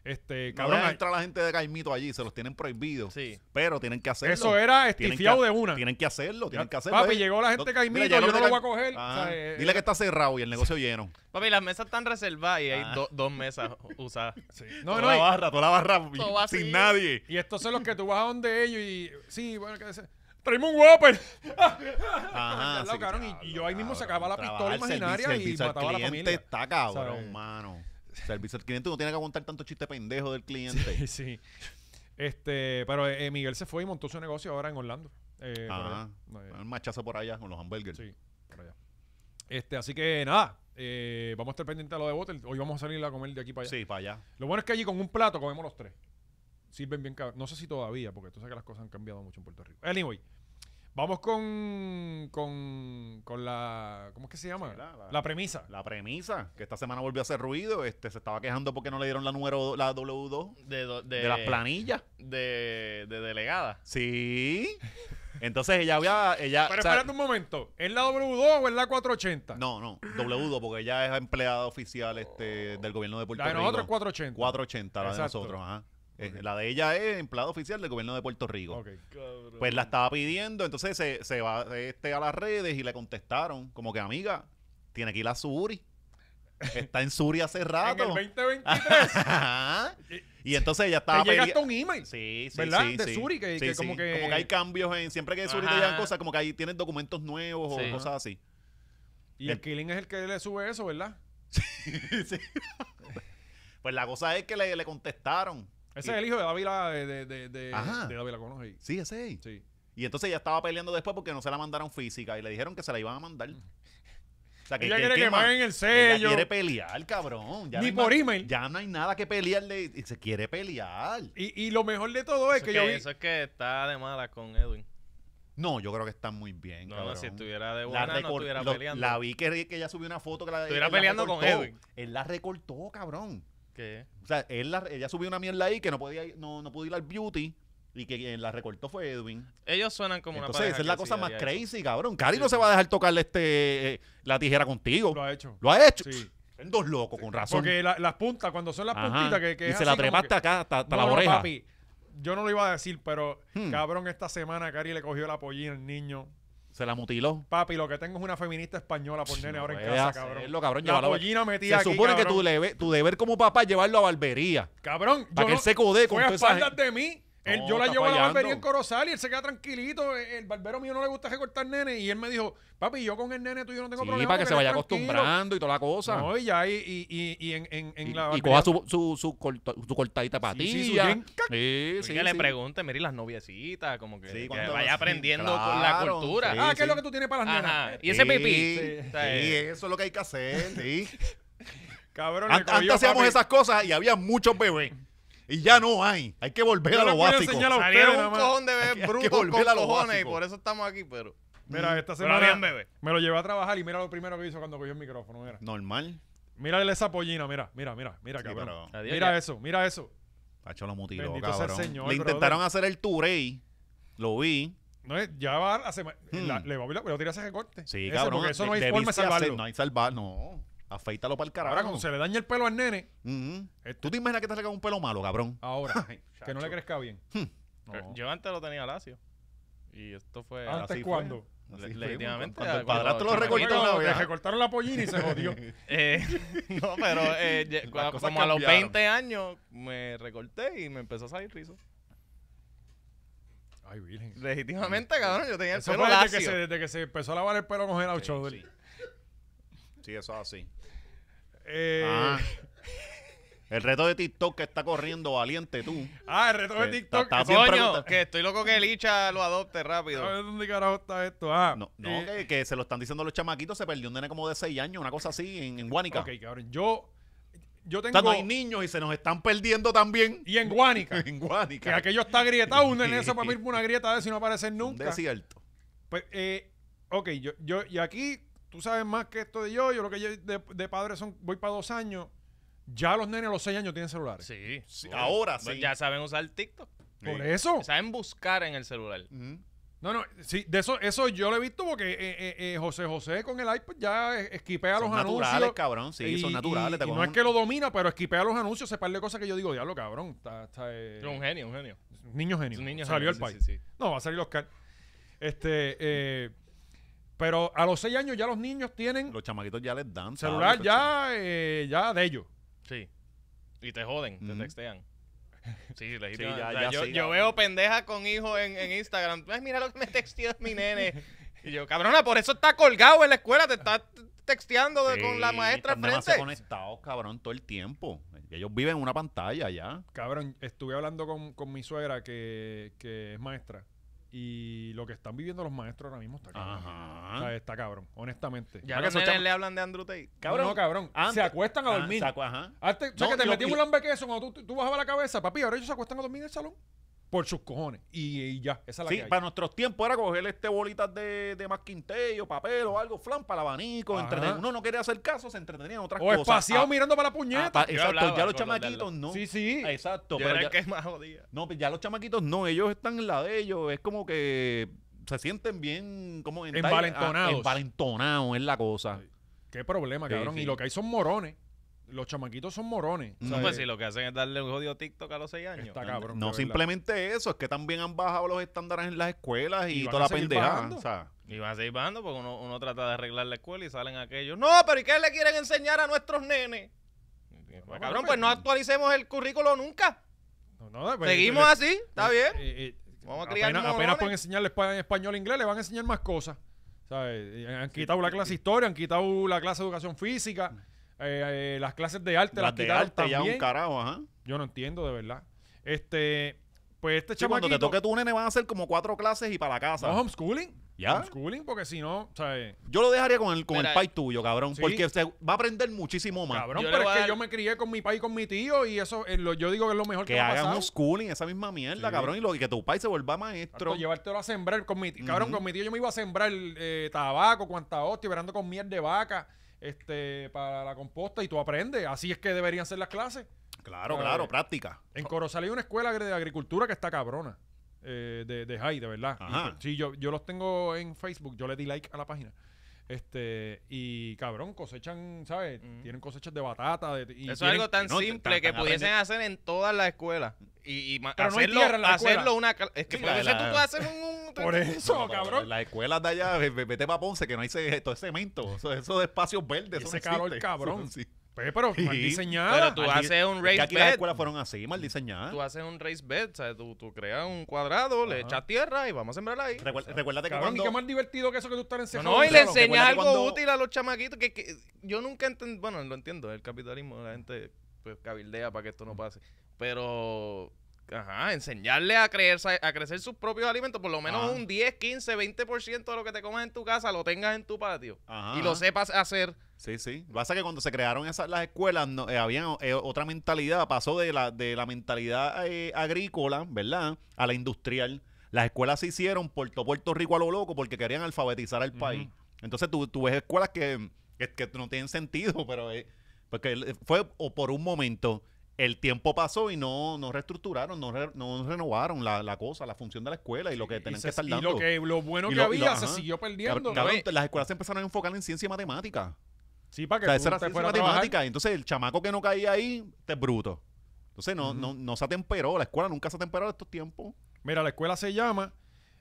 Speaker 1: Este,
Speaker 2: Cabrón,
Speaker 1: cabrón,
Speaker 2: no
Speaker 1: ahí-
Speaker 2: entra la gente de Caimito allí, se los tienen prohibidos.
Speaker 3: Sí.
Speaker 2: Pero tienen que hacerlo.
Speaker 1: eso era
Speaker 2: Tienen que-
Speaker 1: estifiado de una.
Speaker 2: Tienen que hacerlo, tienen
Speaker 1: Ya,
Speaker 2: que hacerlo.
Speaker 1: papi,
Speaker 2: eh.
Speaker 1: llegó la gente
Speaker 2: No-
Speaker 1: Caimito,
Speaker 2: mira,
Speaker 1: yo
Speaker 2: llegó
Speaker 1: no lo
Speaker 2: la-
Speaker 1: voy a coger,
Speaker 2: Ajá.
Speaker 1: o sea, eh,
Speaker 2: Dile que está cerrado y el negocio lleno.
Speaker 3: Papi, las mesas están reservadas y hay
Speaker 2: Ah.
Speaker 3: do- dos mesas usadas.
Speaker 1: Sí. No,
Speaker 2: toda
Speaker 1: no,
Speaker 2: la
Speaker 1: y-
Speaker 2: barra, toda la barra
Speaker 3: Todo vacío.
Speaker 2: sin nadie.
Speaker 1: Y estos son los que tú vas a donde ellos y. Sí, bueno, que se- Traeme un Whopper. [LAUGHS]
Speaker 2: Ajá.
Speaker 1: Al lado, cabrón, y- y yo ahí mismo sacaba la pistola
Speaker 2: trabajar,
Speaker 1: imaginaria
Speaker 2: servicio-
Speaker 1: y
Speaker 2: servicio al
Speaker 1: mataba a la
Speaker 2: cliente
Speaker 1: familia.
Speaker 2: Está cabrón,
Speaker 1: ¿Sabes?
Speaker 2: mano. Servicio al cliente no tiene que aguantar tanto chiste pendejo del
Speaker 1: Sí,
Speaker 2: cliente.
Speaker 1: sí. Este, pero eh, Miguel se fue y montó su negocio ahora en Orlando. Eh, por
Speaker 2: Ajá.
Speaker 1: allá. No, eh,
Speaker 2: Un machazo por allá con los hamburgers.
Speaker 1: sí, por allá. Este, así que nada. eh, vamos a estar pendientes a lo de Botel. Hoy vamos a salir a comer de aquí para allá.
Speaker 2: Sí, para allá.
Speaker 1: Lo bueno es que allí con un plato comemos los tres. Sirven bien cabrón. No sé si todavía, porque tú sabes que las cosas han cambiado mucho en Puerto Rico. Anyway, vamos con. con. con la. ¿Cómo es que se llama?
Speaker 2: Sí, la-
Speaker 1: la,
Speaker 2: la-
Speaker 1: premisa.
Speaker 2: La premisa, que esta semana volvió a hacer ruido, este se estaba quejando porque no le dieron la número do- la W2
Speaker 3: De, do- de,
Speaker 2: de las planillas.
Speaker 3: De, de delegada.
Speaker 1: [LAUGHS]
Speaker 2: Sí. Entonces ella había ella
Speaker 1: Pero
Speaker 2: o sea,
Speaker 1: espérate un momento. ¿Es la W2 o es la 480?
Speaker 2: No, no, W2 porque ella es empleada oficial este del gobierno de Puerto
Speaker 1: La de
Speaker 2: Rico.
Speaker 1: nosotros es 480.
Speaker 2: 480 la de
Speaker 1: Exacto.
Speaker 2: nosotros, ajá. Eh, La de ella es empleada oficial del gobierno de Puerto Rico.
Speaker 1: Ok.
Speaker 2: Pues la estaba pidiendo, entonces se, se va este, a las redes y le contestaron, como que amiga, tiene que ir a Suri. Está en Suri
Speaker 1: [LAUGHS]
Speaker 2: hace
Speaker 1: En el
Speaker 2: rato.
Speaker 1: 2023
Speaker 2: Ajá. [LAUGHS] y entonces ella
Speaker 1: te
Speaker 2: Ah, estaba
Speaker 1: llega
Speaker 2: pedi-
Speaker 1: hasta un email.
Speaker 2: Sí, sí,
Speaker 1: ¿Verdad?
Speaker 2: sí,
Speaker 1: De
Speaker 2: sí.
Speaker 1: Suri, que-
Speaker 2: Sí,
Speaker 1: que
Speaker 2: sí.
Speaker 1: como que-
Speaker 2: hay cambios en... Siempre que de Suri te
Speaker 3: Ajá.
Speaker 2: llegan cosas, como que ahí tienen documentos nuevos
Speaker 3: Sí.
Speaker 2: o
Speaker 1: [LAUGHS]
Speaker 2: cosas así.
Speaker 1: Y el Killing es el que le sube eso, ¿verdad?
Speaker 2: Sí. pues la cosa es que le, le contestaron.
Speaker 1: Ese
Speaker 2: Y-
Speaker 1: es el hijo de Dávila de, de, de, de,
Speaker 2: Ajá.
Speaker 1: de Dávila Conoce.
Speaker 2: Sí, ese es.
Speaker 1: Sí.
Speaker 2: Y entonces ella estaba peleando después porque no se la mandaron física y le dijeron que se la iban a mandar.
Speaker 3: Mm.
Speaker 2: O sea,
Speaker 1: Ella quiere que
Speaker 2: ma-
Speaker 1: paguen el
Speaker 2: ella
Speaker 1: sello.
Speaker 2: quiere pelear, cabrón. Ya
Speaker 1: Ni
Speaker 2: no hay
Speaker 1: por
Speaker 2: ma-
Speaker 1: email.
Speaker 2: Ya no hay nada que pelearle. y Se quiere pelear.
Speaker 1: Y, y lo mejor de todo es
Speaker 3: Eso
Speaker 1: que
Speaker 3: es
Speaker 1: yo
Speaker 3: que-
Speaker 1: vi.
Speaker 3: Eso es que está de mala con Edwin.
Speaker 2: No, yo creo que están muy bien,
Speaker 3: No,
Speaker 2: cabrón.
Speaker 3: si estuviera de
Speaker 2: La
Speaker 3: buena, no
Speaker 2: recor-
Speaker 3: estuviera
Speaker 2: lo-
Speaker 3: peleando.
Speaker 2: La vi que, que ella subió una foto que la
Speaker 3: Estuviera
Speaker 2: él la
Speaker 3: peleando con
Speaker 2: recortó.
Speaker 3: Edwin.
Speaker 2: Él la recortó, cabrón.
Speaker 3: ¿Qué?
Speaker 2: O sea, él la- ella subió una mierda ahí que no podía ir- no, no pudo ir al beauty y que quien la recortó fue Edwin.
Speaker 3: Ellos suenan como
Speaker 2: Entonces,
Speaker 3: una pareja.
Speaker 2: esa es la
Speaker 3: que sí
Speaker 2: cosa más
Speaker 3: haría eso.
Speaker 2: crazy, cabrón. Cari no
Speaker 3: Sí,
Speaker 2: se
Speaker 3: sí.
Speaker 2: va a dejar tocarle este eh, la tijera contigo.
Speaker 1: Lo ha hecho.
Speaker 2: Lo ha hecho.
Speaker 1: Sí.
Speaker 2: Son dos locos, con razón.
Speaker 1: Porque la- las puntas, cuando son las
Speaker 2: Ajá.
Speaker 1: puntitas que, que
Speaker 2: y
Speaker 1: es
Speaker 2: se la
Speaker 1: así como
Speaker 2: trepaste
Speaker 1: que-
Speaker 2: acá hasta, hasta
Speaker 1: No,
Speaker 2: la
Speaker 1: no,
Speaker 2: oreja.
Speaker 1: papi, yo no lo iba a decir, pero
Speaker 2: Hmm.
Speaker 1: cabrón, esta semana Cari le cogió la pollina al niño.
Speaker 2: Se la mutiló.
Speaker 1: Papi, lo que tengo es una feminista española por nene ahora en
Speaker 2: Puedes
Speaker 1: casa, cabrón.
Speaker 2: hacerlo, cabrón.
Speaker 1: La
Speaker 2: llévalo a-
Speaker 1: pollina metida
Speaker 2: Se
Speaker 1: aquí,
Speaker 2: supone que
Speaker 1: cabrón.
Speaker 2: tu debe- tu deber como papá es llevarlo a barbería.
Speaker 1: Cabrón,
Speaker 2: Para
Speaker 1: yo
Speaker 2: que él
Speaker 1: no-
Speaker 2: se codee con
Speaker 1: fue a
Speaker 2: toda esa
Speaker 1: espaldas
Speaker 2: gente.
Speaker 1: de mí. Él-
Speaker 2: No,
Speaker 1: yo la
Speaker 2: está
Speaker 1: llevo a la
Speaker 2: fallando.
Speaker 1: barbería en Corozal y él se queda tranquilito. Eh, El barbero mío no le gusta recortar nene. Y él me dijo, papi, yo con el nene tú yo no tengo
Speaker 2: Sí,
Speaker 1: problema.
Speaker 2: para que
Speaker 1: porque
Speaker 2: se
Speaker 1: él
Speaker 2: vaya
Speaker 1: es tranquilo".
Speaker 2: acostumbrando y toda la cosa.
Speaker 1: No, y ya, y, y, y- y en, en, en
Speaker 2: y,
Speaker 1: la
Speaker 2: y
Speaker 1: barbería-
Speaker 2: coja su, su, su, corta- su cortadita patilla.
Speaker 1: sí, su yen- ¡cac!
Speaker 2: sí,
Speaker 3: Y
Speaker 2: sí,
Speaker 3: que le
Speaker 2: sí.
Speaker 3: pregunte, mire, y las noviecitas, como que,
Speaker 2: Sí,
Speaker 3: que
Speaker 2: cuando- sí,
Speaker 3: vaya aprendiendo con la
Speaker 2: claro,
Speaker 3: cultura.
Speaker 2: sí,
Speaker 1: Ah, ¿qué
Speaker 2: sí.
Speaker 1: es lo que tú tienes para las
Speaker 3: Ajá.
Speaker 1: nenas?
Speaker 3: Y ese
Speaker 2: Sí,
Speaker 3: pipí.
Speaker 2: Sí,
Speaker 3: O sea,
Speaker 2: sí,
Speaker 3: eh,
Speaker 2: eso es lo que hay que hacer. sí.
Speaker 1: Cabrón, le
Speaker 2: Ant-
Speaker 1: cogió,
Speaker 2: Antes hacíamos
Speaker 1: papi.
Speaker 2: esas cosas y había muchos bebés. Y ya no hay. Hay que volver
Speaker 1: Yo
Speaker 2: a
Speaker 1: les
Speaker 2: lo
Speaker 1: voy a
Speaker 2: básico.
Speaker 1: enseñar a ustedes
Speaker 3: salieron
Speaker 1: nada
Speaker 3: un
Speaker 1: más.
Speaker 3: cojón de
Speaker 2: Hay que
Speaker 3: bebés brutos con
Speaker 2: volver a lo
Speaker 3: cojones y
Speaker 2: básico.
Speaker 3: por eso estamos aquí, pero...
Speaker 2: Mm.
Speaker 1: Mira, esta
Speaker 3: Pero habían
Speaker 1: semana
Speaker 3: bebé.
Speaker 1: me lo llevé a trabajar y mira lo primero que hizo cuando cogió el micrófono. Mira,
Speaker 2: Normal.
Speaker 1: mírale esa pollina, mira, mira, mira, mira,
Speaker 2: Sí,
Speaker 1: cabrón.
Speaker 2: pero-
Speaker 3: Adiós,
Speaker 1: Mira
Speaker 3: ya.
Speaker 1: eso, mira eso.
Speaker 2: Hacho lo mutiló,
Speaker 1: Bendito sea el
Speaker 2: cabrón.
Speaker 1: Señor,
Speaker 2: Le
Speaker 1: brother.
Speaker 2: intentaron hacer el Turey. Lo vi.
Speaker 1: No, es- ya va a sema-
Speaker 2: Hmm.
Speaker 1: la- le va a le voy a tirar ese recorte.
Speaker 2: Sí,
Speaker 1: Ese,
Speaker 2: cabrón.
Speaker 1: Porque eso no
Speaker 2: de-
Speaker 1: hay forma de
Speaker 2: debiste
Speaker 1: salvarlo.
Speaker 2: hacer- no hay salvar. No. Afeítalo para el carajo.
Speaker 1: Ahora, cuando se le daña el pelo al nene,
Speaker 2: Ujú.
Speaker 1: Este-
Speaker 2: ¿Tú te imaginas que te saca un pelo malo, cabrón?
Speaker 1: [LAUGHS] ahora,
Speaker 2: Ay,
Speaker 1: que no le
Speaker 2: chacho.
Speaker 1: crezca bien.
Speaker 2: Hmm.
Speaker 1: No.
Speaker 3: Yo antes lo tenía lacio. Y esto fue...
Speaker 2: Ah.
Speaker 1: ¿Antes
Speaker 2: así fue.
Speaker 1: cuándo?
Speaker 2: Le-
Speaker 3: Sí,
Speaker 2: le-
Speaker 3: definitivamente,
Speaker 2: cuando el
Speaker 1: ah,
Speaker 3: cuando
Speaker 2: padrastro lo
Speaker 3: chamaquito.
Speaker 2: recortó
Speaker 1: Luego
Speaker 2: una
Speaker 1: le
Speaker 2: vez.
Speaker 1: recortaron la pollina y
Speaker 2: [LAUGHS]
Speaker 1: se jodió.
Speaker 3: Eh, [LAUGHS] no, pero eh, ye-
Speaker 2: Las
Speaker 3: cua-
Speaker 2: cosas
Speaker 3: como a los
Speaker 2: cambiaron.
Speaker 3: 20 años me recorté y me empezó a salir rizo.
Speaker 1: Ay, virgen.
Speaker 3: Legítimamente, cabrón, yo tenía el
Speaker 1: Eso
Speaker 3: pelo
Speaker 1: fue desde
Speaker 3: lacio.
Speaker 1: que, se, desde que se empezó a lavar el pelo con el outshot.
Speaker 2: Sí, Sí, eso es así.
Speaker 1: Eh,
Speaker 2: Ah.
Speaker 1: ah.
Speaker 2: El reto de TikTok que está corriendo valiente tú.
Speaker 1: ah, el reto de
Speaker 2: Eh,
Speaker 1: TikTok.
Speaker 2: ta- ta-
Speaker 1: Eso-
Speaker 2: Siempre
Speaker 3: Coño,
Speaker 2: gusta-
Speaker 3: que estoy loco que Licha lo adopte rápido.
Speaker 1: ¿Sabes dónde carajo está esto? Ah,
Speaker 2: No, no,
Speaker 1: eh,
Speaker 2: que, que se lo están diciendo los chamaquitos, se perdió un nene como de 6 años, una cosa así, en, en Guánica.
Speaker 1: Ok, cabrón. Yo, yo
Speaker 2: O
Speaker 1: tengo.
Speaker 2: sea, no hay niños y se nos están perdiendo también.
Speaker 1: y en
Speaker 2: [LAUGHS]
Speaker 1: Guánica.
Speaker 2: en
Speaker 1: que
Speaker 2: Guánica.
Speaker 1: aquello está grietado. Un nene
Speaker 2: [LAUGHS]
Speaker 1: se para mí una grieta de eso y no aparece
Speaker 2: Un
Speaker 1: nunca.
Speaker 2: desierto.
Speaker 1: Pues, eh, ok, yo, yo, y aquí tú sabes más que esto de yo. Yo lo que yo de, de padre son, voy para dos años. Ya los nenes a los seis años tienen celulares.
Speaker 3: Sí.
Speaker 2: Sí, ahora
Speaker 3: Pues
Speaker 2: sí.
Speaker 3: Ya saben usar TikTok.
Speaker 1: Por
Speaker 2: Sí.
Speaker 1: eso.
Speaker 3: Saben buscar en el celular.
Speaker 2: Ujú.
Speaker 1: No, no, sí, de eso, eso yo lo he visto porque eh, eh, eh, José José con el iPod ya eh, esquipea
Speaker 2: Son
Speaker 1: los anuncios.
Speaker 2: naturales, cabrón. Sí,
Speaker 1: y-
Speaker 2: son
Speaker 1: y-
Speaker 2: naturales. te
Speaker 1: y no
Speaker 2: cogen
Speaker 1: es que lo domina, pero esquipea los anuncios, se par de cosas que yo digo, diablo, cabrón. Está, está, eh,
Speaker 3: Es un genio, un genio.
Speaker 1: niño
Speaker 3: Es
Speaker 1: genio.
Speaker 3: un niño
Speaker 1: Salió
Speaker 3: genio,
Speaker 1: al
Speaker 3: sí,
Speaker 1: país.
Speaker 3: sí, sí.
Speaker 1: No, va a salir Oscar. Este, eh, pero a los seis años ya los niños tienen
Speaker 2: Los chamaquitos ya les dan.
Speaker 1: celular
Speaker 2: ¿sabes?
Speaker 1: ya, eh, ya de ellos.
Speaker 3: Sí. Y te joden, te
Speaker 2: Ujú.
Speaker 3: textean. Sí, legítimo.
Speaker 2: [LAUGHS] Sí, ya-
Speaker 3: O sea,
Speaker 2: ya
Speaker 3: yo,
Speaker 2: sí, ya.
Speaker 3: yo veo pendejas con hijos en, en Instagram. Ay, mira lo que me texteó mi nene. Y yo, cabrona, por eso está colgado en la escuela, te está t- texteando de- con la
Speaker 2: Sí,
Speaker 3: maestra
Speaker 2: están demasiado
Speaker 3: enfrente.
Speaker 2: conectados, cabrón, todo el tiempo. Ellos viven en una pantalla ya.
Speaker 1: Cabrón, estuve hablando con, con mi suegra que, que es maestra y lo que están viviendo los maestros ahora mismo está cabrón. O sea,
Speaker 2: Ajá.
Speaker 1: está cabrón, honestamente.
Speaker 2: Porque
Speaker 3: Ya los
Speaker 2: esos
Speaker 3: nenes
Speaker 2: chama-
Speaker 3: le hablan de Andrew Tate.
Speaker 1: Cabrón, no, cabrón.
Speaker 2: antes-
Speaker 1: se acuestan a
Speaker 2: Ah,
Speaker 1: dormir.
Speaker 2: saco, ajá.
Speaker 1: Antes, o sea,
Speaker 2: No,
Speaker 1: que te
Speaker 2: y lo-
Speaker 1: metían
Speaker 2: y-
Speaker 1: un lambequeso cuando tú, tú bajabas la cabeza, papi, ahora ellos se acuestan a dormir en el salón. Por sus cojones. Y, y ya, esa es la
Speaker 2: Sí,
Speaker 1: que hay.
Speaker 2: para nuestros tiempos era coger este bolitas de, de masquintello, papel o algo, flan para el abanico,
Speaker 1: Ajá.
Speaker 2: entretener. Uno no quería hacer caso, se entretenía en otras
Speaker 1: O
Speaker 2: cosas.
Speaker 1: espaciado
Speaker 2: Ah,
Speaker 1: mirando para la
Speaker 2: ah,
Speaker 1: puñeta.
Speaker 2: pa-
Speaker 3: Yo
Speaker 2: exacto,
Speaker 3: hablaba
Speaker 2: ya los
Speaker 3: con los de al
Speaker 2: chamaquitos no.
Speaker 1: sí, sí.
Speaker 2: Exacto,
Speaker 3: Yo
Speaker 2: pero
Speaker 3: era
Speaker 2: ya-
Speaker 3: el que más jodía.
Speaker 2: No, pues ya los chamaquitos no, ellos están en la de ellos, es como que se sienten bien como en
Speaker 1: Envalentonados.
Speaker 2: ah, envalentonados es la cosa.
Speaker 1: Sí. Qué problema,
Speaker 2: Sí,
Speaker 1: cabrón.
Speaker 2: sí.
Speaker 1: Y lo que hay son morones. Los chamaquitos son morones.
Speaker 2: No,
Speaker 1: O sea,
Speaker 3: pues si lo que hacen es darle un jodido TikTok a los 6 años.
Speaker 1: Está cabrón. de
Speaker 2: no
Speaker 1: verdad.
Speaker 2: simplemente eso, es que también han bajado los estándares en las escuelas
Speaker 1: Y
Speaker 2: y,
Speaker 1: van
Speaker 2: toda
Speaker 1: a
Speaker 2: la
Speaker 1: seguir
Speaker 2: pendeja.
Speaker 1: bajando.
Speaker 2: o sea,
Speaker 3: Y van a seguir bajando porque uno, uno trata de arreglar la escuela y salen aquellos. No, pero ¿y qué le quieren enseñar a nuestros nenes?
Speaker 1: bueno,
Speaker 3: cabrón,
Speaker 1: pues-
Speaker 3: pues no actualicemos el currículo nunca.
Speaker 1: No, no, pues,
Speaker 3: Seguimos
Speaker 1: le-
Speaker 3: así, está
Speaker 1: eh,
Speaker 3: bien.
Speaker 1: eh, eh,
Speaker 3: Vamos a criar
Speaker 1: apenas,
Speaker 3: morones.
Speaker 1: apenas pueden enseñarle espa- español e inglés, le van a enseñar más cosas. ¿sabes? Y Han quitado la clase de historia, han quitado la clase de educación física, eh, eh, las clases de arte, las,
Speaker 2: Mm. las de
Speaker 1: quitaron
Speaker 2: arte ya
Speaker 1: también.
Speaker 2: un carajo, ajá.
Speaker 1: Yo no entiendo, de verdad. Este, pues este
Speaker 2: Sí, cuando
Speaker 1: chamaquito...
Speaker 2: te toque tu nene van a hacer como cuatro clases y para la casa.
Speaker 1: No, homeschooling.
Speaker 2: ¿Ya?
Speaker 1: Homeschooling, porque si no, ¿sabes?
Speaker 2: Yo lo dejaría con el con
Speaker 3: Mira,
Speaker 2: el pai tuyo, cabrón,
Speaker 1: sí.
Speaker 2: porque se va a aprender muchísimo más.
Speaker 1: Cabrón,
Speaker 3: Yo le
Speaker 1: pero
Speaker 3: voy
Speaker 1: es
Speaker 3: a
Speaker 1: que
Speaker 3: dar-
Speaker 1: yo me crié con mi país y con mi tío y eso, eh, lo- yo digo que es lo mejor que, me
Speaker 2: que
Speaker 1: ha
Speaker 2: hagan
Speaker 1: pasado.
Speaker 2: un schooling, esa misma mierda,
Speaker 1: Sí.
Speaker 2: cabrón, y, lo, y que tu pai se vuelva
Speaker 1: Harto
Speaker 2: maestro.
Speaker 1: llevártelo a sembrar con mi tío. Cabrón,
Speaker 2: Ujú.
Speaker 1: con mi tío yo me iba a sembrar eh, tabaco, cuanta hostia, verando con miel de vaca, este, para la composta y tú aprendes. Así es que deberían ser las clases.
Speaker 2: Claro,
Speaker 1: Ah,
Speaker 2: claro,
Speaker 1: eh.
Speaker 2: práctica.
Speaker 1: En Corozal hay una escuela agri- de agricultura que está cabrona. eh, de, de high, de verdad.
Speaker 2: Ajá.
Speaker 1: Y, sí, yo, yo los tengo en Facebook, yo le di like a la página. Este, y cabrón, cosechan, ¿sabes?
Speaker 3: Ujú.
Speaker 1: Tienen cosechas de batata. de- y
Speaker 3: Eso es
Speaker 1: tienen-
Speaker 3: algo tan
Speaker 2: no, te-
Speaker 3: simple
Speaker 2: tan-
Speaker 3: que
Speaker 2: tan
Speaker 3: pudiesen
Speaker 2: aprende-
Speaker 3: hacer en todas las escuelas. Y, y ma-
Speaker 1: Pero no hay
Speaker 3: hacerlo,
Speaker 1: tierra en la escuela.
Speaker 3: hacerlo una. cla- Es que
Speaker 2: Sí,
Speaker 3: puede
Speaker 2: la-
Speaker 3: ser
Speaker 2: la-
Speaker 3: tú haces un.
Speaker 2: [LAUGHS]
Speaker 3: un-
Speaker 1: Por eso,
Speaker 2: No, pero
Speaker 1: cabrón.
Speaker 2: en Las escuelas de allá, ve- ve- vete para Ponce, que no hay ce- todo es cemento. Eso, eso de espacios verdes.
Speaker 1: Y ese
Speaker 2: eso no
Speaker 1: calor,
Speaker 2: existe.
Speaker 1: cabrón.
Speaker 2: Eso no existe.
Speaker 1: Pues, pero mal
Speaker 2: [LAUGHS] Sí.
Speaker 1: diseñada.
Speaker 3: Pero tú
Speaker 2: Aquí-
Speaker 3: haces un
Speaker 2: Es que
Speaker 3: race
Speaker 2: aquí las
Speaker 3: bed.
Speaker 2: escuelas fueron así, mal diseñadas.
Speaker 3: Tú haces un race bed, ¿sabes? Tú, tú creas un cuadrado, le
Speaker 1: Ajá.
Speaker 3: echas tierra y vamos a sembrarla ahí.
Speaker 2: Recuer- recuérdate que
Speaker 1: Cabrón, y
Speaker 2: cuando...
Speaker 1: qué más divertido que eso que tú estar
Speaker 3: No,
Speaker 1: encerrado.
Speaker 3: no, y
Speaker 1: en
Speaker 3: le
Speaker 1: un salón.
Speaker 3: enseñas
Speaker 2: recuerda que
Speaker 3: algo
Speaker 2: cuando-
Speaker 3: útil a los chamaquitos que, que yo nunca entendí, bueno, lo entiendo, el capitalismo, la gente pues cabildea para que esto no pase, pero ajá, enseñarle a creer a crecer sus propios alimentos, por lo menos
Speaker 2: Ajá.
Speaker 3: un 10, 15, 20% de lo que te comas en tu casa lo tengas en tu patio
Speaker 2: Ajá,
Speaker 3: y lo
Speaker 2: ajá.
Speaker 3: sepas hacer.
Speaker 2: Sí, sí. Pasa que cuando se crearon esas las escuelas, no, eh, había eh, otra mentalidad. Pasó de la, de la mentalidad eh, agrícola, ¿verdad? A la industrial. Las escuelas se hicieron Puerto Puerto Rico a lo loco porque querían alfabetizar al país. Entonces tú, tú ves escuelas que, que, que no tienen sentido, [LAUGHS] pero eh, porque el- fue o por un momento. El tiempo pasó y no, no reestructuraron, no, re- no renovaron la, la cosa, la función de la escuela y lo que
Speaker 1: Y,
Speaker 2: tenían
Speaker 1: se-
Speaker 2: que estar
Speaker 1: y
Speaker 2: dando.
Speaker 1: lo que lo bueno
Speaker 2: Y
Speaker 1: que
Speaker 2: lo- y
Speaker 1: había
Speaker 2: lo-
Speaker 1: se
Speaker 2: ajá.
Speaker 1: siguió perdiendo. ¿no?
Speaker 2: Cabrón, cabrón,
Speaker 1: Eh,
Speaker 2: las escuelas se empezaron a enfocar en ciencia y matemática.
Speaker 1: sí, para que
Speaker 2: O sea,
Speaker 1: tú
Speaker 2: esa era
Speaker 1: te
Speaker 2: ciencia
Speaker 1: fueras a trabajar.
Speaker 2: matemática. Entonces, el chamaco que no caía ahí, este es bruto. Entonces, no,
Speaker 1: Ujú.
Speaker 2: no, no se atemperó. La escuela nunca se atemperó a estos tiempos.
Speaker 1: Mira, la escuela se llama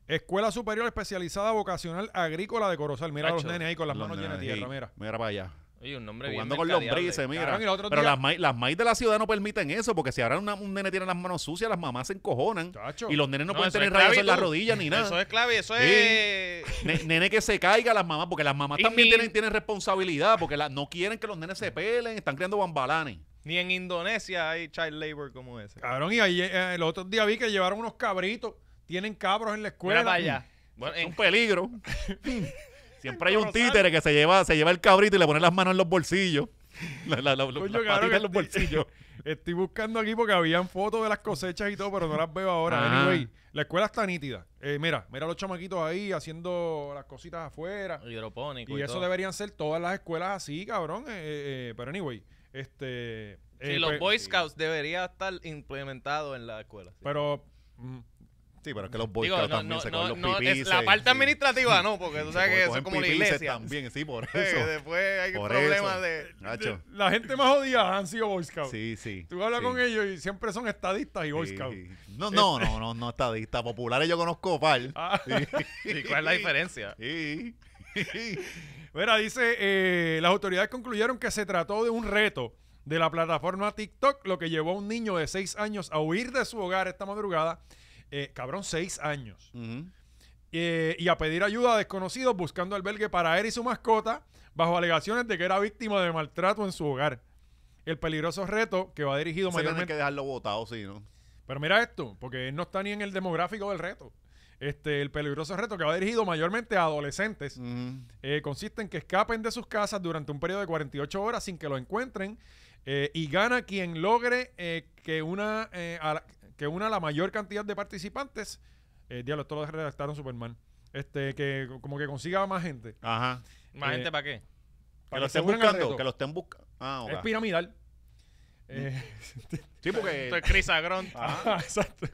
Speaker 1: Escuela Superior Especializada Vocacional Agrícola de Corozal. Mira a los
Speaker 3: Nacho,
Speaker 1: nenes ahí con las manos
Speaker 2: Los
Speaker 1: llenas de
Speaker 2: nenes,
Speaker 1: tierra,
Speaker 2: ey,
Speaker 1: mira.
Speaker 2: Mira para allá.
Speaker 3: Oye, un nombre bien
Speaker 2: Jugando con
Speaker 3: mercadeable.
Speaker 2: lombrices, mira.
Speaker 1: Cabrón, y el otro
Speaker 2: Pero
Speaker 1: día-
Speaker 2: las maíz, las maíz de la ciudad no permiten eso, porque si ahora una- un nene tiene las manos sucias, las mamás se encojonan.
Speaker 1: Chacho.
Speaker 2: Y los nenes no,
Speaker 3: No,
Speaker 2: pueden
Speaker 3: eso
Speaker 2: tener
Speaker 3: es
Speaker 2: rayos en las
Speaker 3: esclavitud.
Speaker 1: [LAUGHS]
Speaker 2: rodillas ni nada.
Speaker 3: Ah, Eso es clave, eso
Speaker 2: Sí.
Speaker 3: es...
Speaker 2: Ne- Nene que se caiga las mamás, porque las mamás
Speaker 3: Y
Speaker 2: también
Speaker 3: mi-
Speaker 2: tienen, tienen responsabilidad, porque la- no quieren que los nenes se pelen, están creando bambalanes.
Speaker 3: Ni en Indonesia hay child labor como ese.
Speaker 1: Cabrón, y ahí eh, el otro día vi que llevaron unos cabritos. Tienen cabros en la escuela.
Speaker 3: Mira para allá. Bueno,
Speaker 2: Es
Speaker 3: en-
Speaker 2: un [LAUGHS] peligro. Siempre hay un
Speaker 3: Corozal.
Speaker 2: títere que se lleva, se lleva el cabrito y le pone las manos en los bolsillos. La, la- la-
Speaker 1: Coño,
Speaker 2: las
Speaker 1: cabrón,
Speaker 2: patitas en los
Speaker 1: estoy-
Speaker 2: bolsillos.
Speaker 1: Estoy buscando aquí porque habían fotos de las cosechas y todo, pero no las veo ahora.
Speaker 2: Ah.
Speaker 1: Anyway, la escuela está nítida. Eh, mira, mira los chamaquitos ahí haciendo las cositas afuera.
Speaker 3: hidropónico y,
Speaker 1: Y eso
Speaker 3: todo.
Speaker 1: deberían ser todas las escuelas así, cabrón. eh, eh, eh, pero anyway, este...
Speaker 3: Sí,
Speaker 1: eh,
Speaker 3: los
Speaker 1: pues-
Speaker 3: Boy Scouts debería estar implementado en la escuela. sí.
Speaker 1: Pero... mm,
Speaker 2: [LAUGHS] Sí, pero es que los
Speaker 3: Digo,
Speaker 2: bolsillos
Speaker 3: no,
Speaker 2: Pues, también
Speaker 3: no,
Speaker 2: se
Speaker 3: no,
Speaker 2: cogen los
Speaker 3: no, es
Speaker 2: pipices.
Speaker 3: la parte
Speaker 2: sí.
Speaker 3: administrativa no, porque tú
Speaker 2: Se
Speaker 3: sabes que eso
Speaker 2: cogen
Speaker 3: es como la
Speaker 2: pipices
Speaker 3: iglesia. [LAUGHS]
Speaker 2: también, sí, [LAUGHS] por
Speaker 3: Eh,
Speaker 2: eso.
Speaker 3: después hay
Speaker 2: Por
Speaker 3: problemas
Speaker 2: eso. [LAUGHS]
Speaker 3: de...
Speaker 2: Nacho.
Speaker 1: eh, La gente más odiada han sido Boy Scouts.
Speaker 2: Sí, sí.
Speaker 1: Tú hablas
Speaker 2: sí,
Speaker 1: con ellos y siempre son estadistas y Boy
Speaker 2: sí,
Speaker 1: Scouts.
Speaker 2: sí. No, no, no, no, no estadista. Populares yo conozco [LAUGHS] par.
Speaker 1: Ah,
Speaker 3: ¿Y cuál es la diferencia?
Speaker 2: [LAUGHS] Sí.
Speaker 1: [LAUGHS] Mira, dice, eh, las autoridades concluyeron que se trató de un reto de la plataforma TikTok, lo que llevó a un niño de 6 años a huir de su hogar esta madrugada. Eh, cabrón, 6 años.
Speaker 2: Ujú.
Speaker 1: Eh, y a pedir ayuda a desconocidos buscando albergue para él y su mascota bajo alegaciones de que era víctima de maltrato en su hogar. El peligroso reto que va dirigido
Speaker 2: Se tienen
Speaker 1: mayormente...
Speaker 2: que dejarlo votado, sí, ¿no?
Speaker 1: Pero mira esto, porque él no está ni en el demográfico del reto. Este, el peligroso reto que va dirigido mayormente a adolescentes
Speaker 2: Ujú.
Speaker 1: eh, consiste en que escapen de sus casas durante un periodo de 48 horas sin que lo encuentren eh, y gana quien logre eh, que una eh, a la, que una la mayor cantidad de participantes. Eh, diablo, esto lo redactaron Superman. Este, que como que consiga más gente.
Speaker 2: Ajá.
Speaker 3: ¿Más
Speaker 1: Eh,
Speaker 3: gente para qué?
Speaker 2: Que
Speaker 1: Para
Speaker 2: lo
Speaker 1: que se
Speaker 2: estén
Speaker 1: unan al
Speaker 2: buscando,
Speaker 1: reto.
Speaker 2: que lo estén buscando. Mm. Ah, ok.
Speaker 1: Es piramidal. Eh,
Speaker 2: Sí, porque.
Speaker 3: Esto es
Speaker 2: [LAUGHS]
Speaker 3: Chris Agrón.
Speaker 2: Ah.
Speaker 1: Ajá, [LAUGHS] exacto.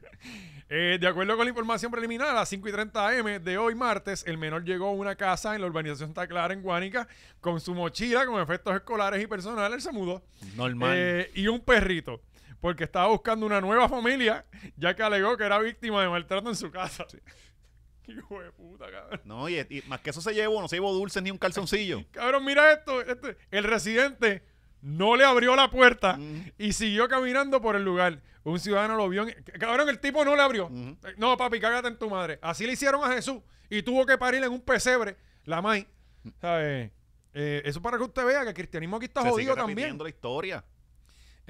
Speaker 1: Eh, de acuerdo con la información preliminar, a las 5 y 30 am de hoy martes, el menor llegó a una casa en la urbanización Santa Clara, en Guánica, con su mochila con efectos escolares y personales. Él se mudó.
Speaker 2: normal.
Speaker 1: Eh, y un perrito, porque estaba buscando una nueva familia, ya que alegó que era víctima de maltrato en su casa. [LAUGHS] Hijo de puta, cabrón.
Speaker 2: no, y, y más que eso se llevó, no se llevó dulces ni un calzoncillo.
Speaker 1: Cabrón, mira esto. este, el residente no le abrió la puerta
Speaker 2: Mm.
Speaker 1: y siguió caminando por el lugar. Un ciudadano lo vio. en- Cabrón, el tipo no le abrió.
Speaker 2: Ujú.
Speaker 1: Eh, No, papi, cágate en tu madre. Así le hicieron a Jesús y tuvo que parir en un pesebre la mai. ¿Sabes? Eh, eso para que usted vea que el cristianismo aquí está
Speaker 2: Mm. se sigue
Speaker 1: jodido también.
Speaker 2: repitiendo la historia.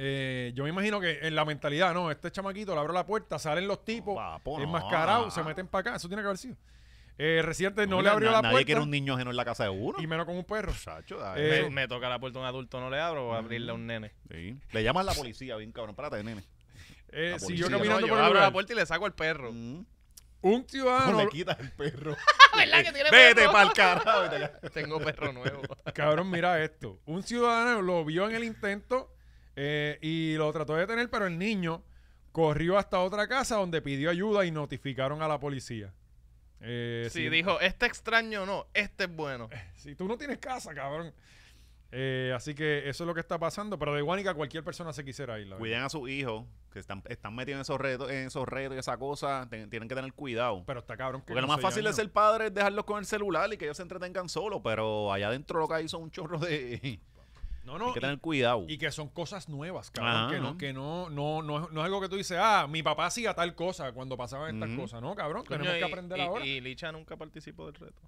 Speaker 1: Eh, yo me imagino que en la mentalidad, no, este chamaquito le abro la puerta, salen los tipos,
Speaker 2: Papo, no.
Speaker 1: enmascarados, se meten para acá. Eso tiene que haber sido. Eh, reciente no, le
Speaker 2: na-
Speaker 1: abrió la
Speaker 2: nadie
Speaker 1: puerta.
Speaker 2: quiere un niño ajeno en la casa de uno.
Speaker 1: Y menos con un perro.
Speaker 2: Chacho, a
Speaker 1: Eh,
Speaker 2: eso.
Speaker 3: Me, me toca la puerta a un adulto, no le abro, o abrirle a un nene.
Speaker 2: Sí. Le llamas a la policía, bien cabrón. Espérate, nene.
Speaker 1: Eh,
Speaker 2: La
Speaker 1: siguió
Speaker 2: policía.
Speaker 1: caminando
Speaker 3: No, yo
Speaker 1: por el
Speaker 3: abro la
Speaker 1: lugar.
Speaker 3: puerta y le saco al perro.
Speaker 2: Mm. [LAUGHS]
Speaker 1: Un
Speaker 2: No
Speaker 1: ciudadano.
Speaker 2: le quitas
Speaker 1: [LAUGHS]
Speaker 2: el perro.
Speaker 3: [LAUGHS] ¿Verdad que tiene
Speaker 2: Vete
Speaker 3: perro?
Speaker 2: pa'l carajo. vete allá.
Speaker 3: [LAUGHS] Tengo perro
Speaker 2: [LAUGHS]
Speaker 3: nuevo.
Speaker 1: Cabrón, mira esto. Un ciudadano lo vio en el intento eh, y lo trató de detener, pero el niño corrió hasta otra casa donde pidió ayuda y notificaron a la policía. Eh,
Speaker 3: Sí,
Speaker 1: si-
Speaker 3: dijo, este extraño no, este es bueno.
Speaker 2: Eh,
Speaker 1: Si tú no tienes casa, cabrón. Eh, así que eso es lo que está pasando. Pero de Guánica cualquier persona se quisiera ir. la verdad.
Speaker 2: Cuiden a sus hijos, que están, están metidos en esos retos, en esos retos y esa cosa. Ten- tienen que tener cuidado.
Speaker 1: Pero está cabrón. que
Speaker 2: Porque lo
Speaker 1: con
Speaker 2: más
Speaker 1: seis
Speaker 2: fácil de
Speaker 1: años-
Speaker 2: ser padre es dejarlos con el celular y que ellos se entretengan solos, pero allá adentro lo que hay son un chorro de...
Speaker 1: No,
Speaker 2: Hay
Speaker 1: no.
Speaker 2: que tener
Speaker 1: Y,
Speaker 2: cuidado.
Speaker 1: y que son cosas nuevas, cabrón.
Speaker 2: Ajá,
Speaker 1: que no,
Speaker 2: ajá.
Speaker 1: que no, no, no, es, no es algo que tú dices, ah, mi papá hacía tal cosa cuando pasaban estas
Speaker 2: Ujú.
Speaker 1: cosas. No, cabrón. tenemos
Speaker 3: Coño,
Speaker 1: que
Speaker 3: y-
Speaker 1: aprender
Speaker 3: y-
Speaker 1: ahora.
Speaker 3: Y Licha nunca participó del reto.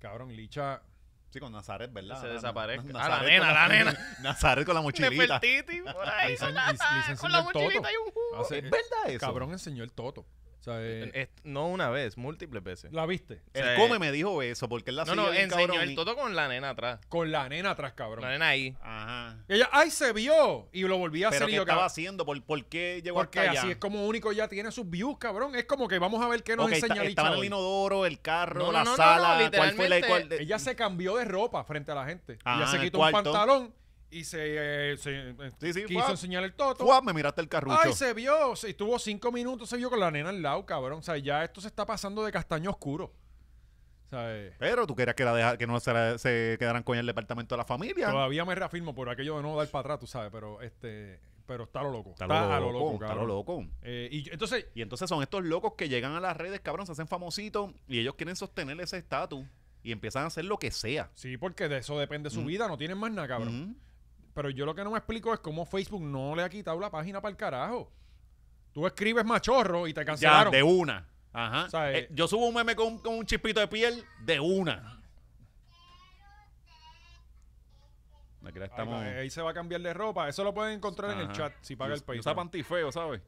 Speaker 1: Cabrón, Licha.
Speaker 2: Sí, con Nazaret, ¿verdad?
Speaker 3: Que se
Speaker 2: Na-
Speaker 3: desaparezca.
Speaker 2: na-
Speaker 3: Ah, la
Speaker 2: Nazaret con
Speaker 3: nena, la nena.
Speaker 2: [LAUGHS] Nazaret con la mochilita.
Speaker 3: Nefertiti, por ahí, [LAUGHS]
Speaker 1: Licen-
Speaker 3: con la,
Speaker 1: lic- licencia
Speaker 3: con la
Speaker 1: del Toto.
Speaker 3: mochilita y un jugo.
Speaker 1: Hace-
Speaker 2: Oh, ¿Es verdad eso?
Speaker 1: Cabrón enseñó el toto. O sea, eh,
Speaker 3: Eh, No una vez, múltiples veces.
Speaker 1: la viste.
Speaker 2: El
Speaker 3: O sea,
Speaker 2: come me dijo eso, porque él la
Speaker 3: No,
Speaker 2: sigue
Speaker 3: no,
Speaker 2: bien,
Speaker 3: enseñó
Speaker 2: cabrón,
Speaker 3: el
Speaker 2: y-
Speaker 3: toto con la nena atrás.
Speaker 1: Con la nena atrás, cabrón.
Speaker 3: La nena ahí.
Speaker 2: Ajá.
Speaker 1: Ella, ¡ay, se vio! Y lo volví a
Speaker 2: Pero
Speaker 1: hacer
Speaker 2: ¿qué
Speaker 1: y yo,
Speaker 2: estaba
Speaker 1: cabrón.
Speaker 2: haciendo? ¿Por, por qué llegó
Speaker 1: Porque
Speaker 2: hasta allá?
Speaker 1: así es como único ya tiene sus views, cabrón. Es como que vamos a ver qué nos
Speaker 2: Ok, está-
Speaker 1: enseña Licha
Speaker 2: estaba en el
Speaker 1: hoy.
Speaker 2: inodoro, el carro,
Speaker 3: No, no,
Speaker 2: la
Speaker 3: no, no,
Speaker 2: sala,
Speaker 3: no,
Speaker 2: ¿cuál fue la...
Speaker 3: literalmente-
Speaker 2: cuál de-
Speaker 1: Ella se cambió de ropa frente a la gente.
Speaker 2: Ah,
Speaker 1: ella se
Speaker 2: en el
Speaker 1: quitó un
Speaker 2: cuarto.
Speaker 1: pantalón y se, eh, se, eh,
Speaker 2: Sí, sí,
Speaker 1: quiso
Speaker 2: fuap.
Speaker 1: enseñar el toto.
Speaker 2: ¡Fua! Me miraste el carrucho.
Speaker 1: Ay, se vio. Se, estuvo cinco minutos, se vio con la nena al lado, cabrón. O sea, ya esto se está pasando de castaño oscuro. O sea, eh,
Speaker 2: Pero tú querías que, la deja- que no se, la- se quedaran con el departamento de la familia.
Speaker 1: todavía me reafirmo por aquello de no dar para atrás, tú sabes, pero este. pero está lo loco. Está,
Speaker 2: Está lo
Speaker 1: a lo
Speaker 2: loco,
Speaker 1: loco,
Speaker 2: está lo
Speaker 1: cabrón.
Speaker 2: loco.
Speaker 1: Eh, y yo- entonces,
Speaker 2: Y entonces son estos locos que llegan a las redes, cabrón, se hacen famositos y ellos quieren sostener ese estatus y empiezan a hacer lo que sea.
Speaker 1: sí, porque de eso depende su
Speaker 2: Mm.
Speaker 1: vida, no tienen más nada, cabrón.
Speaker 2: Ujú.
Speaker 1: Pero yo lo que no me explico es cómo Facebook no le ha quitado la página para el carajo. Tú escribes machorro y te
Speaker 2: Ya,
Speaker 1: cancelaron.
Speaker 2: de una. Ajá.
Speaker 1: O sea,
Speaker 2: Eh,
Speaker 1: eh,
Speaker 2: yo subo un meme con, con un chispito de piel de una. Aquí la
Speaker 1: Ahí va,
Speaker 2: estamos.
Speaker 1: Ahí, se va a cambiar de ropa. Eso lo pueden encontrar eh, en el
Speaker 2: Ajá.
Speaker 1: chat si paga
Speaker 2: Y-
Speaker 1: el
Speaker 2: y Usa
Speaker 1: Patreon.
Speaker 2: pantifeo, ¿sabes?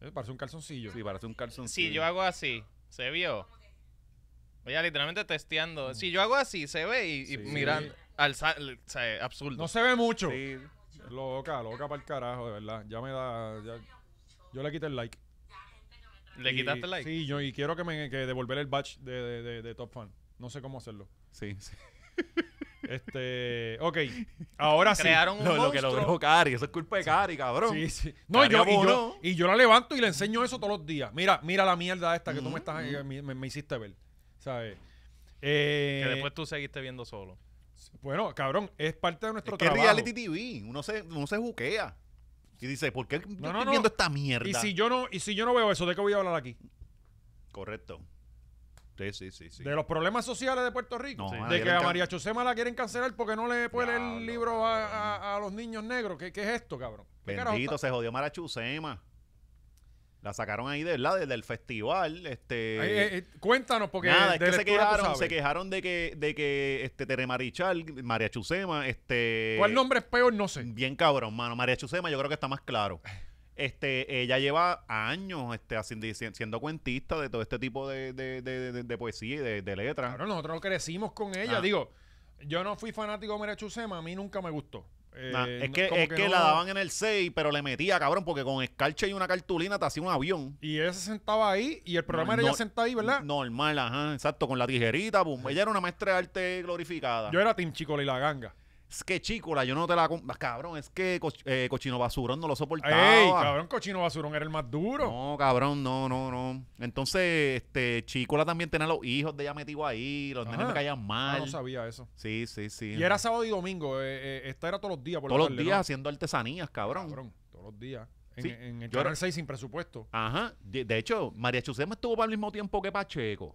Speaker 1: Eh, Parece un calzoncillo.
Speaker 2: Sí, parece un calzoncillo.
Speaker 3: Si yo hago así, se vio. Oye, literalmente testeando. Si yo hago así, se ve y, y
Speaker 1: Sí.
Speaker 3: mirando. Alza, o sea, absurdo.
Speaker 1: No se ve mucho.
Speaker 2: Sí.
Speaker 1: Loca, loca para el carajo, de verdad. Ya me da. ya- Yo le quité el like.
Speaker 3: ¿Le
Speaker 1: Y-
Speaker 3: quitaste el like?
Speaker 1: Sí, yo y quiero que me que devolver el batch de, de- de- de Top Fan. No sé cómo hacerlo.
Speaker 2: Sí, sí.
Speaker 1: Este.
Speaker 2: [LAUGHS]
Speaker 1: Ok. Ahora sí.
Speaker 3: Crearon un
Speaker 2: Lo, lo que
Speaker 3: monstruo.
Speaker 2: logró Cari, eso es culpa de Cari, cabrón.
Speaker 1: Sí, sí. No, y yo, y,
Speaker 2: Abonó.
Speaker 1: yo, y yo la levanto y le enseño eso todos los días. Mira, mira la mierda esta que tú me estás eh,
Speaker 2: Ujú,
Speaker 1: me, me- me hiciste ver. ¿Sabes? Eh,
Speaker 3: Que después tú seguiste viendo solo.
Speaker 1: Bueno, cabrón, es parte de nuestro
Speaker 2: Es que es
Speaker 1: trabajo.
Speaker 2: reality TV, uno se, uno se juquea. Y dice, ¿por qué yo
Speaker 1: No,
Speaker 2: estoy
Speaker 1: no, no.
Speaker 2: viendo esta mierda?
Speaker 1: y si yo no, y si yo no veo eso, ¿de qué voy a hablar aquí?
Speaker 2: Correcto. Sí, sí, sí, sí.
Speaker 1: De los problemas sociales de Puerto Rico.
Speaker 2: No,
Speaker 1: Sí.
Speaker 2: a nadie
Speaker 1: De que
Speaker 2: le
Speaker 1: a
Speaker 2: encan-
Speaker 1: María Chusema la quieren cancelar porque no le puede leer
Speaker 2: Diablo,
Speaker 1: el libro a, a- a los niños negros. ¿Qué, qué es esto, cabrón? ¿Qué carajo
Speaker 2: Bendito,
Speaker 1: está-
Speaker 2: se jodió Marachusema. La sacaron ahí del lado, del festival. Este,
Speaker 1: Ay, eh, eh, cuéntanos, porque
Speaker 2: nada, es
Speaker 1: de
Speaker 2: que se
Speaker 1: lectura tú
Speaker 2: quejaron,
Speaker 1: sabes.
Speaker 2: se quejaron de que, de que este, Tere Marichal, María Chusema, este.
Speaker 1: ¿Cuál nombre es peor? No sé.
Speaker 2: Bien cabrón, mano. María Chusema, yo creo que está más claro. Este, ella lleva años este, haciendo- dici- siendo cuentista de todo este tipo de, de- de- de- de poesía y de, de letras.
Speaker 1: Cabrón, nosotros no crecimos con ella.
Speaker 2: Ah.
Speaker 1: Digo, yo no fui fanático de María Chusema, a mí nunca me gustó. Eh,
Speaker 2: Nah, Ah, es que,
Speaker 1: como
Speaker 2: es que,
Speaker 1: no-
Speaker 2: la daban en el 6, pero le metía, cabrón, porque con escarcha y una cartulina te hacía un avión.
Speaker 1: Y ella se sentaba ahí, y el programa
Speaker 2: No,
Speaker 1: era
Speaker 2: no-
Speaker 1: ella sentada ahí, ¿verdad?
Speaker 2: Normal, ajá, exacto, con la tijerita, boom. Ella era una maestra de arte glorificada.
Speaker 1: Yo era Team Chicola y la ganga.
Speaker 2: Es que chicola, yo no te la... com- Cabrón, es que coch- eh, Cochino Basurón no lo soportaba.
Speaker 1: ¡Ey, cabrón, Cochino Basurón era el más duro!
Speaker 2: No, cabrón, no, no, no. Entonces, este, Chicola también tenía los hijos de ella metido ahí, los nenes
Speaker 1: Ajá.
Speaker 2: me caían
Speaker 1: Ah,
Speaker 2: mal.
Speaker 1: no sabía eso.
Speaker 2: sí, sí, sí.
Speaker 1: Y era sábado y domingo, eh, eh, esta era todos los días. Por la
Speaker 2: Todos los
Speaker 1: tarde,
Speaker 2: días
Speaker 1: ¿no?
Speaker 2: haciendo artesanías, cabrón.
Speaker 1: Cabrón, todos los días. En,
Speaker 2: Sí,
Speaker 1: en el
Speaker 2: yo era-
Speaker 1: canal 6 sin presupuesto.
Speaker 2: Ajá. De, de hecho, María Chusema estuvo para el mismo tiempo que Pacheco.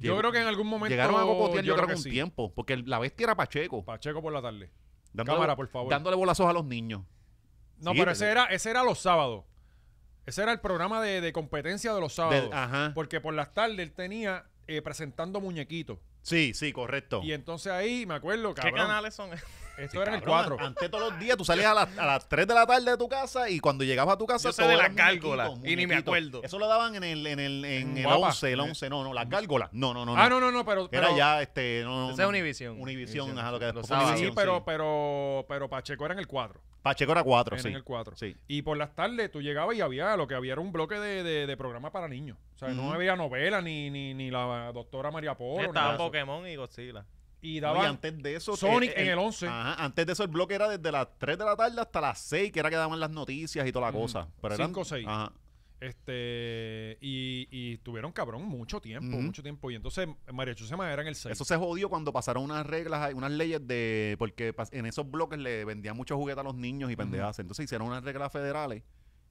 Speaker 1: Yo
Speaker 2: Llegó-
Speaker 1: creo que en algún momento.
Speaker 2: Llegaron a cocotear, yo, creo que un
Speaker 1: sí.
Speaker 2: tiempo, porque el- la bestia era Pacheco.
Speaker 1: Pacheco por la tarde.
Speaker 2: dándole-
Speaker 1: Cámara, por favor.
Speaker 2: Dándole bolazos a los niños.
Speaker 1: No,
Speaker 2: Sí, pues, eh.
Speaker 1: pero
Speaker 2: de-
Speaker 1: ese era, ese era los sábados. Ese era el programa de, de competencia de los sábados.
Speaker 2: Del- ah. ajá.
Speaker 1: Porque por las tardes él tenía eh, presentando muñequitos.
Speaker 2: Sí, sí, correcto.
Speaker 1: Y entonces ahí, me acuerdo,
Speaker 3: ¿Qué
Speaker 1: cabrón.
Speaker 3: canales son?
Speaker 1: Esto
Speaker 2: Oh. Sí,
Speaker 1: era en el
Speaker 2: cabrón, ah,
Speaker 1: 4.
Speaker 2: an- Antes todos los días tú salías a las, a las 3 de la tarde de tu casa y cuando llegabas a tu casa
Speaker 3: Yo sé
Speaker 2: todo
Speaker 3: de
Speaker 2: era
Speaker 3: las gárgolas,
Speaker 2: muñequito,
Speaker 3: y ni me
Speaker 2: muñequito.
Speaker 3: acuerdo.
Speaker 2: Eso lo daban en el en el en
Speaker 1: En
Speaker 2: el
Speaker 1: Guapa.
Speaker 2: 11, el 11, no, no, las gárgolas. No, no, no.
Speaker 1: Ah, no, no, no, pero.
Speaker 2: Era
Speaker 1: pero-
Speaker 2: ya este no, no,
Speaker 3: Ese es
Speaker 2: no.
Speaker 3: Univision.
Speaker 2: Univision, ajá, lo que
Speaker 3: Los
Speaker 2: después fue
Speaker 3: sábados.
Speaker 1: Sí,
Speaker 2: Univision,
Speaker 1: pero, pero, pero Pacheco era en el 4.
Speaker 2: Pacheco era 4,
Speaker 1: Era
Speaker 2: sí.
Speaker 1: en el 4.
Speaker 2: Sí.
Speaker 1: Y por las tardes tú llegabas y había lo que había era un bloque de, de, de programa para niños. O sea, no
Speaker 2: Ujú.
Speaker 1: había novela ni, ni, ni la doctora María Polo.
Speaker 3: Estaban
Speaker 1: nada de eso.
Speaker 3: Pokémon y Godzilla.
Speaker 1: Y
Speaker 2: No, y
Speaker 1: daban
Speaker 2: antes de eso
Speaker 1: Sonic
Speaker 2: eh,
Speaker 1: en el 11.
Speaker 2: Ajá, antes de eso el bloque era desde las 3 de la tarde hasta las 6, que era que daban las noticias y toda la
Speaker 1: Ujú.
Speaker 2: cosa, pero eran
Speaker 1: Cinco o seis.
Speaker 2: Ajá.
Speaker 1: Este, y, y tuvieron cabrón mucho tiempo,
Speaker 2: Ujú.
Speaker 1: mucho tiempo. Y entonces María Chusema era en el 6.
Speaker 2: Eso se jodió cuando pasaron unas reglas, unas leyes de. Porque pas- en esos bloques le vendían muchos juguetes a los niños y pendejadas. Entonces hicieron unas reglas federales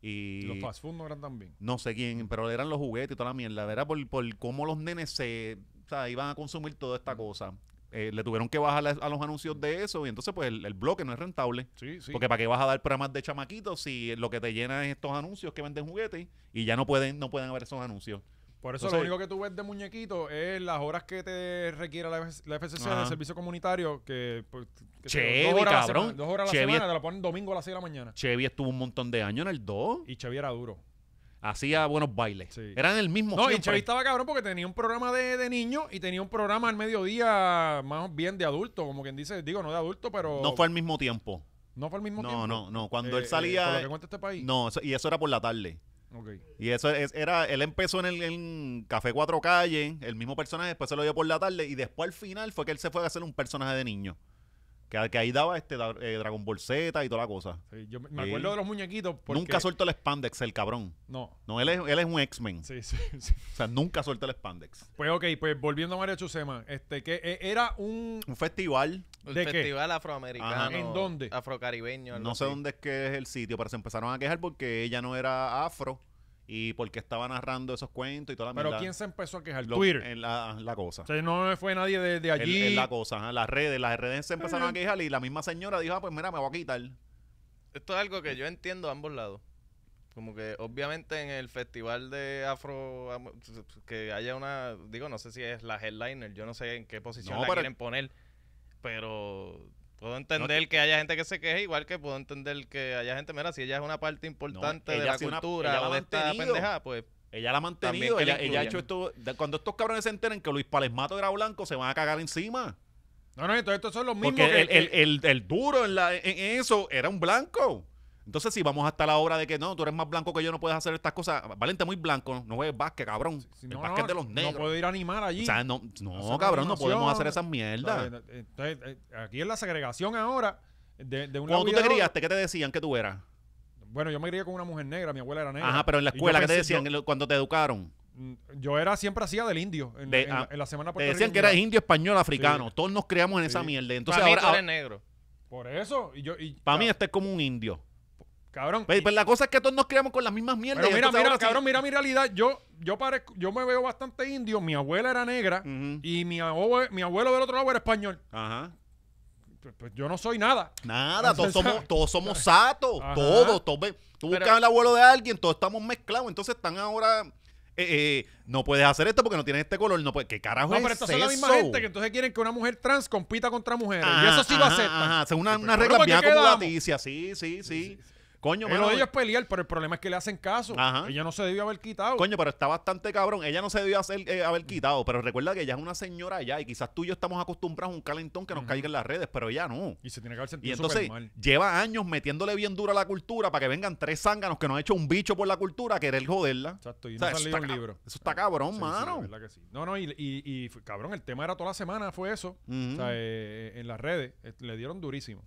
Speaker 2: y.
Speaker 1: Los fast food no eran tan bien.
Speaker 2: no sé quién, pero eran los juguetes y toda la mierda. Era por, por cómo los nenes se. O sea, iban a consumir toda esta cosa. Eh, le tuvieron que bajar a, a los anuncios de eso y entonces, pues el, el bloque no es rentable.
Speaker 1: Sí, sí.
Speaker 2: Porque para qué vas a dar programas de chamaquitos si lo que te llena es estos anuncios que venden juguetes y ya no pueden no pueden haber esos anuncios.
Speaker 1: Por eso
Speaker 2: entonces-
Speaker 1: lo único que tú ves de muñequito es las horas que te requiere la, F- la FCC
Speaker 2: Ajá.
Speaker 1: de servicio comunitario. Que, pues, que
Speaker 2: Chevy,
Speaker 1: dos horas a la
Speaker 2: cabrón.
Speaker 1: semana- dos horas a la
Speaker 2: Chevy
Speaker 1: semana,
Speaker 2: es-
Speaker 1: te lo ponen domingo a las 6 de la mañana.
Speaker 2: Chevy estuvo un montón de años en el 2.
Speaker 1: Y Chevy era duro.
Speaker 2: Hacía buenos bailes.
Speaker 1: Sí.
Speaker 2: Eran el mismo
Speaker 1: No, y
Speaker 2: siempre.
Speaker 1: Chevy estaba cabrón porque tenía un programa de, de niños y tenía un programa al mediodía más bien de adulto, como quien dice, digo, no de adulto, pero...
Speaker 2: No fue al mismo tiempo.
Speaker 1: ¿no fue Oh. al mismo
Speaker 2: no,
Speaker 1: tiempo.
Speaker 2: no, no. Cuando
Speaker 1: Eh,
Speaker 2: él
Speaker 1: eh, por lo
Speaker 2: salía.
Speaker 1: que cuenta este país.
Speaker 2: no, eso- y eso era por la tarde.
Speaker 1: Ok.
Speaker 2: Y eso es- era. Él empezó en el en Café Cuatro Calles, el mismo personaje, después se lo dio por la tarde. Y después al final fue que él se fue a hacer un personaje de niño. Que, que ahí daba este da- eh, Dragon Ball Z y toda la cosa.
Speaker 1: Sí, yo me- me
Speaker 2: Sí.
Speaker 1: acuerdo de los muñequitos. Porque,
Speaker 2: Nunca suelto el spandex, el cabrón.
Speaker 1: No.
Speaker 2: No, él es, él es un X-Men.
Speaker 1: Sí, [LAUGHS] sí, sí.
Speaker 2: O sea, nunca suelta el spandex.
Speaker 1: Pues ok, pues volviendo a Mario Chusema, este, que eh, era un
Speaker 2: Un festival,
Speaker 3: El
Speaker 1: ¿De qué?
Speaker 3: festival afroamericano.
Speaker 2: Ajá.
Speaker 1: ¿En dónde?
Speaker 3: Afrocaribeño. algo
Speaker 2: no sé
Speaker 3: así.
Speaker 2: dónde es que es el sitio, pero se empezaron a quejar porque ella no era afro y porque estaba narrando esos cuentos y toda la
Speaker 1: Pero
Speaker 2: mierda.
Speaker 1: ¿quién se empezó a quejar?
Speaker 2: Lo-
Speaker 1: Twitter.
Speaker 2: En la, la cosa.
Speaker 1: o sea, no fue nadie de, de
Speaker 2: En-
Speaker 1: allí.
Speaker 2: en la cosa, ajá, las redes, las redes se empezaron a quejar y la misma señora dijo, ah, pues mira, me voy a quitar.
Speaker 3: Esto es algo que yo entiendo a ambos lados. Como que obviamente en el festival de afro am- que haya una, digo, no sé si es la headliner, yo no sé en qué posición
Speaker 2: No,
Speaker 3: la
Speaker 2: pero-
Speaker 3: quieren poner, pero puedo entender que haya gente que se queje, igual que puedo entender que haya gente, mira, si ella es una parte importante
Speaker 2: ella
Speaker 3: de la
Speaker 2: ha sido una-
Speaker 3: cultura
Speaker 2: ella la
Speaker 3: o
Speaker 2: ha
Speaker 3: de esta
Speaker 2: mantenido.
Speaker 3: pendejada, pues
Speaker 2: Ella la ha mantenido,
Speaker 3: También que la
Speaker 2: ella, ella ha
Speaker 3: incluyan.
Speaker 2: hecho esto. de- Cuando estos cabrones se enteren que Luis Palesmato era blanco, se van a cagar encima.
Speaker 1: No, no, entonces estos son los mismos
Speaker 2: Porque
Speaker 1: que,
Speaker 2: el,
Speaker 1: que-
Speaker 2: el- el- el duro en, la- en eso era un blanco. Entonces, si vamos hasta la obra de que no, tú eres más blanco que yo, no puedes hacer estas cosas. Valente muy blanco, no juegues básquet, cabrón.
Speaker 1: si
Speaker 2: el
Speaker 1: no,
Speaker 2: básquet
Speaker 1: no,
Speaker 2: de los
Speaker 1: no
Speaker 2: negros.
Speaker 1: puedo ir a animar allí.
Speaker 2: o sea, no, no,
Speaker 1: Hacer
Speaker 2: cabrón, no
Speaker 1: animación.
Speaker 2: podemos hacer esas
Speaker 1: ¿Sabes?
Speaker 2: mierdas.
Speaker 1: Entonces, eh, aquí es la segregación ahora de, de un lado y
Speaker 2: Cuando
Speaker 1: de
Speaker 2: tú te
Speaker 1: otro.
Speaker 2: criaste, ¿qué te decían que tú eras?
Speaker 1: Bueno, yo me crié con una mujer negra, mi abuela era negra.
Speaker 2: Ajá, pero en la
Speaker 1: Y yo
Speaker 2: escuela, ¿qué te
Speaker 1: pensé-
Speaker 2: decían
Speaker 1: Yo,
Speaker 2: en lo- cuando te educaron?
Speaker 1: mm, yo era siempre hacía del indio en,
Speaker 2: De-
Speaker 1: en la-
Speaker 2: ah,
Speaker 1: en la semana
Speaker 2: Te decían que eras indio, español, africano. Todos nos creamos en esa
Speaker 1: Sí.
Speaker 2: mierda. Entonces,
Speaker 3: para mí
Speaker 2: ahora,
Speaker 3: tú eres negro.
Speaker 1: Por eso. Y yo, y,
Speaker 2: para mí
Speaker 1: ca-
Speaker 2: este es como un indio.
Speaker 1: Cabrón.
Speaker 2: Pero,
Speaker 1: y-
Speaker 2: pero la cosa es que todos nos criamos con las mismas mierdas.
Speaker 1: pero
Speaker 2: y
Speaker 1: mira,
Speaker 2: entonces
Speaker 1: mira,
Speaker 2: ahora sí-
Speaker 1: cabrón, mira mi realidad. Yo, yo, parezco, yo me veo bastante indio, mi abuela era negra
Speaker 2: Ujú.
Speaker 1: y mi abue- mi abuelo del otro lado era español.
Speaker 2: Ajá.
Speaker 1: Pues- pues yo no soy nada.
Speaker 2: Nada, todos
Speaker 1: Entonces,
Speaker 2: somos, todos somos satos,
Speaker 1: Ajá.
Speaker 2: todos, todos. ve- Tú
Speaker 3: Pero-
Speaker 2: buscas el abuelo de alguien, todos estamos mezclados. Entonces están ahora. eh, eh, no puedes hacer esto porque no tienes este color. No puedes, ¿Qué carajo
Speaker 1: No,
Speaker 2: es
Speaker 1: pero estas son la misma
Speaker 2: eso?
Speaker 1: gente que entonces quieren que una mujer trans compita contra mujeres. y
Speaker 2: Ajá,
Speaker 1: eso sí lo
Speaker 2: ajá,
Speaker 1: aceptan.
Speaker 2: Ajá, según una,
Speaker 1: Sí,
Speaker 2: una
Speaker 1: Este, pero
Speaker 2: regla
Speaker 1: ¿por qué
Speaker 2: bien
Speaker 1: quedamos?
Speaker 2: acomodaticia. Sí, sí, sí. Coño,
Speaker 1: Pero
Speaker 2: mano,
Speaker 1: de ellos es pelear, pero el problema es que le hacen caso.
Speaker 2: Ajá.
Speaker 1: Ella no se debió haber quitado.
Speaker 2: Coño, pero está bastante cabrón. Ella no se debió hacer, eh, haber quitado, pero recuerda que ella es una señora ya y quizás tú y yo estamos acostumbrados a un calentón que nos
Speaker 1: Ujú.
Speaker 2: caiga en las redes, pero ella no.
Speaker 1: Y se tiene que haber sentido
Speaker 2: Y entonces
Speaker 1: mal.
Speaker 2: lleva años metiéndole bien duro a la cultura para que vengan tres zánganos que nos ha hecho un bicho por la cultura a querer joderla.
Speaker 1: Exacto, y
Speaker 2: O
Speaker 1: no
Speaker 2: sea,
Speaker 1: se han
Speaker 2: eso,
Speaker 1: leído
Speaker 2: está,
Speaker 1: un
Speaker 2: cab-
Speaker 1: libro.
Speaker 2: eso está cabrón,
Speaker 1: Sí, sí,
Speaker 2: mano.
Speaker 1: de verdad que sí. No, no, y, y- y fue- cabrón, el tema era toda la semana, fue eso.
Speaker 2: Ujú.
Speaker 1: O sea, eh, en las redes eh, le dieron durísimo.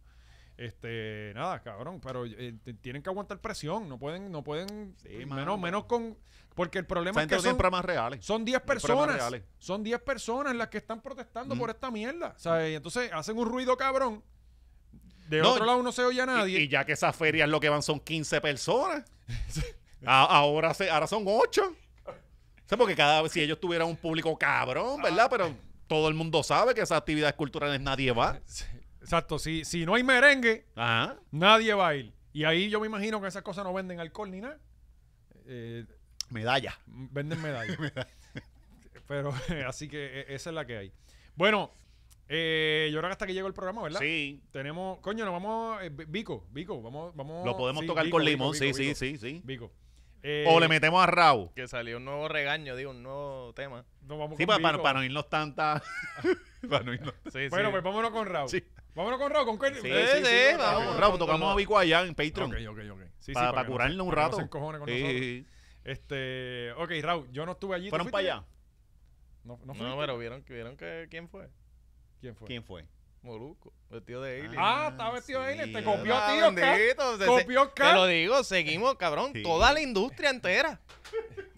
Speaker 1: Este, nada, cabrón, pero eh, t- tienen que aguantar presión, no pueden, no pueden, pues,
Speaker 2: Sí, mano.
Speaker 1: menos, menos con, porque el problema
Speaker 2: Esa
Speaker 1: es
Speaker 2: gente
Speaker 1: que
Speaker 2: no tiene
Speaker 1: son,
Speaker 2: problemas reales.
Speaker 1: Son 10
Speaker 2: No hay problemas
Speaker 1: personas.
Speaker 2: reales.
Speaker 1: Son 10 personas las que están protestando
Speaker 2: Mm.
Speaker 1: por esta mierda. ¿sabes? Y entonces hacen un ruido cabrón. De
Speaker 2: No,
Speaker 1: otro
Speaker 2: y-
Speaker 1: lado no se oye a nadie.
Speaker 2: Y, y ya que esas ferias lo que van son 15 personas. A- ahora, se, ahora son 8. porque cada vez si ellos tuvieran un público cabrón, ¿verdad?
Speaker 1: Ah.
Speaker 2: Pero todo el mundo sabe que esas actividades culturales nadie va.
Speaker 1: Sí, Exacto. Si, si no hay merengue,
Speaker 2: Ajá.
Speaker 1: nadie va a ir. Y ahí yo me imagino que esas cosas no venden alcohol ni nada. Eh,
Speaker 2: Medalla.
Speaker 1: venden medallas.
Speaker 2: [LAUGHS]
Speaker 1: Pero [LAUGHS] así que eh, esa es la que hay. Bueno, eh, yo creo que hasta que llegó el programa, ¿verdad?
Speaker 2: Sí.
Speaker 1: Tenemos, coño, nos vamos, eh, Vico, Vico, vamos, vamos.
Speaker 2: Lo podemos
Speaker 1: sí,
Speaker 2: tocar
Speaker 1: Vico,
Speaker 2: con
Speaker 1: Vico,
Speaker 2: limón,
Speaker 1: Vico,
Speaker 2: sí,
Speaker 1: Vico,
Speaker 2: sí, sí, sí.
Speaker 1: Vico. Eh,
Speaker 2: O le metemos a Raúl.
Speaker 3: Que salió un nuevo regaño, digo, un nuevo tema.
Speaker 1: Nos vamos
Speaker 2: Sí,
Speaker 1: con
Speaker 2: para, para,
Speaker 1: Vico.
Speaker 2: para no
Speaker 1: [LAUGHS]
Speaker 2: irnos tanta. para no irnos.
Speaker 3: [LAUGHS] Sí,
Speaker 1: Bueno,
Speaker 3: sí.
Speaker 1: pues vámonos con Raúl.
Speaker 2: Sí.
Speaker 1: Vámonos con Raúl, ¿con qué?
Speaker 2: Sí,
Speaker 3: Eh,
Speaker 2: sí,
Speaker 3: sí,
Speaker 2: sí,
Speaker 3: vamos.
Speaker 2: vamos. Raúl, tocamos a Vico allá en Patreon.
Speaker 1: Ok, ok, ok. Sí, sí,
Speaker 2: para
Speaker 1: que no-
Speaker 2: curarle
Speaker 1: para
Speaker 2: un
Speaker 1: que no
Speaker 2: rato.
Speaker 1: se encojone con
Speaker 2: Sí,
Speaker 1: nosotros.
Speaker 2: sí, sí.
Speaker 1: Este, ok, Raúl, yo no estuve allí. ¿Tú
Speaker 2: Fueron
Speaker 1: fuiste?
Speaker 2: para allá.
Speaker 1: No, no, fuiste?
Speaker 3: No, pero vieron que vieron que quién fue?
Speaker 1: ¿Quién fue?
Speaker 2: ¿Quién fue?
Speaker 3: Molusco, vestido de alien.
Speaker 1: Ah, estaba vestido de alien, te
Speaker 2: sí.
Speaker 1: copió,
Speaker 3: Ah,
Speaker 1: tío. Kat.
Speaker 3: bendito, se- se-
Speaker 1: Copió,
Speaker 3: Te lo
Speaker 1: Kat.
Speaker 3: digo, seguimos, cabrón.
Speaker 2: Sí.
Speaker 3: Toda la industria entera.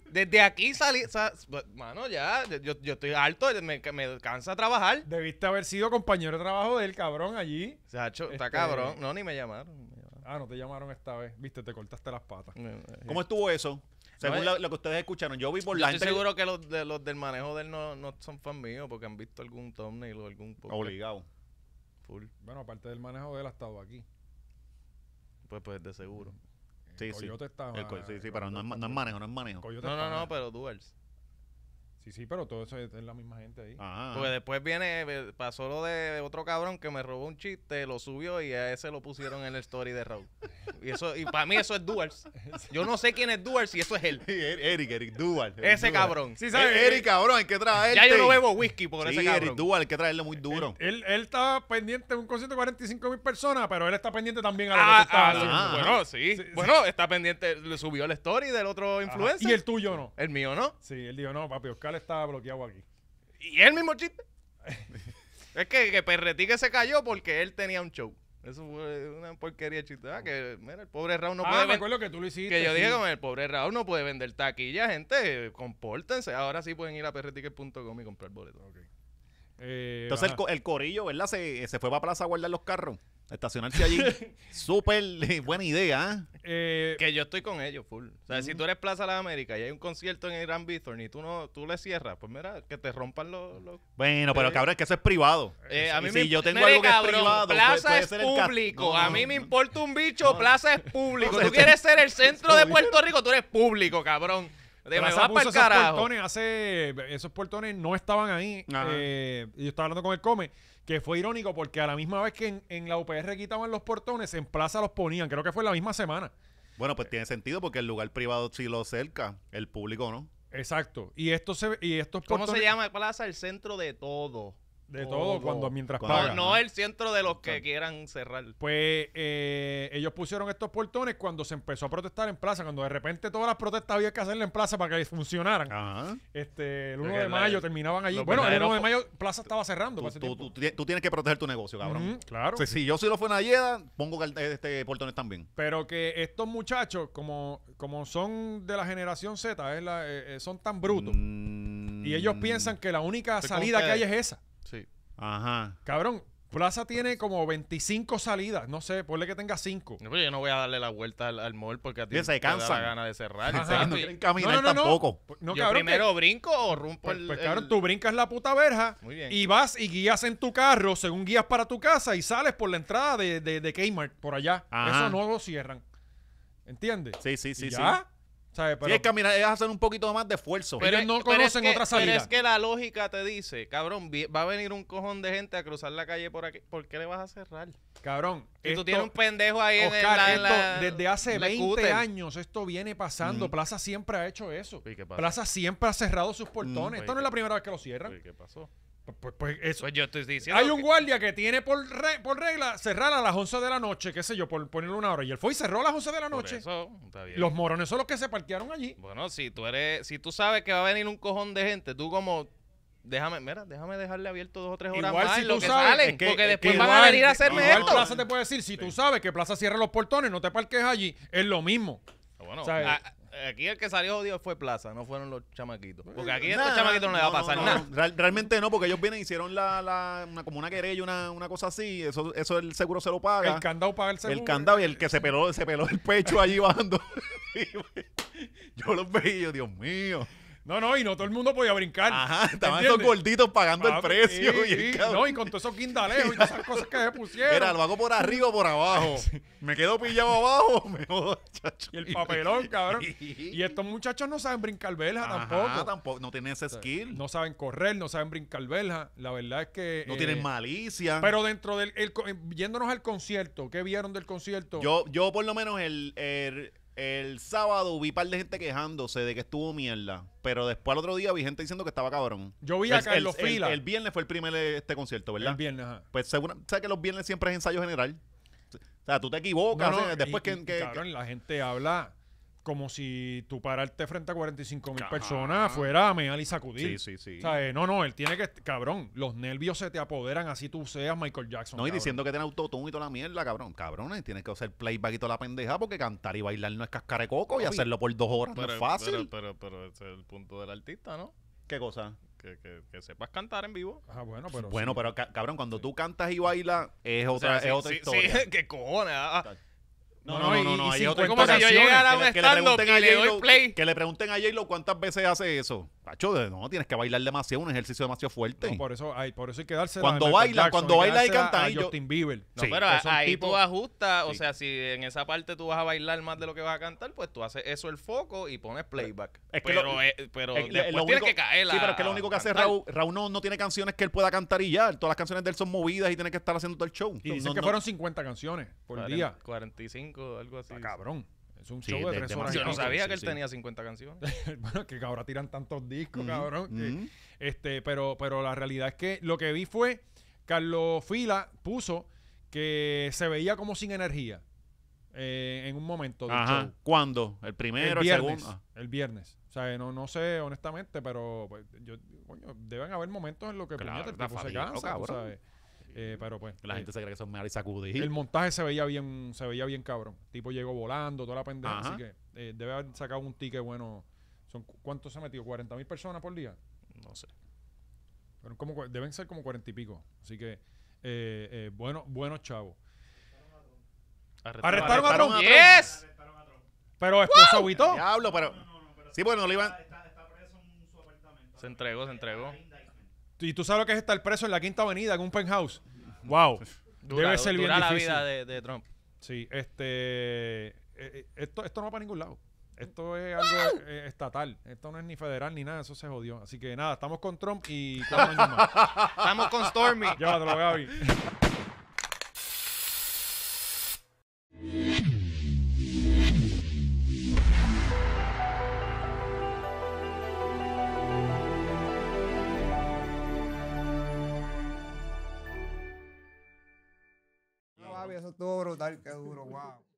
Speaker 3: Desde aquí salí. sa- mano, ya. Yo, yo estoy harto. Me, me cansa trabajar.
Speaker 1: Debiste haber sido compañero de trabajo del cabrón allí.
Speaker 3: Se ha hecho- está
Speaker 1: Este-
Speaker 3: cabrón. No, ni me llamaron. ni me llamaron.
Speaker 1: Ah, no te llamaron esta vez. Viste, te cortaste las patas.
Speaker 2: ¿Cómo estuvo eso? Según
Speaker 3: eh.
Speaker 2: la- lo que ustedes escucharon, yo vi por
Speaker 3: Yo
Speaker 2: la
Speaker 3: estoy
Speaker 2: gente. que-
Speaker 3: seguro que los, de, los del manejo de él no, no son fan míos porque han visto algún thumbnail o algún podcast
Speaker 2: Obligado.
Speaker 3: full.
Speaker 1: Bueno, aparte del manejo de él, ha estado aquí.
Speaker 3: Pues, pues de seguro.
Speaker 1: El
Speaker 2: Sí, sí.
Speaker 1: Coyote estaba.
Speaker 2: El co- sí, sí, pero no es, ma- no es manejo, no es manejo.
Speaker 1: Coyote
Speaker 3: No, no,
Speaker 1: estaba.
Speaker 3: no, pero duels.
Speaker 1: Sí, sí, pero todo eso es es la misma gente ahí.
Speaker 2: Ajá.
Speaker 3: Porque después viene, eh, pasó lo de otro cabrón que me robó un chiste, lo subió y a ese lo pusieron en el story de Raúl. Y eso, y para mí eso es Duars. Yo no sé quién es Duars y eso es él.
Speaker 2: [LAUGHS]
Speaker 1: [LAUGHS]
Speaker 2: Sí, Er- Eric, Eric Duval. E-
Speaker 3: Ese cabrón. Eh,
Speaker 1: Sí, este. ¿sabes?
Speaker 2: Eric, cabrón, hay que traerle.
Speaker 3: Ya yo no bebo whisky por
Speaker 2: Sí,
Speaker 3: ese
Speaker 2: Eric
Speaker 3: cabrón.
Speaker 2: Duval, hay que traerle muy duro.
Speaker 1: Él, él está pendiente de un concierto de 45 mil personas, pero él está pendiente también a lo
Speaker 3: Ah,
Speaker 1: que tú estás
Speaker 3: ah,
Speaker 1: haciendo.
Speaker 2: ah,
Speaker 1: Bueno,
Speaker 3: bueno, sí.
Speaker 1: Sí, sí.
Speaker 3: Bueno, está pendiente, le subió el story del otro influencer.
Speaker 1: ajá. Y el tuyo no.
Speaker 3: El mío no.
Speaker 1: [LAUGHS] Sí, él dijo, no, papi, Oscar está bloqueado aquí.
Speaker 3: Y el mismo chiste. Es que, que Perretique se cayó porque él tenía un show. Eso fue una porquería chita. Ah, que mira, el pobre Raúl no
Speaker 1: ah,
Speaker 3: puede
Speaker 1: me
Speaker 3: ven-
Speaker 1: acuerdo que tú lo hiciste.
Speaker 3: Que yo
Speaker 1: sí.
Speaker 3: dije con el pobre Raúl no puede vender taquilla, gente. Compórtense. Ahora sí pueden ir a perretique.com y comprar boletos.
Speaker 1: Ok. Eh,
Speaker 2: Entonces el,
Speaker 1: ajá.
Speaker 2: co- el corillo, ¿verdad? Se, se fue para plaza a guardar los carros, a estacionarse
Speaker 3: [LAUGHS]
Speaker 2: allí. Súper buena idea, ¿eh?
Speaker 1: Eh,
Speaker 3: Que yo estoy con ellos, full. O sea, si tú eres Plaza de las Américas y hay un concierto en el Grand Bithorn y tú no, tú le cierras, pues mira, que te rompan los. los-
Speaker 2: Bueno, pero
Speaker 3: Sí.
Speaker 2: cabrón, es que eso es privado.
Speaker 3: Eh, a mí
Speaker 2: si
Speaker 3: me
Speaker 2: yo
Speaker 3: imp-
Speaker 2: tengo
Speaker 3: mire,
Speaker 2: algo que es
Speaker 3: cabrón,
Speaker 2: privado, puede-
Speaker 3: Plaza
Speaker 2: puede
Speaker 3: es
Speaker 2: ser el ca-
Speaker 3: público.
Speaker 2: No,
Speaker 3: a
Speaker 2: no,
Speaker 3: mí me
Speaker 2: no.
Speaker 3: importa un bicho, Plaza es público.
Speaker 2: No,
Speaker 3: tú
Speaker 2: se-
Speaker 3: quieres ser el centro de Puerto Rico, tú eres público, cabrón. Te me
Speaker 1: Plaza
Speaker 3: vas
Speaker 1: puso
Speaker 3: para el
Speaker 1: esos
Speaker 3: carajo.
Speaker 1: portones hace, esos portones no estaban ahí.
Speaker 2: Ajá.
Speaker 1: eh, y yo estaba hablando con el Come, que fue irónico porque a la misma vez que en, en la UPR quitaban los portones, en Plaza los ponían. Creo que fue la misma semana.
Speaker 2: Bueno, pues tiene sentido porque el lugar privado sí lo cerca, el público no.
Speaker 1: Exacto. Y esto se y estos
Speaker 3: ¿Cómo se
Speaker 1: portones-
Speaker 3: llama Plaza? El centro de todo.
Speaker 1: De todo, cuando mientras
Speaker 2: Cuando-
Speaker 1: pagan.
Speaker 3: No, no el centro de los que quieran cerrar.
Speaker 1: Pues eh, ellos pusieron estos portones cuando se empezó a protestar en plaza, cuando de repente todas las protestas había que hacerle en plaza para que funcionaran.
Speaker 2: Ajá.
Speaker 1: Este, el 1
Speaker 3: Porque
Speaker 1: de
Speaker 3: Ah. la-
Speaker 1: mayo terminaban allí.
Speaker 3: los
Speaker 1: Bueno, el 1 de
Speaker 3: verdaderos-
Speaker 1: mayo plaza estaba cerrando.
Speaker 2: Tú,
Speaker 1: para ese
Speaker 2: tú-
Speaker 1: tiempo.
Speaker 2: tú ti- tú tienes que proteger tu negocio, cabrón.
Speaker 1: Ujú, claro.
Speaker 2: O sea, si yo si lo fuera a Yeda, pongo cal- este portones también.
Speaker 1: Pero que estos muchachos, como, como son de la generación Z, es la- eh, eh, son tan brutos.
Speaker 2: Mm.
Speaker 1: Y ellos piensan que la única
Speaker 3: Estoy con
Speaker 1: salida que hay
Speaker 3: ustedes.
Speaker 1: es esa.
Speaker 3: Sí.
Speaker 2: Ajá.
Speaker 1: Cabrón, Plaza tiene como 25 salidas. No sé, ponle que tenga 5.
Speaker 3: No, pero yo no voy a darle la vuelta al, al mall porque a ti
Speaker 2: Sí, se
Speaker 3: te da la
Speaker 2: cansan.
Speaker 3: gana de cerrar.
Speaker 1: Ajá.
Speaker 2: O sea,
Speaker 3: papi.
Speaker 2: no quieren caminar
Speaker 1: No, no, no, no.
Speaker 2: tampoco.
Speaker 1: No,
Speaker 3: yo
Speaker 1: cabrón, que-
Speaker 3: primero brinco o rompo
Speaker 1: pues,
Speaker 3: el,
Speaker 1: pues,
Speaker 3: el-
Speaker 1: cabrón, tú brincas la puta verja
Speaker 3: Muy bien.
Speaker 1: y vas y guías en tu carro, según guías para tu casa, y sales por la entrada de, de, de Kmart, por allá.
Speaker 2: Ajá.
Speaker 1: Eso no lo cierran. ¿Entiendes?
Speaker 2: Sí, sí, sí,
Speaker 1: ¿Y
Speaker 2: sí.
Speaker 1: ya? ¿Sabes? Pero,
Speaker 2: Sí, es caminar, es hacer un poquito más de esfuerzo.
Speaker 1: Pero- ellos no conocen
Speaker 3: que,
Speaker 1: otra salida.
Speaker 3: Pero es que la lógica te dice, cabrón, vi- va a venir un cojón de gente a cruzar la calle por aquí. ¿Por qué le vas a cerrar? Si
Speaker 1: cabrón,
Speaker 3: tú
Speaker 1: esto-
Speaker 3: tienes un pendejo ahí en el-
Speaker 1: Oscar,
Speaker 3: la- en
Speaker 1: esto,
Speaker 3: la-
Speaker 1: desde hace
Speaker 3: la
Speaker 1: 20
Speaker 3: scooter.
Speaker 1: años esto viene pasando.
Speaker 2: Ujú.
Speaker 1: Plaza siempre ha hecho eso.
Speaker 3: Uy, ¿qué Mm. pasa? Mm,
Speaker 1: Plaza siempre ha cerrado sus portones.
Speaker 3: Uy,
Speaker 1: Esto no
Speaker 3: ¿qué-
Speaker 1: es la primera vez que lo cierran.
Speaker 3: Uy, ¿Qué pasó?
Speaker 1: Pues, pues- pues eso.
Speaker 3: Pues yo estoy diciendo.
Speaker 1: Hay un
Speaker 3: que-
Speaker 1: guardia que tiene por, re- por regla cerrar a las 11 de la noche, qué sé yo, por ponerle una hora. Y él fue y cerró a las 11 de la
Speaker 3: por
Speaker 1: noche.
Speaker 3: eso, está bien.
Speaker 1: Los morones son los que se parquearon allí.
Speaker 3: Bueno, si tú eres, si tú sabes que va a venir un cojón de gente, tú como déjame, mira, déjame dejarle abierto dos o tres horas
Speaker 1: Igual
Speaker 3: más
Speaker 1: si
Speaker 3: en lo
Speaker 1: tú
Speaker 3: que
Speaker 1: sabes-
Speaker 3: salen,
Speaker 2: es que-
Speaker 3: porque
Speaker 2: es que
Speaker 3: después van a
Speaker 1: Igual-
Speaker 3: venir a hacerme
Speaker 1: igual
Speaker 3: esto.
Speaker 1: Plaza te puede decir, si tú sabes que Plaza cierra los portones, no te parques allí, es lo mismo.
Speaker 3: Ah, Bueno,
Speaker 1: ¿Sabes?
Speaker 3: a- aquí el que salió jodido fue Plaza, no fueron los chamaquitos. Porque aquí a
Speaker 2: Nah,
Speaker 3: estos chamaquitos no les va a pasar
Speaker 2: no,
Speaker 3: nada.
Speaker 2: Real- realmente no, porque ellos vienen y hicieron la, la- una, como una querella, una, una cosa así. Eso, eso el seguro se lo paga.
Speaker 1: El candado paga el
Speaker 2: El
Speaker 1: seguro.
Speaker 2: candado y el que se peló, se peló el pecho allí bajando. [LAUGHS] yo los veía, y yo, Dios mío.
Speaker 1: No, no, y no todo el mundo podía brincar.
Speaker 2: Ajá, estaban
Speaker 1: ¿Entiendes?
Speaker 2: esos gorditos pagando el
Speaker 1: Papi,
Speaker 2: precio. [LAUGHS]
Speaker 1: sí,
Speaker 2: y el
Speaker 1: sí,
Speaker 2: cabrón,
Speaker 1: no, y con todos esos guindalejos y todas esas cosas que se pusieron.
Speaker 2: Mira, lo hago por arriba o por
Speaker 1: [LAUGHS]
Speaker 2: abajo. Me quedo pillado abajo, [LAUGHS] me jodo, chacho.
Speaker 1: Y el papelón, cabrón.
Speaker 2: [LAUGHS] Sí.
Speaker 1: Y estos muchachos no saben brincar verja
Speaker 2: Ajá,
Speaker 1: tampoco.
Speaker 2: tampoco. No tienen ese skill. No,
Speaker 1: No saben correr, no saben brincar verja. La verdad es que. eh,
Speaker 2: tienen malicia.
Speaker 1: Pero dentro del. el co- eh, yéndonos al concierto, ¿qué vieron del concierto?
Speaker 2: Yo, yo por lo menos el, el, el sábado vi par de gente quejándose de que estuvo mierda. Pero después al otro día vi gente diciendo que estaba cabrón.
Speaker 1: Yo vi a
Speaker 2: El- el-
Speaker 1: Carlos
Speaker 2: el,
Speaker 1: Fila.
Speaker 2: El, viernes fue el primer este concierto, ¿verdad?
Speaker 1: El viernes, ajá.
Speaker 2: Pues seguro, sabes que los viernes siempre es ensayo general. O sea, tú te equivocas.
Speaker 1: No, no,
Speaker 2: o sea, Oh, después
Speaker 1: y-
Speaker 2: que,
Speaker 1: y,
Speaker 2: que-
Speaker 1: cabrón, la gente habla como si tú pararte frente a 45 mil
Speaker 2: Ajá.
Speaker 1: personas fuera a mear y
Speaker 2: Sí,
Speaker 1: sacudir.
Speaker 2: sí, sí.
Speaker 1: O sea, eh, no, no, él tiene que. Cabrón, los nervios se te apoderan así tú seas Michael Jackson.
Speaker 2: No, y
Speaker 1: cabrón.
Speaker 2: diciendo que tiene autotune y toda la mierda, cabrón. Cabrones, tienes que hacer playback y toda la pendeja porque cantar y bailar no es cascara de coco y
Speaker 1: Papi.
Speaker 2: hacerlo por dos horas no es fácil.
Speaker 3: Pero, pero, pero ese es el punto del artista, ¿no?
Speaker 2: ¿Qué cosa?
Speaker 3: Que, que, que sepas cantar en vivo.
Speaker 1: Ah, bueno, pero.
Speaker 2: bueno,
Speaker 1: sí.
Speaker 2: pero ca- cabrón, cuando tú cantas y bailas es otra,
Speaker 3: O sea, sí,
Speaker 2: es otra
Speaker 3: sí,
Speaker 2: historia.
Speaker 3: [LAUGHS] sí, ¿Qué cojones? Ah, ah.
Speaker 2: No,
Speaker 1: No,
Speaker 2: no, no,
Speaker 1: y-
Speaker 2: no,
Speaker 1: y
Speaker 2: no, ahí
Speaker 1: sin
Speaker 2: es otra
Speaker 1: cuento-
Speaker 3: Como si yo
Speaker 2: historia.
Speaker 3: llegara a
Speaker 2: Que
Speaker 3: un
Speaker 2: le- que le
Speaker 3: stand-up
Speaker 2: pregunten a
Speaker 3: y le
Speaker 2: J-Lo-
Speaker 3: doy play.
Speaker 2: Que le pregunten a J-Lo cuántas veces hace eso. Pacho, de- no, tienes que bailar demasiado, un ejercicio demasiado fuerte.
Speaker 1: No, por eso hay, por eso hay que darse
Speaker 2: Cuando bailan, cuando bailan y cantan, y yo-
Speaker 1: Justin Bieber.
Speaker 3: No,
Speaker 2: Sí,
Speaker 3: pero
Speaker 1: que
Speaker 3: a-
Speaker 1: son
Speaker 3: ahí
Speaker 1: tipos-
Speaker 3: tú ajustas, o
Speaker 2: Sí.
Speaker 3: sea, si en esa parte tú vas a bailar más de lo que vas a cantar, pues tú haces eso el foco y pones playback.
Speaker 2: Es que
Speaker 3: pero
Speaker 2: lo-
Speaker 3: eh, pero
Speaker 2: Es-
Speaker 3: después
Speaker 2: es lo
Speaker 3: tienes
Speaker 2: único-
Speaker 3: que caer
Speaker 2: Sí, pero
Speaker 3: a-
Speaker 2: es que lo único que
Speaker 3: a
Speaker 2: hace
Speaker 3: cantar.
Speaker 2: Raúl, Raúl no, no tiene canciones que él pueda cantar y ya. Todas las canciones de él son movidas y tiene que estar haciendo todo el show.
Speaker 1: Y dicen
Speaker 2: No,
Speaker 1: que
Speaker 2: no.
Speaker 1: fueron 50 canciones por
Speaker 3: Cuaren-
Speaker 1: día.
Speaker 3: 45, algo así.
Speaker 1: Está Ah, cabrón. Es un
Speaker 2: Sí,
Speaker 1: show de
Speaker 2: de-
Speaker 1: tres
Speaker 2: de-
Speaker 1: horas. y
Speaker 3: Yo no
Speaker 1: pico.
Speaker 3: sabía
Speaker 2: Sí,
Speaker 3: que él
Speaker 2: sí.
Speaker 3: tenía 50 canciones.
Speaker 1: [LAUGHS] bueno, que ahora tiran tantos discos,
Speaker 2: Ujú,
Speaker 1: cabrón. que-
Speaker 2: ujú.
Speaker 1: Este, pero, pero la realidad es que lo que vi fue Carlos Fila puso que se veía como sin energía eh, en un momento del
Speaker 2: Ajá.
Speaker 1: show.
Speaker 2: ¿Cuándo? ¿El primero?
Speaker 1: El
Speaker 2: ¿El,
Speaker 1: viernes.
Speaker 2: segundo? Ah.
Speaker 1: El viernes. sea, no, no sé, honestamente, pero pues, yo, coño, deben haber momentos en los que
Speaker 2: Claro,
Speaker 1: puñeta,
Speaker 2: está
Speaker 1: el tipo se
Speaker 2: fatigado,
Speaker 1: cansa, tú
Speaker 2: cabrón.
Speaker 1: sabes. Eh, pero pues.
Speaker 2: Ah, La
Speaker 1: eh,
Speaker 2: gente se cree que son mal y sacudí.
Speaker 1: el montaje se veía bien, se veía bien cabrón. El tipo llegó volando, toda la pendeja.
Speaker 2: Ajá.
Speaker 1: Así que eh, debe haber sacado un ticket bueno. Son, cu- ¿Cuánto se metió? ¿40 mil personas por día?
Speaker 3: No sé.
Speaker 1: Fueron como cua- deben ser como cuarenta y pico. Así que, eh, eh, bueno, buenos chavos. Arrestaron a Trump.
Speaker 3: Yes.
Speaker 1: Pero esposa agüitó.
Speaker 2: Diablo, pero. Sí, bueno, no le iban.
Speaker 4: Está, está preso en su apartamento.
Speaker 3: Se entregó, se entregó.
Speaker 1: Y tú sabes lo que es estar preso en la quinta avenida, en un
Speaker 2: [LAUGHS]
Speaker 1: penthouse. Wow.
Speaker 3: Dura,
Speaker 1: Debe ser bien
Speaker 3: dura la
Speaker 1: difícil.
Speaker 3: vida de, de Trump.
Speaker 1: Sí, este. eh, eh, esto, esto no va para ningún lado. Esto es algo eh, estatal. Esto no es ni federal ni nada. Eso se jodió. Así que nada, estamos con Trump y cuatro años más.
Speaker 3: Estamos
Speaker 2: [LAUGHS]
Speaker 3: con Stormy.
Speaker 1: Llévatelo, Gaby.
Speaker 5: No, papi, eso estuvo brutal, qué duro, wow.